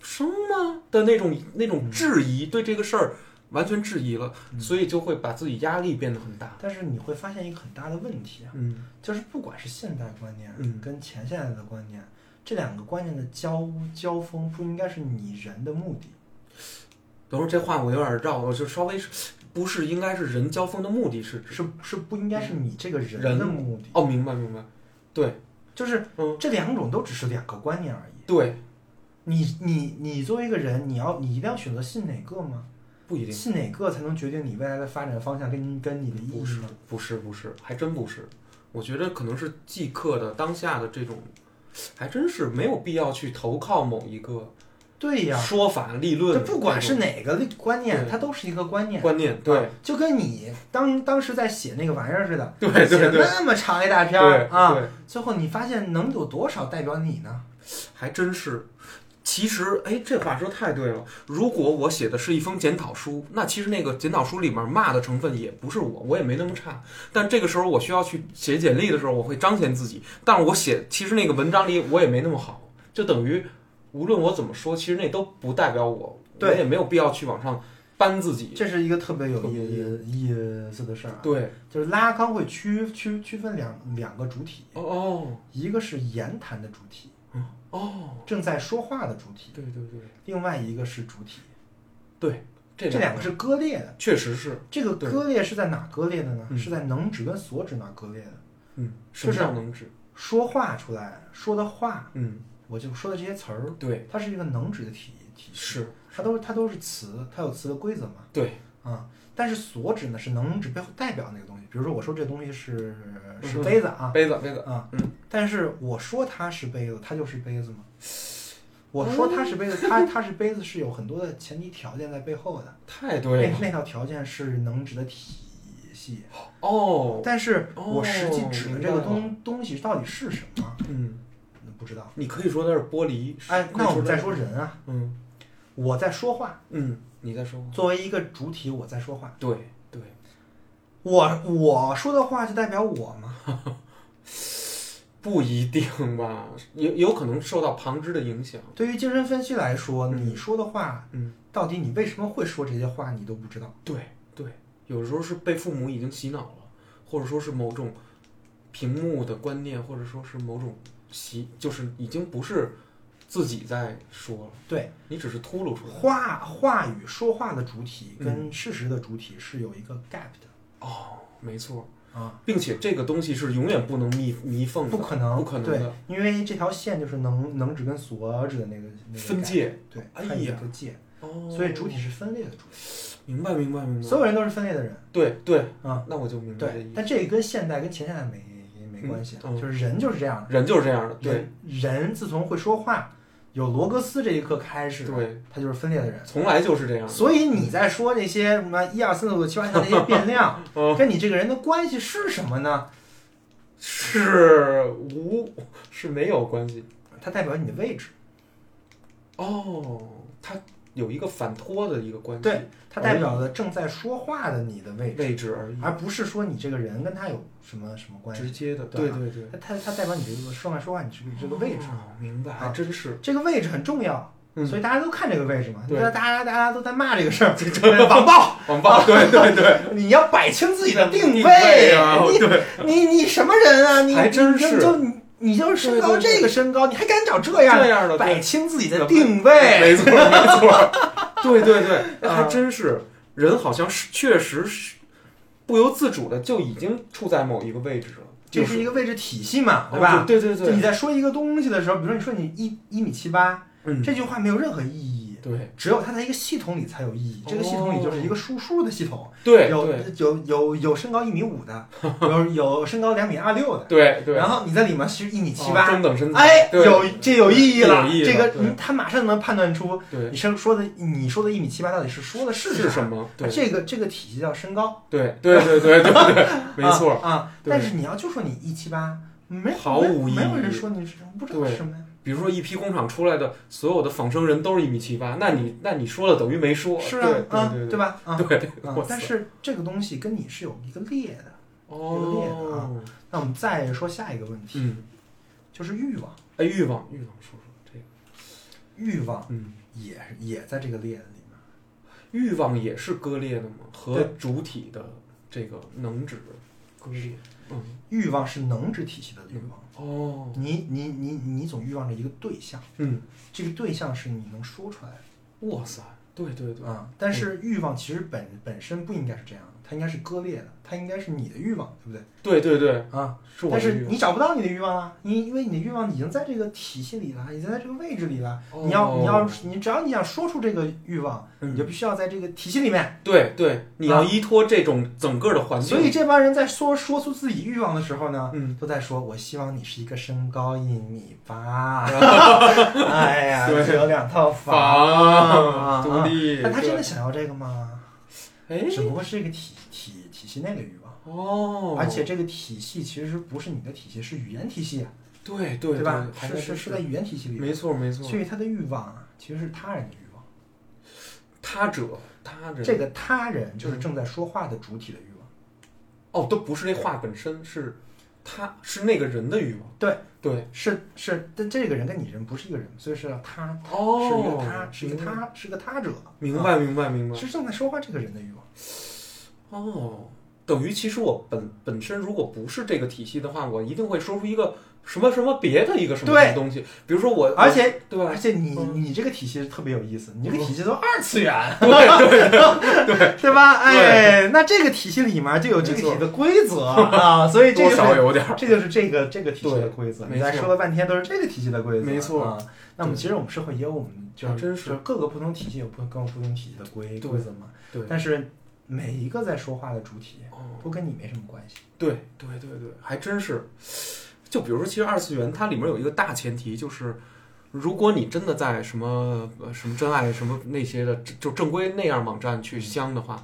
S2: 生吗的那种那种质疑，对这个事儿完全质疑了，
S3: 嗯
S2: 所以就会把自己压力变得很大。
S3: 但是你会发现一个很大的问题啊，
S2: 嗯
S3: 就是不管是现代观念
S2: 嗯
S3: 跟前现代的观念，这两个观念的交交锋不应该是你人的目的。
S2: 等会儿这话我有点绕，我就稍微是不是应该是人交锋的目的是
S3: 是是不应该是你这个
S2: 嗯
S3: 人
S2: 人
S3: 的目的，
S2: 哦，明白明白，
S3: 就是
S2: 嗯
S3: 这两种都只是两个观念而已。
S2: 对，
S3: 你你你作为一个人，你要你一定要选择信哪个吗？
S2: 不一定，
S3: 信哪个才能决定你未来的发展方向跟跟你的意
S2: 不
S3: 义
S2: 是
S3: 吗？
S2: 不是不是，还真不是，我觉得可能是即刻的当下的这种，还真是没有必要去投靠某一个
S3: 对呀，
S2: 说法立
S3: 这
S2: 论，
S3: 不管是啊哪个的观念，
S2: 对
S3: 它都是一个观念。
S2: 观念，对
S3: 就跟你当当时在写那个玩意儿似的，
S2: 对对
S3: 写了
S2: 对
S3: 那么长一大篇
S2: 对
S3: 儿啊，
S2: 对，
S3: 最后你发现能有多少代表你呢？
S2: 还真是。其实，哎，这话说太对了。如果我写的是一封检讨书，那其实那个检讨书里面骂的成分也不是我，我也没那么差。但这个时候我需要去写简历的时候，我会彰显自己。但是我写，其实那个文章里我也没那么好，就等于无论我怎么说，其实那都不代表我，我
S3: 对
S2: 也没有必要去往上搬自己。
S3: 这是一个特别有
S2: 特别
S3: 意意思的事儿啊。
S2: 对，
S3: 就是拉康会区区区分两两个主体，
S2: 哦哦
S3: 一个是言谈的主体，
S2: 哦，
S3: 正在说话的主体，
S2: 对对对，
S3: 另外一个是主体，
S2: 这
S3: 这两
S2: 个
S3: 个是割裂的。
S2: 确实是，
S3: 这个
S2: 对
S3: 割裂是在哪割裂的呢？
S2: 嗯
S3: 是在能指跟所指那割裂的。
S2: 嗯，什么
S3: 是
S2: 叫能指？
S3: 说话出来说的话，
S2: 嗯，
S3: 我就说的这些词儿，
S2: 对，
S3: 它是一个能指的体体系，
S2: 是
S3: 它都它都是词，它有词的规则嘛。
S2: 对，
S3: 啊、但是所指呢是能指背后代表那个东西，比如说我说这东西是是
S2: 嗯
S3: 杯子啊，
S2: 杯子杯子，
S3: 啊，
S2: 嗯，
S3: 但是我说它是杯子，它就是杯子吗？
S2: 哦
S3: 我说它是杯子，它它是杯子是有很多的前提条件在背后的，
S2: 太对
S3: 那
S2: 了。
S3: 那套条件是能指的体系，
S2: 哦，
S3: 但是
S2: 哦
S3: 我实际指的这个
S2: 明
S3: 东东西到底是什么，
S2: 嗯，
S3: 不知道。
S2: 你可以说它是玻璃。
S3: 哎，那我们再
S2: 再
S3: 说，人啊，
S2: 嗯
S3: 我在说话，
S2: 嗯，你再说。
S3: 作为一个主体，我在说话，
S2: 对对，
S3: 我我说的话就代表我吗？
S2: 不一定吧，有有可能受到旁支的影响。
S3: 对于精神分析来说，
S2: 嗯
S3: 你说的话，
S2: 嗯，
S3: 到底你为什么会说这些话，你都不知道。
S2: 对对，有的时候是被父母已经洗脑了，或者说是某种屏幕的观念，或者说是某种习，就是已经不是自己在说了，
S3: 对
S2: 你只是秃噜出来。
S3: 话话语说话的主体
S2: 嗯
S3: 跟事实的主体是有一个 gap 的
S2: 哦，没错，
S3: 啊，
S2: 并且这个东西是永远不能密密缝的，
S3: 不可能，
S2: 不可能
S3: 对
S2: 的，
S3: 因为这条线就是能能指跟所指的那个那个
S2: 分
S3: gap，
S2: 界。
S3: 对，
S2: 哎
S3: 它有一
S2: 呀
S3: 个界，
S2: 哦，嗯
S3: 所以主体是分裂的主体，
S2: 明白明白明白。
S3: 所有人都是分裂的人
S2: 对对，
S3: 啊，
S2: 那我就明白这
S3: 对
S2: 意，思。
S3: 但这个跟现代跟前现代没没关系，
S2: 嗯嗯嗯
S3: 就是人就是这样的，
S2: 人就是这样的，对，
S3: 人人自从会说话，有罗格斯这一刻开始，
S2: 对，
S3: 他就是分裂的人。
S2: 从来就是这样的。，
S3: 所以你在说那些什么一二三四五六七八九那些变量
S2: 嗯
S3: 跟你这个人的关系是什么呢？
S2: 是无是没有关系。
S3: 它代表你的位置，
S2: 哦，它有一个反托的一个关系，
S3: 对，它代表了正在说话的你的位置，
S2: 位置而已，
S3: 而不是说你这个人跟他有什么什么关
S2: 直
S3: 系。
S2: 接的，
S3: 对
S2: 对
S3: 吧
S2: 对对。
S3: 它它它代表你这个正在说话，你这个这个位置，
S2: 哦，明白，
S3: 啊
S2: 还真是。
S3: 这个位置很重要，
S2: 嗯
S3: 所以大家都看这个位置嘛。你
S2: 对
S3: 看大家大家都在骂这个事儿，对网暴，
S2: 网暴，对对对，
S3: 你要摆清哦自己的定
S2: 位
S3: 位
S2: 啊，
S3: 你
S2: 对，
S3: 你你什么人啊？你
S2: 还真
S3: 你
S2: 是
S3: 你就你你就是身高
S2: 对对对
S3: 这个身高，你还敢找这样
S2: 这
S3: 的？
S2: 样的
S3: 摆
S2: 对，
S3: 清自己
S2: 的
S3: 的定位。
S2: 没错没错， 对对 对，
S3: 啊
S2: 还真是，人好像是确实是不由自主的就已经处在某一个位置了，
S3: 这
S2: 就是
S3: 一个位置体系嘛，对
S2: 哦
S3: 吧？
S2: 对对
S3: 就你
S2: 对，
S3: 在说一个东西的时候，比如说你说你一一米七八，
S2: 嗯，
S3: 这句话没有任何意义，
S2: 对
S3: 只有它在一个系统里才有意义。这个系统里就是一个输输入的系统，
S2: 哦对
S3: 有呃
S2: 对
S3: 有有有身高一米 五的，有有身高两米二六的，
S2: 对对，
S3: 然后你在里面是一米七
S2: 哦
S3: 八，
S2: 中等身材，
S3: 哎，
S2: 对
S3: 有这有意义了
S2: 有意义，了
S3: 这个
S2: 对
S3: 嗯他马上能判断出
S2: 对
S3: 你生说的你说的一米七八到底是说的是
S2: 是什
S3: 么。
S2: 么？对
S3: 这个这个体系叫身高，
S2: 对对对对对对，没错，
S3: 啊啊。
S2: 对
S3: 但是你要就说你一七八，没
S2: 毫无
S3: 没没有
S2: 意义
S3: 人说你是什么，不知道
S2: 对
S3: 是什么呀？
S2: 比如说一批工厂出来的所有的仿生人都是一米七八，那你那你说了等于没说，
S3: 是
S2: 对
S3: 啊，啊，
S2: 对
S3: 对
S2: 对
S3: 吧？啊，
S2: 对对
S3: 啊
S2: 我操
S3: 但是这个东西跟你是有一个裂的。有点啊
S2: 哦，
S3: 那我们再说下一个问题，
S2: 嗯，
S3: 就是欲望，
S2: 哎，欲望欲望说说这个，
S3: 欲望
S2: 嗯，
S3: 也也在这个裂的里面。
S2: 欲望也是割裂的嘛，和
S3: 对
S2: 主体的这个能指割裂，嗯，
S3: 欲望是能指体系的欲望，
S2: 哦，
S3: 你你你你总欲望着一个对象，
S2: 嗯，
S3: 这个对象是你能说出来的
S2: 哇塞，对对对，
S3: 啊、但是欲望其实本本身不应该是这样的，它应该是割裂的，它应该是你的欲望，对不对
S2: 对对对，
S3: 啊？
S2: 是我
S3: 但
S2: 的
S3: 是
S2: 欲望
S3: 你，找不到你的欲望了，你因为你的欲望已经在这个体系里了，已经在这个位置里了。你要你要
S2: 哦
S3: 你只要你想说出这个欲望，
S2: 嗯
S3: 你就必须要在这个体系里面。
S2: 对对，你要依托这种整个的环境，
S3: 所以这帮人在说说出自己欲望的时候呢，
S2: 嗯，
S3: 都在说：“我希望你是一个身高一米八，哎呀，
S2: 对
S3: 只有两套
S2: 房
S3: 啊房，
S2: 啊独立，
S3: 啊但他真的
S2: 对
S3: 想要这个吗？
S2: 哎
S3: 只不过是这个体体体系内的欲望，
S2: 哦，
S3: 而且这个体系其实不是你的体系，是语言体系，啊
S2: 对对
S3: 吧？
S2: 还
S3: 是
S2: 真
S3: 是是在语言体系里，
S2: 没错没错
S3: 所，以他的欲望啊，其实是他人的欲望。
S2: 他者他者
S3: 这个他人就是正在说话的主体的欲望。
S2: 哦，都不是这话本身，是他是那个人的欲望，
S3: 对
S2: 对
S3: 是是，但这个人跟你人不是一个人，所以是要他，
S2: 哦，
S3: 是一个他，是一个
S2: 明白，
S3: 他，是个他者，
S2: 明白明白明
S3: 啊，
S2: 白
S3: 是正在说话这个人的欲望。
S2: 哦。等于其实我本本身如果不是这个体系的话，我一定会说出一个什么什么别的一个什么
S3: 对
S2: 什么东西，比如说我，
S3: 而且
S2: 对吧
S3: 而？且你
S2: 呃嗯
S3: 你这个体系特别有意思，你这个
S2: 嗯
S3: 体系都二次元，
S2: 对对对对，
S3: 对吧？哎，那这个体系里面就有这
S2: 没
S3: 个体
S2: 错
S3: 系的规则 啊，所以这
S2: 多
S3: 就
S2: 少
S3: 是
S2: 有点儿，
S3: 这就是这个这个体系的规则。
S2: 对
S3: 你再
S2: 没错
S3: 说了半天都是这个体系的规则，
S2: 没错
S3: 啊。那我们其实我们社会也有我们就
S2: 还
S3: 是
S2: 真是
S3: 就各个不同体系有不各个不同体系的规
S2: 对
S3: 规则嘛，
S2: 对
S3: 但是每一个在说话的主体
S2: 哦，
S3: 都跟你没什么关系。
S2: 对对对对，还真是。就比如说，其实二次元它里面有一个大前提，就是如果你真的在什么呃什么真爱什么那些的就正规那样网站去相的话，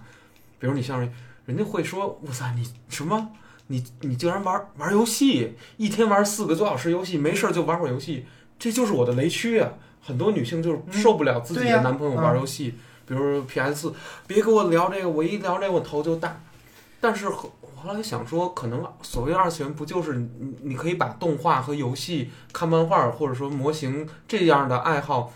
S2: 比如你像人人家会说：“哇塞，你什么？你你竟然玩玩游戏，一天玩四个多小时游戏，没事儿就玩会儿游戏，这就是我的雷区啊！”很多女性就是受不了自己
S3: 对呀
S2: 的男朋友
S3: 嗯
S2: 玩游戏，比如 PS，别跟我聊这个，我一聊这个我头就大。但是和我后来想说，可能所谓的二次元不就是你你你可以把动画和游戏、看漫画或者说模型这样的爱好，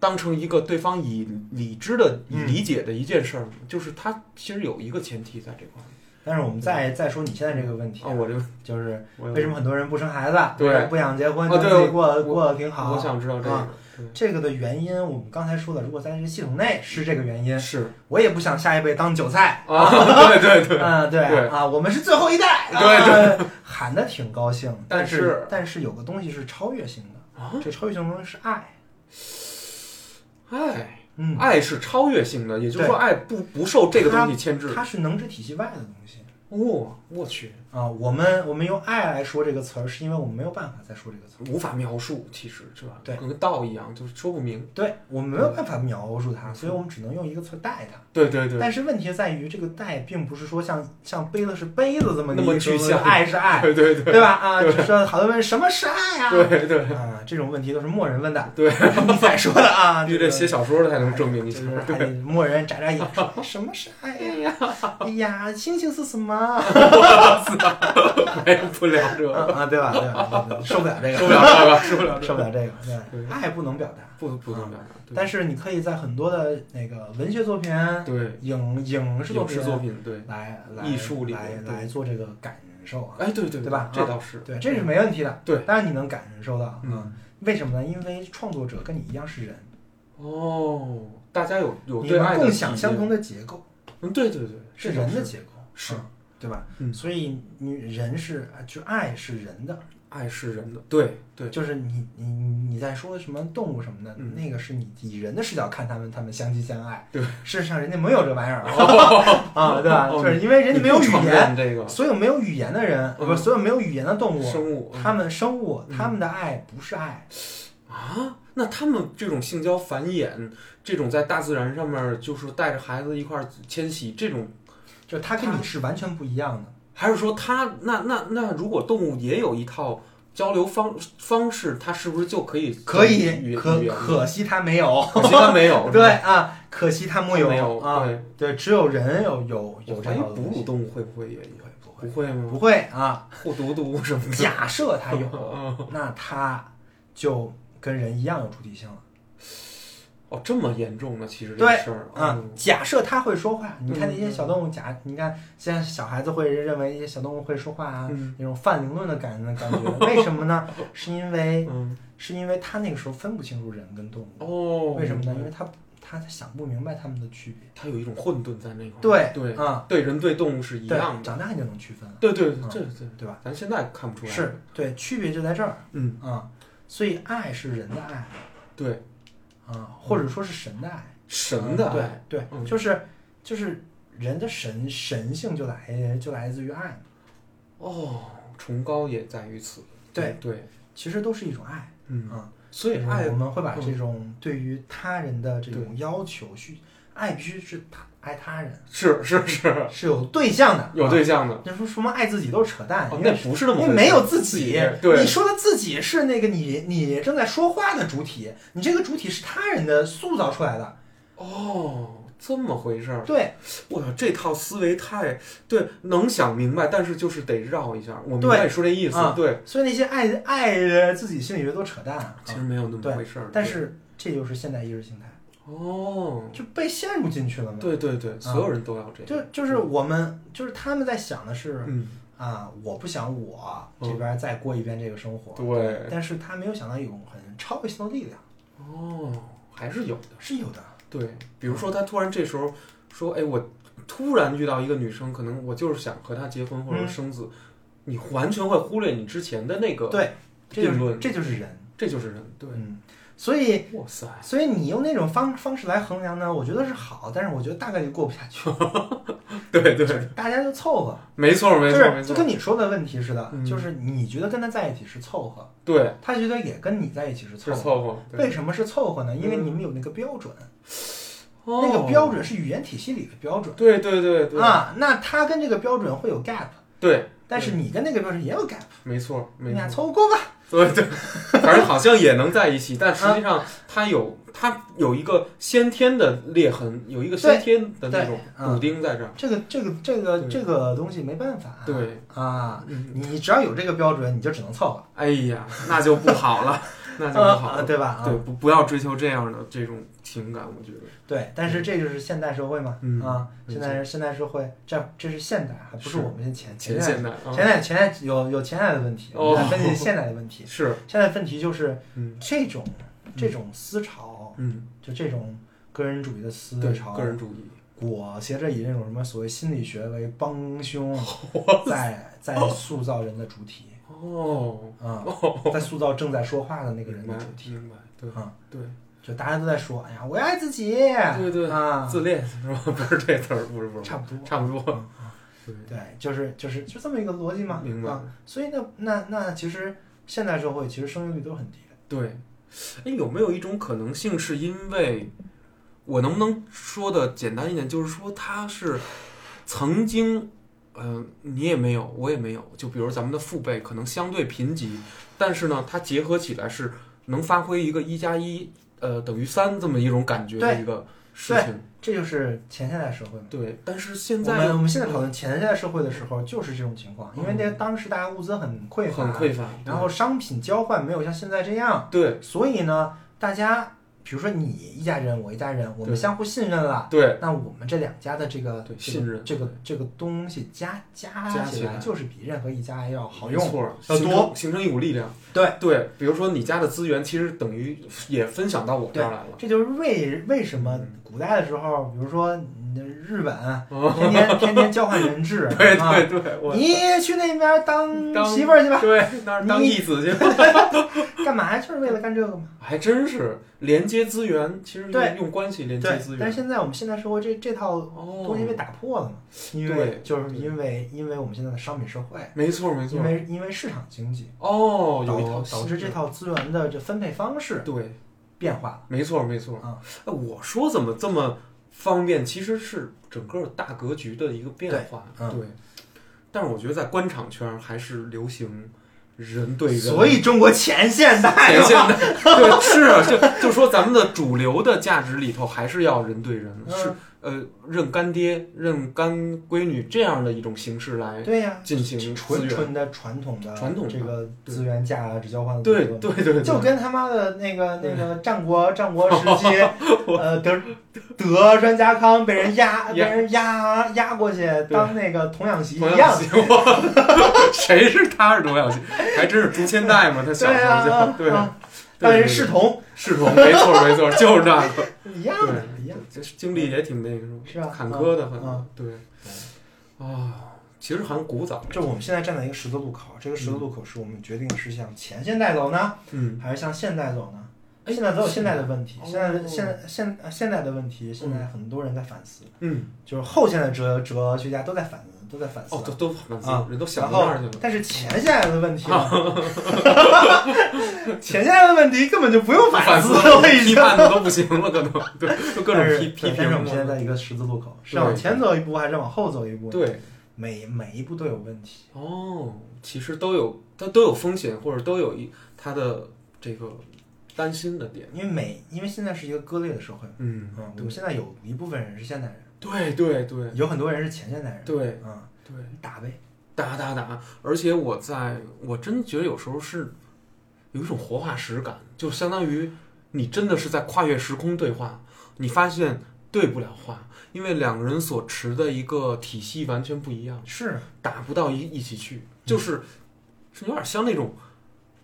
S2: 当成一个对方以理知的、以
S3: 嗯
S2: 理解的一件事儿吗，就是它其实有一个前提在这块儿。
S3: 但是我们再再说你现在这个问题啊，
S2: 哦，我这个
S3: 就是
S2: 我
S3: 为什么很多人不生孩子，啊
S2: 对
S3: 不想结婚，
S2: 哦
S3: 觉
S2: 对
S3: 得自己过得
S2: 我
S3: 过得挺好。
S2: 我想知道这个
S3: 啊这个的原因，我们刚才说的，如果在这个系统内是这个原
S2: 对
S3: 因，
S2: 是
S3: 我也不想下一辈当韭 菜。
S2: 啊，对对 对，
S3: 啊，对
S2: 对
S3: 啊，我们是最后一代，
S2: 对
S3: 对，喊的挺高兴，但
S2: 但是
S3: 但是有个东西是超越性的，
S2: 啊
S3: 这超越性的东西是爱，
S2: 爱
S3: 嗯，
S2: 爱是超越性的，也就是
S3: 对
S2: 说爱不不受这个东西牵制。
S3: 它是能指体系外的东西
S2: 哦，我去，
S3: 啊。我们我们用爱来说这个词儿，是因为我们没有办法再说这个词儿，
S2: 无法描述，其实是吧？
S3: 对
S2: 跟个道一样，就是说不明。
S3: 对我们没有办法描述它，
S2: 嗯
S3: 所以我们只能用一个词儿代它。
S2: 对对对，
S3: 但是问题在于，这个代并不是说像像杯子是杯子这么
S2: 那么
S3: 一个
S2: 具象
S3: 爱是爱，
S2: 对对对
S3: 对吧？啊，就说好多人问什么是爱啊？
S2: 对对，
S3: 啊，这种问题都是默认问的，
S2: 对，
S3: 你才说的 啊，
S2: 必须
S3: 这
S2: 得
S3: 个
S2: 写小说才能证明一下
S3: 就。是还得默认眨眨眼 说哎什么是爱呀？哎呀，星星是什 么？啊
S2: 哎，不聊这个，
S3: 啊，对吧？对吧 对吧？受不了这个，
S2: 受不了这个，受不了这
S3: 受不
S2: 个，
S3: 了这个，对
S2: 对
S3: 吧，爱不能表达，
S2: 不不能聊了。
S3: 但是你可以在很多的那个文学作品、啊
S2: 对
S3: 影影视
S2: 影
S3: 作
S2: 视
S3: 品
S2: 作品，对，
S3: 来来
S2: 艺术里
S3: 来
S2: 面对
S3: 来做这个感受啊，
S2: 哎对对
S3: 对吧
S2: 这倒是，
S3: 对，这是没问题的，
S2: 对
S3: 当然你能感受到啊，
S2: 嗯
S3: 为什么呢？因为创作者跟你一样是人，
S2: 哦，大家有有
S3: 你
S2: 对爱
S3: 们
S2: 的
S3: 共
S2: 体
S3: 享
S2: 验
S3: 相同，的结构，
S2: 嗯，对对对，
S3: 是
S2: 这倒
S3: 人的结构，
S2: 是
S3: 嗯对吧？
S2: 嗯
S3: 所以你人是啊就爱是人的，
S2: 爱是人的，对对，
S3: 就是你你你在说什么动物什么的，
S2: 嗯
S3: 那个是你以人的视角看他们，他们相亲相爱。
S2: 对，
S3: 事实上人家没有这玩意儿 啊，对吧？
S2: 哦
S3: 就是因为人家没有
S2: 你
S3: 语
S2: 不承
S3: 言，
S2: 认这个
S3: 所有没有语言的人，呃
S2: 嗯
S3: 不是所有没有语言的动物，
S2: 生物嗯
S3: 他们生物
S2: 嗯
S3: 他们的爱不是爱，
S2: 啊。那他们这种性交繁衍，这种在大自然上面就是带着孩子一块儿迁徙，这种
S3: 就它跟
S2: 它
S3: 你是完全不一样的。
S2: 还是说它那那那如果动物也有一套交流方方式，它是不是就可以
S3: 可
S2: 语
S3: 以，
S2: 言
S3: 可
S2: 语言
S3: 可惜他没有，，
S2: 可惜它没有
S3: 对啊，可惜他没
S2: 没有
S3: 啊，
S2: 对
S3: 对，只有人有有有
S2: 我
S3: 这
S2: 怀疑
S3: 个
S2: 哺乳动物会不会也有？
S3: 不会
S2: 不会吗？
S3: 不会啊，
S2: 护犊犊什么的，
S3: 假设他有，
S2: 啊
S3: 那他就跟人一样有主体性了。
S2: 哦，这么严重呢？其实这
S3: 对
S2: 个事儿
S3: 啊，
S2: 嗯
S3: 假设他会说话，你看那
S2: 嗯
S3: 些
S2: 嗯
S3: 小动物假，你看现在小孩子会认为一些小动物会说话啊，
S2: 嗯
S3: 那种泛灵论的感感觉，为什么 呢？是因为
S2: 嗯
S3: 是因为他那个时候分不清楚人跟动物，
S2: 哦，
S3: 为什么呢？因为他他想不明白他们的区别。
S2: 它有一种混沌在那块儿。
S3: 对
S2: 对
S3: 啊，
S2: 对，人对动物是一
S3: 对
S2: 样，的。
S3: 长大你就能区分了，
S2: 对对
S3: 嗯
S2: 对对，
S3: 对吧？
S2: 咱现在看不出来。
S3: 是，对，区别就在这儿
S2: 嗯，
S3: 啊。所以爱是人的爱
S2: 对，
S3: 啊，或者说是神的爱，
S2: 神嗯的爱，
S3: 啊对对，
S2: 嗯
S3: 就是就是人的神神性就来就来自于爱。
S2: 哦，崇高也在于此。
S3: 对
S2: 对，
S3: 其实都是一种爱，
S2: 嗯，
S3: 啊，
S2: 所以
S3: 嗯
S2: 爱
S3: 我们会把这种对于他人的这种要求，需爱必须是他爱他人，
S2: 是是是
S3: 是有对象的，
S2: 有对象的，
S3: 啊。你说什么爱自己都是扯淡，
S2: 哦，
S3: 因
S2: 那
S3: 为
S2: 不是那么
S3: 因
S2: 回
S3: 为
S2: 事
S3: 没有自己，
S2: 对
S3: 你说的自己是那个你你正在说话的主体，你这个主体是他人的塑造出来的，
S2: 哦，这么回事儿。
S3: 对
S2: 我操，这套思维太对，能想明白，但是就是得绕一下。我明白
S3: 对
S2: 你说这意思
S3: 啊，
S2: 对，
S3: 所以那些爱爱自己心理学都扯淡啊，
S2: 其实没有那么
S3: 对
S2: 回事儿。
S3: 但
S2: 对
S3: 是这就是现代意识形态，
S2: 哦，
S3: 就被陷入进去了嘛，，
S2: 对对对，所有人都要这样。
S3: 就就是我们就是他们在想的是，
S2: 嗯，
S3: 啊，我不想我
S2: 嗯
S3: 这边再过一遍这个生活。
S2: 对
S3: 但是他没有想到一种很超越性的力量，
S2: 哦，还是有的。
S3: 是有的。
S2: 对，比如说他突然这时候说：“哎，我突然遇到一个女生，可能我就是想和她结婚或者
S3: 嗯
S2: 生子。你完全会忽略你之前的那个，
S3: 对，这就
S2: 定
S3: 是
S2: 论
S3: 这就是人。
S2: 这就是人。对，
S3: 嗯，所以
S2: 哇塞，
S3: 所以你用那种方方式来衡量呢，我觉得是好，但是我觉得大概率过不下去，
S2: 对对，
S3: 大家就凑合。
S2: 没错
S3: 就
S2: 没错没
S3: 是就
S2: 错，
S3: 跟你说的问题似的，
S2: 嗯
S3: 就是你觉得跟他在一起是凑合，
S2: 对，
S3: 他觉得也跟你在一起是凑
S2: 是
S3: 合。
S2: 凑合。对嗯
S3: 为什么是凑合呢？因为你们有那个标准，
S2: 哦
S3: 那个标，准是语言体系里的标准
S2: 对对对对，
S3: 啊。那他跟这个标准会有 gap，
S2: 对，
S3: 但是你跟那个标准也有 gap，
S2: 没错
S3: 你
S2: 没
S3: 俩
S2: 错，
S3: 凑合过吧。
S2: 对 对，反正好像也能在一起，但实际上它有它有一个先天的裂痕，有一个先天的那种
S3: 对嗯
S2: 补丁在这儿。
S3: 这个这个这个
S2: 对
S3: 这个东西没办法、啊。
S2: 对
S3: 啊，
S2: 嗯，
S3: 你只要有这个标准，你就只能凑合，
S2: 哎呀，那就不好了，那就不好
S3: 啊，
S2: 了。
S3: 对吧？啊，
S2: 对，不不要追求这样的这种情感，我觉得
S3: 对但是这就是现代社会嘛，
S2: 嗯
S3: 啊，
S2: 没
S3: 现
S2: 错
S3: 代现代社会，这这是现代，还不
S2: 是
S3: 是我们前
S2: 前
S3: 代
S2: 现代啊
S3: 前代前代有有前代的问题，
S2: 哦
S3: 我们来分析现代的 问题。
S2: 是，
S3: 现代问题就是
S2: 嗯
S3: 这种这种思潮，
S2: 嗯，
S3: 就这种个人主义的思
S2: 对，
S3: 潮，
S2: 个人主义，
S3: 裹挟着以那种什么所谓心理学为帮 凶，在在塑造人的主体。
S2: 哦，
S3: 啊，在塑造正在说话的那个人
S2: 明
S3: 的
S2: 白
S3: 主体
S2: 明白，对
S3: 啊，
S2: 对，
S3: 就大家都在说，哎呀，我要爱自己，
S2: 对对
S3: 啊，
S2: 自恋是吧？不是这词儿，不是不是，
S3: 差不多，
S2: 差不多，
S3: 嗯
S2: 对，
S3: 对，就是就是就这么一个逻辑嘛，
S2: 明白
S3: 啊。所以呢，那那其实现代社会其实生育率都很低的，
S2: 对，哎，有没有一种可能性是因为我能不能说的简单一点，就是说他是曾经，嗯、你也没有，我也没有，就比如咱们的父辈可能相对贫瘠，但是呢，它结合起来是能发挥一个一加一，呃，等于三这么一种感觉的
S3: 对
S2: 一个事情。
S3: 这就是前现代社会嘛。
S2: 对，但是现
S3: 我
S2: 在嗯
S3: 们
S2: 又
S3: 我们现在讨论前现代社会的时候，就是这种情况，因为那当时大家物资很匮乏，
S2: 嗯很匮乏，
S3: 然后商品交换没有像现在这样，
S2: 对
S3: 所以呢，大家比如说你一家人，我一家人，我们
S2: 对
S3: 相互信任了，
S2: 对
S3: 那我们这两家的这个
S2: 对
S3: 这个
S2: 信任
S3: 这个这个东西加加
S2: 加
S3: 起
S2: 起
S3: 来，
S2: 来
S3: 就是比任何一家要好
S2: 没
S3: 用。
S2: 错，
S3: 要
S2: 形
S3: 多
S2: 成形成一股力量。
S3: 对
S2: 对，比如说你家的资源，其实等于也分享到我这儿来了。
S3: 这就是为为什么
S2: 嗯哦
S3: 古代的时候，比如说嗯日本天天天天交换人质，
S2: 对
S3: 啊，
S2: 对对，我
S3: 你去那边当
S2: 当
S3: 媳妇儿去吧，
S2: 对那儿当义子去，
S3: 干嘛呀？就是为了干这个嘛。
S2: 还真是连接资源，其实用
S3: 对
S2: 用关系连接
S3: 对
S2: 资，
S3: 但是
S2: 源。
S3: 现在我们现代社会这这套
S2: 哦，
S3: 东西被打破了嘛，因为
S2: 对
S3: 就是
S2: 对
S3: 因为因为我们现在的商品社会，
S2: 没错没
S3: 因
S2: 错。
S3: 为因为市场经济
S2: 哦，有一
S3: 导
S2: 套
S3: 导致这套资源的这分配方式
S2: 对，
S3: 变化了。
S2: 没错没错。
S3: 啊，
S2: 哎，我说怎么这么方便，其实是整个大格局的一个变化。
S3: 对嗯
S2: 对，但是我觉得在官场圈还是流行人对人，
S3: 所以中国前现代
S2: 前
S3: 嘛
S2: 现代对是啊就就说咱们的主流的价值里头还是要人对人，
S3: 嗯
S2: 是呃认干爹、认干闺女这样的一种形式来
S3: 对呀、
S2: 进行资
S3: 纯
S2: 源。
S3: 纯的传统的
S2: 传统的
S3: 这个资源价值交换的
S2: 对
S3: 理论
S2: 对对对，
S3: 就跟他妈的那个那个战国战国 时期，呃，德德川家康被人压被
S2: 压
S3: 人压压过去当那个童养媳
S2: 童
S3: 一
S2: 养
S3: 样，
S2: 媳， 谁是他是童养媳？还真是竹签带嘛，他小
S3: 对
S2: 时
S3: 啊
S2: 候
S3: 啊
S2: 就，对
S3: 啊，
S2: 对
S3: 当
S2: 对
S3: 人视同
S2: 是童，没错没 错，就是那个，
S3: 一样的，一样
S2: 对，这经历也挺那个什么
S3: 是吧？
S2: 坎坷的很，
S3: 嗯，
S2: 对，啊，其实很古早，
S3: 就是我们现在站在一个十字路口，这个十字路口是我们决定是向前现代走呢，
S2: 嗯，
S3: 还是向现代走呢？
S2: 哎
S3: 现在走有现代的问题，
S2: 哦
S3: 现在现在现现代的问题，现在很多人在反思，
S2: 嗯，
S3: 就是后现代哲哲学家都在反都在反思
S2: 哦，都都反思
S3: 啊，
S2: 人都
S3: 然
S2: 想到
S3: 后
S2: 那儿去了，啊
S3: 但是前现代的问题呢， 前现代的问题根本就不用
S2: 反
S3: 思，
S2: 思
S3: 我已
S2: 批
S3: 经。
S2: 判的都不行了，可能对，就各种
S3: 但是
S2: 批批
S3: 对但是我
S2: 评
S3: 们现在
S2: 了，
S3: 在一个十字路口，是
S2: 对
S3: 往前走一步还是往后走一步？，
S2: 对，
S3: 每每一步都有问题。
S2: 哦，其实都有，它都有风险，或者都有一它的这个担心的点，
S3: 因为每因为现在是一个割裂的社会嘛，
S2: 嗯
S3: 嗯，我
S2: 对
S3: 们现在有一部分人是现代人，
S2: 对对对
S3: 有很多人是前现代人，
S2: 对
S3: 嗯，
S2: 对，
S3: 打呗，
S2: 打打打，而且我在我真觉得有时候是有一种活化石感，就相当于你真的是在跨越时空对话，你发现对不了话，因为两个人所持的一个体系完全不一样，
S3: 是
S2: 打不到一一起去，就是是有点像那种。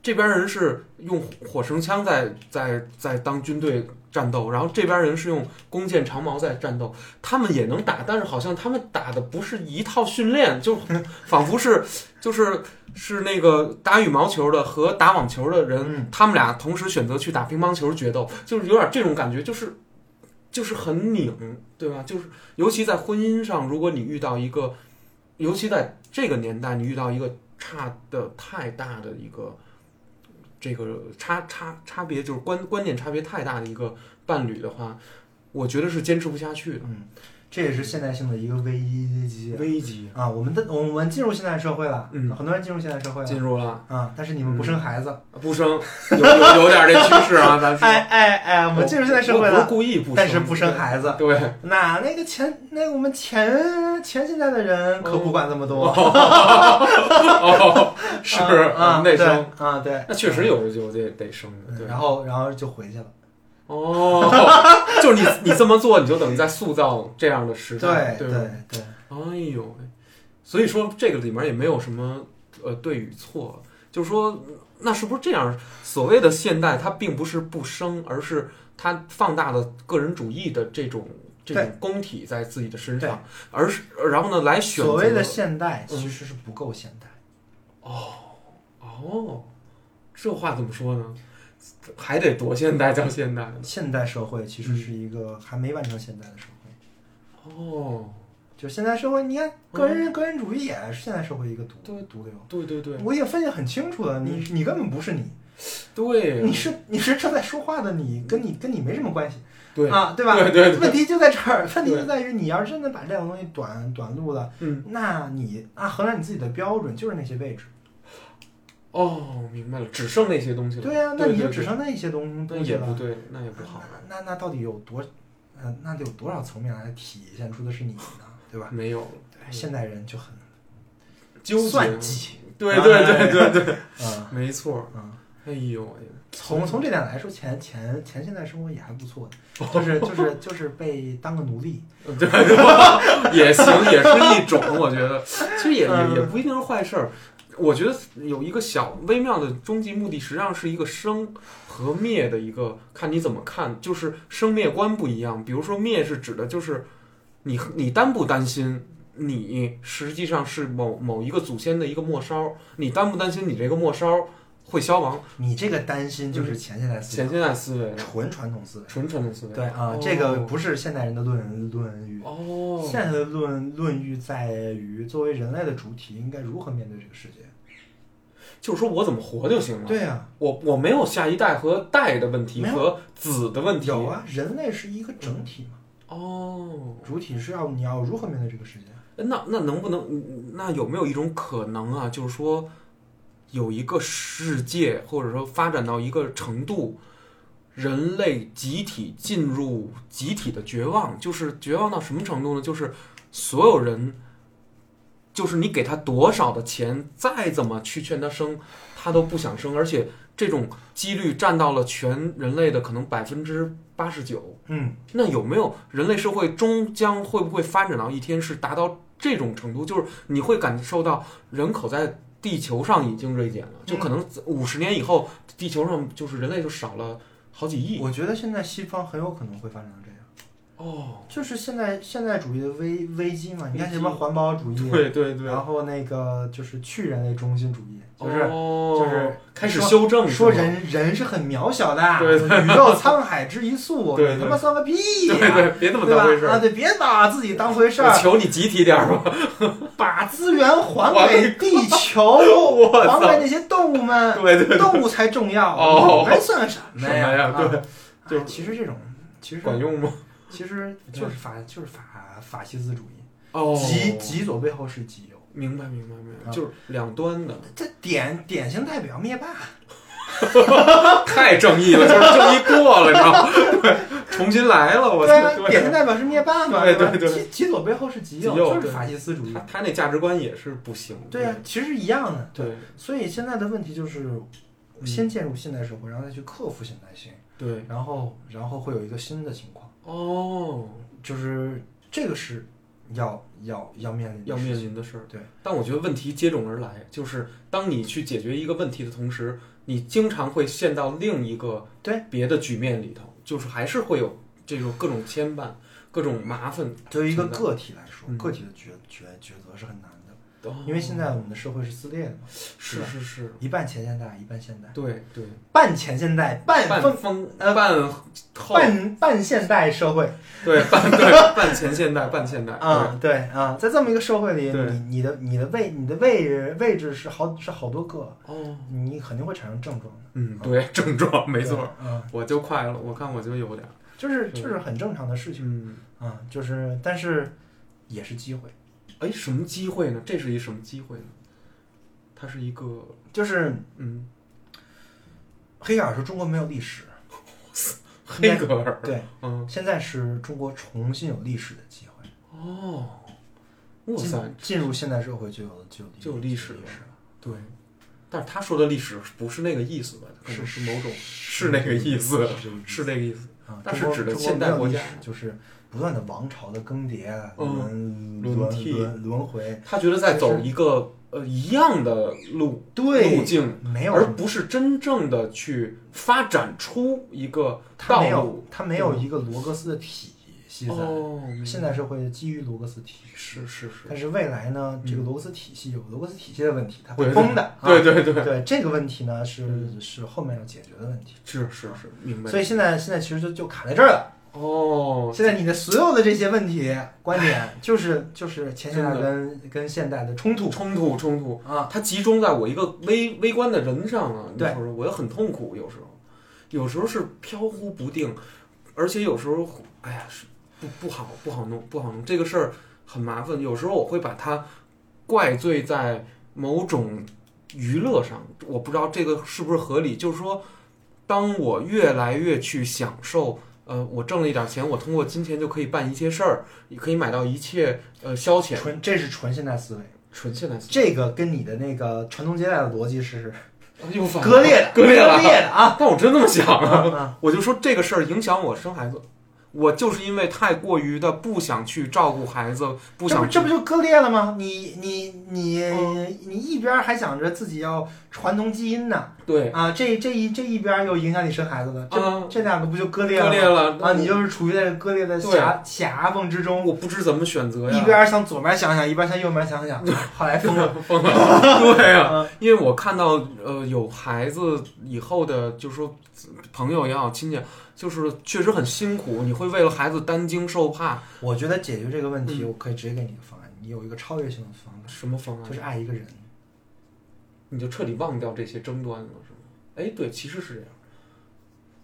S2: 这边人是用火绳枪在在在当军队战斗，然后这边人是用弓箭长矛在战斗，他们也能打，但是好像他们打的不是一套训练，就仿佛是 就是是那个打羽毛球的和打网球的人，
S3: 嗯
S2: 他们俩同时选择去打乒乓球决斗，就是有点这种感觉，就是就是很拧，对吧？就是尤其在婚姻上，如果你遇到一个，尤其在这个年代，你遇到一个差的太大的一个。这个差差差别就是观观念差别太大的一个伴侣的话，我觉得是坚持不下去的
S3: 嗯，这也是现代性的一个危机啊
S2: 危机
S3: 啊！我们的我们进入现代社会了，
S2: 嗯
S3: 很多人进入现代社会
S2: 进嗯
S3: 了
S2: 入了
S3: 啊，但是你们不生孩子，
S2: 不生，有有有点这趋势 啊，咱说
S3: 哎哎哎，我们进入现代社会
S2: 我不是
S3: 了，
S2: 故意不生，
S3: 但是不生孩子，
S2: 对，
S3: 那那个前那我们前前现代的人可不管这么多，
S2: 哦，是
S3: 啊，啊
S2: 内
S3: 对
S2: 生，
S3: 啊，对，
S2: 那确实有有得得生的，
S3: 嗯，
S2: 对
S3: 然。后然后就回去了，
S2: 哦， 就是你你这么做，你就等于在塑造这样的时代，
S3: 对
S2: 吧？
S3: 对，
S2: 哎呦喂，所以说这个里面也没有什么呃对与错，就是说那是不是这样？所谓的现代，它并不是不生，而是它放大了个人主义的这种这
S3: 对
S2: 种供体在自己的身上，而是然后呢来选择嗯
S3: 所谓的现代其实是不够现代，
S2: 哦，这话怎么说呢？还得多现代叫现代呢？
S3: 现代社会其
S2: 嗯
S3: 实是一个还没完成现代的社会。
S2: 哦，
S3: 就是现代社会，你看个人、个人主义也是现代社会一个毒
S2: 对
S3: 毒瘤。
S2: 对对对
S3: 我也分析很清楚了，你你根本不是你，
S2: 对，啊
S3: 你是你是正在说话的你，跟你跟你没什么关系，
S2: 对
S3: 啊，对吧？
S2: 对对对
S3: 问题就在这儿，问题
S2: 对
S3: 就在于你要是真的把这种东西短短路了，
S2: 嗯
S3: 那你啊衡量你自己的标准就是那些位置，
S2: 哦，明白了，只剩那些东西了。
S3: 对呀、那你就
S2: 对
S3: 只剩那些东
S2: 那
S3: 东西
S2: 也
S3: 了
S2: 不，对，那也不好。
S3: 那那那到底有多，呃，那得有多少层面来体现出的是你呢？对吧？
S2: 没有了
S3: 对，现代人就很
S2: 纠结
S3: 算计，
S2: 对对对对对，
S3: 嗯
S2: 没错。
S3: 嗯。
S2: 哎呦 喂，
S3: 从从这点来说，前前前现代生活也还不错 的，就是就是就是被当个奴 隶，
S2: 对，对也行，也是一种，我觉得其实也也
S3: 嗯
S2: 也不一定是坏事儿。我觉得有一个小微妙的终极目的，实际上是一个生和灭的一个，看你怎么看，就是生灭观不一样。比如说灭是指的就是你你担不担心，你实际上是某某一个祖先的一个末梢，你担不担心你这个末梢会消亡？
S3: 你这个担心就是前嗯现代思
S2: 前
S3: 想，
S2: 现代思维了，
S3: 纯传统思维。
S2: 纯传统思维。
S3: 对啊，
S2: 哦
S3: 这个不是现代人的论论语，
S2: 哦，
S3: 现代的论论语在于作为人类的主体应该如何面对这个世界。
S2: 就是说我怎么活就行了。
S3: 对啊，
S2: 我我没有下一代和代的问题
S3: 没有啊
S2: 和子的问题。
S3: 有啊，人类是一个整体嘛，
S2: 哦，
S3: 主体是要你要如何面对这个世界。
S2: 那那能不能，那有没有一种可能啊？就是说，有一个世界，或者说发展到一个程度，人类集体进入集体的绝望，就是绝望到什么程度呢？就是所有人，就是你给他多少的钱，再怎么去劝他生，他都不想生，而且这种几率占到了全人类的可能百分之八十九。
S3: 嗯，
S2: 那有没有人类社会终将会不会发展到一天是达到这种程度？就是你会感受到人口在地球上已经锐减了，就
S3: 嗯
S2: 可能五十年以后，地球上就是人类就少了好几亿。
S3: 我觉得现在西方很有可能会发展成这样，
S2: 哦，
S3: 就是现在现代主义的危危机嘛。你看
S2: 危
S3: 什么
S2: 机
S3: 环保主义，
S2: 对对对，
S3: 然后那个就是去人类中心主义，就是、
S2: 哦
S3: 是
S2: 开始
S3: 说
S2: 修正
S3: 说
S2: 是吗
S3: 人人是很渺小的，
S2: 对
S3: 宇宙沧海之一粟，
S2: 对
S3: 你
S2: 对
S3: 他妈算个屁呀、
S2: 对对，别那么
S3: 对吧
S2: 当回事？
S3: 啊，
S2: 儿。
S3: 对，别把自己当回事
S2: 我
S3: 儿，
S2: 求你集体点儿 吧。
S3: 把资源还给地 球，
S2: 我
S3: 还
S2: 操
S3: 给那些动物们，
S2: 对对对，
S3: 动物才重要，
S2: 哦
S3: 我们算什么呀？
S2: 什么呀
S3: 啊
S2: 对
S3: 啊
S2: 就是
S3: 其实这种，其实
S2: 管，用吗？
S3: 其实就是法，就是法法西斯主义，
S2: 哦
S3: 极极左背后是极右，
S2: 明白明白明白，
S3: 啊
S2: 就是两端的，
S3: 这典典型代表灭霸，
S2: 太正义了，就是正义过了，你知道吗？对，重新来了，我
S3: 对啊
S2: 操！，
S3: 典型代表是灭霸嘛，
S2: 对
S3: 吧
S2: 对对
S3: 极极左背后是极右，
S2: 极右
S3: 就是
S2: 对
S3: 法西斯主义
S2: 他。他那价值观也是不行。
S3: 对啊，其实一样的。
S2: 对
S3: 所以现在的问题就是，
S2: 嗯
S3: 先进入现代社会，然后再去克服现代性，
S2: 对
S3: 然后然后会有一个新的情况，
S2: 哦，
S3: 就是这个是要要要面临的
S2: 要
S3: 事
S2: 面
S3: 情
S2: 临的事儿。
S3: 对，
S2: 但我觉得问题接踵而来，就是当你去解决一个问题的同时，你经常会陷到另一个
S3: 对
S2: 别的局面里头，就是还是会有这种各种牵绊、各种麻烦存在。
S3: 对于一个个体来说，
S2: 嗯
S3: 个体的抉抉抉择是很难的，
S2: 哦，
S3: 因为现在我们的社会是撕裂的嘛，
S2: 是哦是是，
S3: 一半前现代，一半现代，
S2: 对对，
S3: 半前现代，半
S2: 半
S3: 封
S2: 风
S3: 呃
S2: 半后
S3: 半半现代社会。
S2: 对半对半前现代半现代
S3: 啊、对啊、在这么一个社会里，
S2: 对
S3: 你你的你的位你的位位置是好是好多个，
S2: 对哦，
S3: 你肯定会产生症状的。
S2: 嗯，对， 症状没错
S3: 对
S2: 儿，，
S3: 嗯，
S2: 我就快了，我看我就有点儿，
S3: 就是
S2: 是
S3: 就是很正常的事情
S2: 嗯。
S3: 啊、就是但是也是机会，
S2: 哎，什么机会呢？这是一什么机会呢？它是一个，
S3: 就是
S2: 嗯，
S3: 黑格尔说中国没有历史，
S2: 黑格尔，
S3: 对，
S2: 嗯，
S3: 现在是中国重新有历史的机会。
S2: 哦，哇
S3: 进
S2: 塞，
S3: 进入现代社会就有就有
S2: 就有历
S3: 历
S2: 史了
S3: 历史了，
S2: 对，但是他说的历史不是那个意思吧？可能是某种，
S3: 是
S2: 那个意思
S3: 是这
S2: 是那个
S3: 个意思
S2: 意思，
S3: 啊，
S2: 但
S3: 中
S2: 是指
S3: 国
S2: 的
S3: 中国
S2: 现
S3: 没
S2: 代
S3: 有
S2: 国
S3: 历
S2: 家
S3: 史就是不断的王朝的更迭、啊
S2: 嗯
S3: 轮
S2: 轮
S3: 轮
S2: 替
S3: 轮轮回，
S2: 他觉得在走一个呃一样的路
S3: 对
S2: 路径，
S3: 没有什
S2: 而
S3: 么
S2: 不是真正的去发展出一个
S3: 它没
S2: 道
S3: 有
S2: 路。
S3: 它没有一个罗格斯的体系在，
S2: 哦，
S3: 现代社会基于罗格斯体系，
S2: 是是是，
S3: 但是未来呢，
S2: 嗯
S3: 这个罗格斯体系有罗格斯体系的问题，它
S2: 对
S3: 会
S2: 对
S3: 崩的，啊
S2: 对对
S3: 对
S2: 对，
S3: 对，这个问题呢是
S2: 嗯
S3: 是后面要解决的问题，
S2: 是是是，明白。
S3: 所以现在现在其实就就卡在这儿了。
S2: 哦，
S3: 现在你的所有的这些问题观点，就是就是前现代
S2: 真
S3: 跟跟现代的冲突
S2: 冲突冲突，
S3: 啊，
S2: 它集中在我一个微微观的人上啊。你
S3: 对
S2: 说说，我也很痛苦，有时候，有时候是飘忽不定，而且有时候，哎呀，是不不好不好弄不好弄这个事儿很麻烦。有时候我会把它怪罪在某种娱乐上，我不知道这个是不是合理。就是说，当我越来越去享受。呃，我挣了一点钱，我通过金钱就可以办一切事儿，也可以买到一切呃消遣，
S3: 纯这是纯现代思维，
S2: 纯现代思
S3: 这个跟你的那个传宗接代的逻辑是
S2: 想，又反
S3: 割裂的，
S2: 割裂了
S3: 割裂的 啊。
S2: 但我真这么想
S3: 啊
S2: 啊，
S3: 啊
S2: 我就说这个事儿影响我生孩子，我就是因为太过于的不想去照顾孩子，不
S3: 这不
S2: 想
S3: 哦这不就割裂了吗？你你你、
S2: 嗯
S3: 你一边还想着自己要传统基因呢，
S2: 对
S3: 啊，这这一这一边又影响你生孩子了，这、
S2: 嗯
S3: 这两个不就啊割裂了
S2: 割
S3: 吗？
S2: 裂了
S3: 啊，你就是处于在割裂的
S2: 对
S3: 狭狭缝之中，
S2: 我不知怎么选择呀，
S3: 一边向左面想想，一边向右面想想， 后来疯了。
S2: 疯了， 对呀、
S3: 嗯
S2: 因为我看到呃有孩子以后的，就是说朋友也好，亲戚，就是确实很辛苦，你会为了孩子担惊受怕，
S3: 我觉得解决这个问题，
S2: 嗯
S3: 我可以直接给你一个方案，你有一个超越性的方案，
S2: 什么啊方案
S3: 就是？啊爱一个人。
S2: 你就彻底忘掉这些争端了，是吗？哎，对，其实是这样。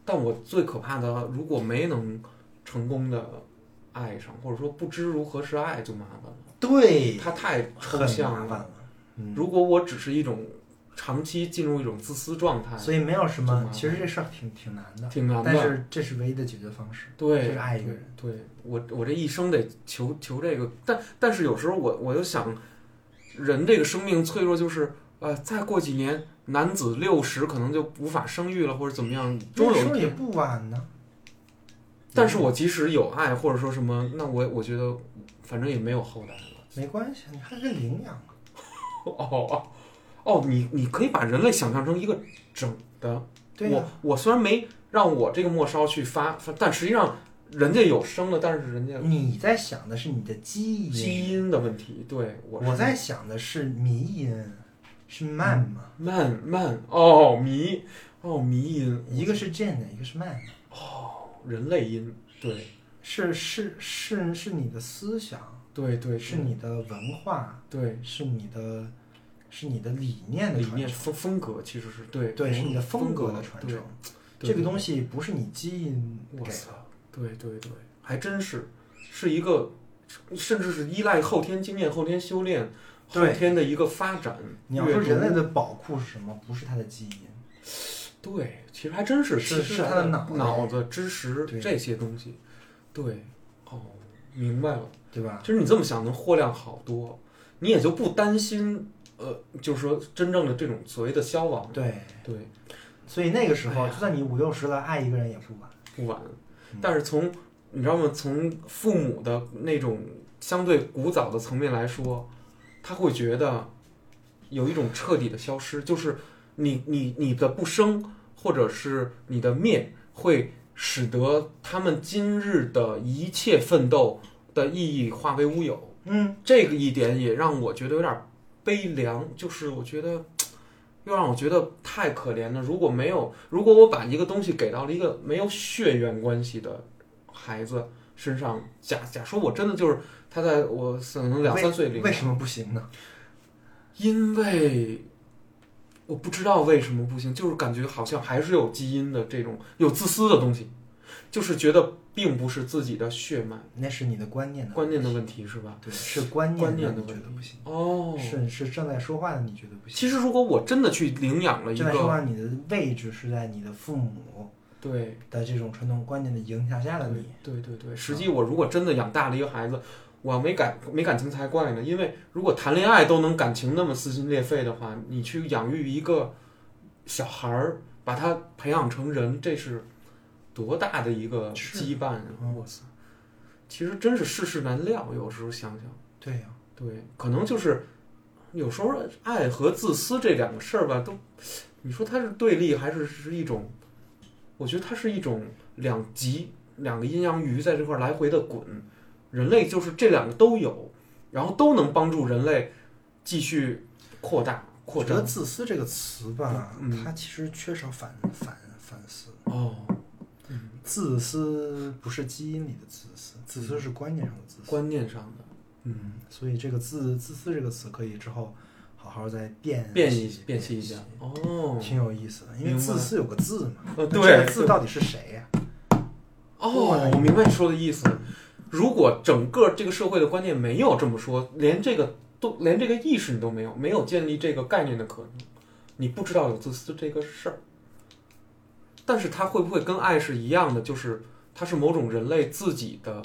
S2: 但我最可怕的，如果没能成功的爱上，或者说不知如何是爱就麻烦了，
S3: 对，
S2: 它太
S3: 很
S2: 抽
S3: 麻
S2: 象了。
S3: 烦了。嗯，
S2: 如果我只是一种长期进入一种自私状态，
S3: 所以没有什
S2: 就麻
S3: 么，
S2: 烦
S3: 其实这事儿挺挺难的，
S2: 挺难的。
S3: 但是这是唯一的解决方式，
S2: 对，
S3: 就是爱一个人。
S2: 对我，我这一生得求求这个，但但是有时候我我又想，人这个生命脆弱就是，呃，再过几年男子六十可能就无法生育了，或者怎么样，终有
S3: 那时
S2: 一
S3: 候也
S2: 天。
S3: 不晚呢。
S2: 但是我即使有爱，或者说什么，那我我觉得反正也没有后代了。
S3: 没关系，你还可以领养。啊
S2: 哦哦，你你可以把人类想象成一个整的。
S3: 对啊呀、
S2: 我我虽然没让我这个末梢去发，发但实际上人家有生了，但是人家
S3: 你在想的是你的基因，
S2: 基因的问题。对我
S3: 我
S2: 是
S3: 在想的是迷因，是慢
S2: 嗯
S3: 嘛，
S2: 慢慢哦，迷哦迷音，
S3: 一个是 gene，一个是慢嘛，
S2: 人类音，对
S3: 是是是是你的思想，
S2: 对对，
S3: 是你的文化，
S2: 对
S3: 是你的是你的理念的
S2: 理
S3: 传
S2: 念
S3: 承，
S2: 风风格其实是对
S3: 对，是你的
S2: 风
S3: 格的传承。
S2: 对
S3: 这个东西不是你基因
S2: 对
S3: 给
S2: 哇
S3: 的
S2: 塞，，对对对，还真是是一个，甚至是依赖后天经验、后天修炼、后
S3: 对
S2: 天的一个发展。
S3: 你要说人类
S2: 阅
S3: 的宝库是什么？不是它的基因，
S2: 读对，其实还真是
S3: 是
S2: 其
S3: 是
S2: 实
S3: 他的脑袋
S2: 脑子、知识
S3: 对
S2: 这些东西，对哦，明白了。
S3: 对吧？
S2: 就是你这么想，能货量好多，你也就不担心，呃，就是说真正的这种所谓的消亡，
S3: 对，
S2: 对，
S3: 所以那个时候，
S2: 哎呀
S3: 就算你五六十了，爱一个人也不晚。
S2: 不晚
S3: 嗯。
S2: 但是从你知道吗？从父母的那种相对古早的层面来说，他会觉得有一种彻底的消失，就是你你你的不生，或者是你的灭，会使得他们今日的一切奋斗的意义化为乌有。
S3: 嗯，
S2: 这个一点也让我觉得有点悲凉，就是我觉得又让我觉得太可怜了。如果没有，如果我把一个东西给到了一个没有血缘关系的孩子身上，假假说我真的就是他在我可能两
S3: 为
S2: 三岁领养
S3: 为什么不行呢？
S2: 因为我不知道为什么不行，就是感觉好像还是有基因的这种有自私的东西，就是觉得并不是自己的血脉
S3: 那是你的观念的
S2: 观念的问题，是吧？
S3: 对，是观念
S2: 观念
S3: 让
S2: 的
S3: 你觉
S2: 问
S3: 得不行，
S2: 哦，
S3: 是是正在说话的你觉得不行。
S2: 其实，如果我真的去领养了一
S3: 正在说
S2: 个，
S3: 话，你的位置是在你的父母
S2: 对
S3: 的这种传统观念的影响下的你。
S2: 对对对，实际我如果真的养大了一个孩子，我没感没感情才怪呢。因为如果谈恋爱都能感情那么撕心裂肺的话，你去养育一个小孩儿，把他培养成人，这是多大的一个
S3: 是
S2: 羁绊啊！
S3: 嗯
S2: 哇塞，其实真是世事难料，有时候想想。
S3: 对啊呀、
S2: 对，可能就是有时候爱和自私这两个事儿吧，都你说它是对立还是是一种，我觉得它是一种两极，两个阴阳鱼在这块儿来回的滚。人类就是这两个都有，然后都能帮助人类继续扩大扩
S3: 我觉得
S2: 张。
S3: 自私这个词吧，
S2: 嗯
S3: 它其实缺少反反反思。
S2: 哦，
S3: 自私不是基因里的自私，自私是观念上的自私。
S2: 观念上的，嗯，
S3: 所以这个自自私这个词可以之后好好再辨
S2: 辨
S3: 析
S2: 一辨析一下。哦，
S3: 挺有意思的，因
S2: 明白
S3: 为自私有个字嘛，
S2: 呃，
S3: 那这
S2: 对
S3: 个，字到底是谁呀、
S2: 哦，我明白你说的意思。如果整个这个社会的观念没有这么说，连这个都连这个意识你都没有，没有建立这个概念的可能，你不知道有自私这个事儿。但是它会不会跟爱是一样的？就是它是某种人类自己的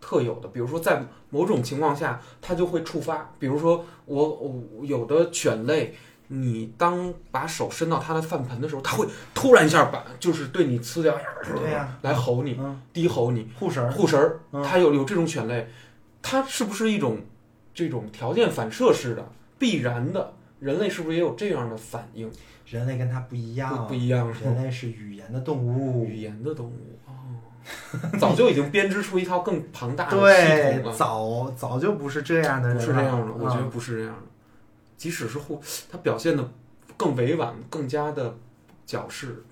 S2: 特有的，比如说在某种情况下，它就会触发。比如说我我有的犬类，你当把手伸到它的饭盆的时候，它会突然一下把就是对你呲掉，
S3: 对呀
S2: 来吼你。
S3: 嗯，
S2: 低吼你，
S3: 护神儿，
S2: 护神儿，
S3: 嗯
S2: 它有有这种犬类，它是不是一种这种条件反射式的必然的？人类是不是也有这样的反应？
S3: 人类跟它不一样，
S2: 不不一样是
S3: 人
S2: 吗？
S3: 类是语言的动物
S2: 语，言的动物哦，早就已经编织出一套更庞大的系
S3: 对
S2: 统，了，
S3: 早早就不是这样的人
S2: 不
S3: 了，
S2: 是这嗯样的，我觉得
S3: 啊
S2: 不是这样的。即使是护，它表现的更委婉，更加的矫饰。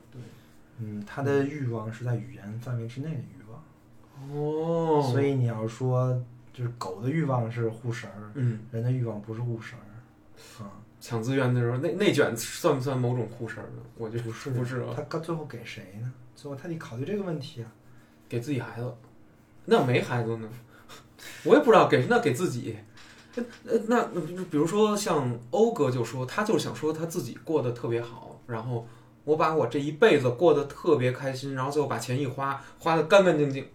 S3: 嗯，他的欲望是在语言范围之内的欲望，
S2: 哦，
S3: 所以你要说就是狗的欲望是护神儿，
S2: 嗯，
S3: 人的欲望不是护神儿，啊、
S2: 抢资源的时候，内内卷算不算某种护神儿呢？我觉得不是，不是啊，
S3: 他到最后给谁呢？最后他得考虑这个问题啊。
S2: 给自己孩子。那没孩子呢， 我也不知道给那给自己。呃，那那比如说像欧哥就说，他就是想说他自己过得特别好，然后我把我这一辈子过得特别开心，然后最后把钱一花，花的干干净净，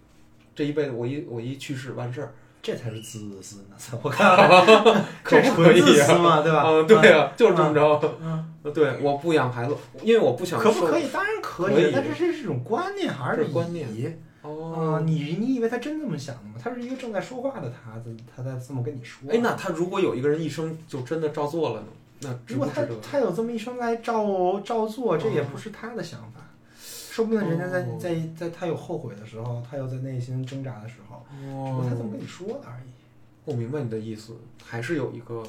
S2: 这一辈子我一我一去世完事 儿，
S3: 这才是自私呢！ 我看
S2: 可
S3: 这
S2: 不可
S3: 纯自
S2: 以
S3: 私
S2: 啊？
S3: 嘛，对吧？
S2: 嗯，对 呀，就是这么着。
S3: 嗯，
S2: 对，我不养孩子，因为我不想
S3: 可不
S2: 受
S3: 可以？当然可
S2: 可
S3: 以
S2: 以，
S3: 但是这是一种观念还
S2: 这
S3: 是
S2: 是观念
S3: 礼仪啊、
S2: 哦，
S3: 你你以为他真这么想的吗？他是一个正在说话的他，他他在这么跟你说。
S2: 哎，那他如果有一个人一生就真的照做了呢？那值
S3: 如
S2: 不
S3: 果他
S2: 值得？
S3: 他有这么一生来照照做，这也
S2: 哦
S3: 不是他的想法，说不定人家在
S2: 哦
S3: 在在他有后悔的时候，他又在内心挣扎的时候，只不
S2: 哦
S3: 过他这么跟你说的而已。
S2: 我明白你的意思，还是有一个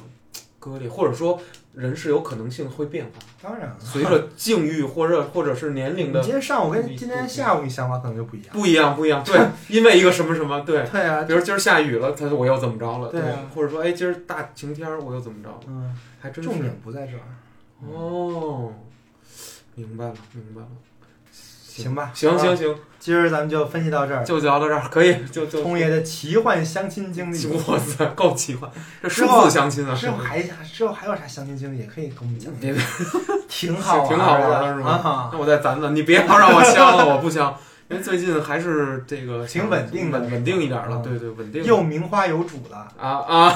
S2: 割裂，或者说人是有可能性会变化，
S3: 当然了，
S2: 随 着境遇或者或者是年龄
S3: 你
S2: 的
S3: 今天上午跟今天下午你想法可能就不一样。
S2: 不一样，不一样。 对，因为一个什么什么，对，
S3: 对啊，
S2: 比如今儿下雨了，他说我又怎么着了，
S3: 对
S2: 对
S3: 啊，
S2: 或者说哎今儿大晴天儿我又怎么着了，
S3: 嗯，
S2: 还真
S3: 重
S2: 是
S3: 点不在这儿，
S2: 哦，明白了，明白了。
S3: 行吧？
S2: 行
S3: 啊
S2: 行，行，
S3: 今儿咱们就分析到这儿。
S2: 就聊到这儿，可以，就就
S3: 通爷的奇幻相亲 经历，
S2: 哇塞，够奇幻，这
S3: 之
S2: 数
S3: 后
S2: 字相亲啊，
S3: 之后还之后还有啥相亲经历也可以跟我们讲，
S2: 别别
S3: 挺 好
S2: 挺好玩
S3: 玩
S2: 儿的是吗
S3: 啊，
S2: 那我再攒攒，你别老让我香了，我不 香，因为最近还是这个
S3: 挺稳定的
S2: 稳稳定一点了，
S3: 嗯
S2: 对对，稳定
S3: 又名花有主了，
S2: 啊啊，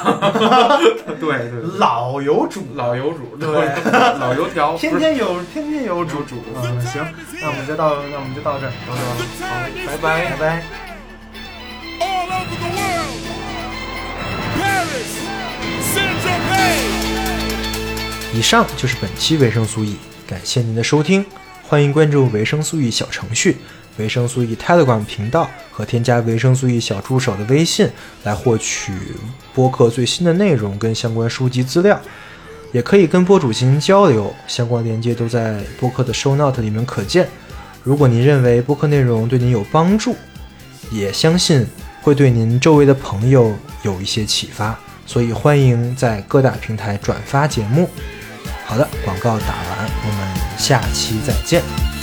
S2: 对对对，
S3: 老有主了，
S2: 老油主，
S3: 对，
S2: 老油条，不是
S3: 天天有天天有主
S2: 有主
S3: 嗯，行，那我们就到那我们就到这儿，到这儿吧，
S2: 拜拜。
S3: 拜拜。
S1: all over the world. Paris, Saint Germain.
S3: 以上就是本期维生素 E，感谢您的收听，欢迎关注维生素 E 小程序、维生素 E Telegram 频道和添加维生素 E 小助手的微信来获取播客最新的内容跟相关书籍资料，也可以跟播主进行交流，相关链接都在播客的 show note 里面可见。如果您认为播客内容对您有帮助，也相信会对您周围的朋友有一些启发，所以欢迎在各大平台转发节目。好的，广告打完，我们下期再见。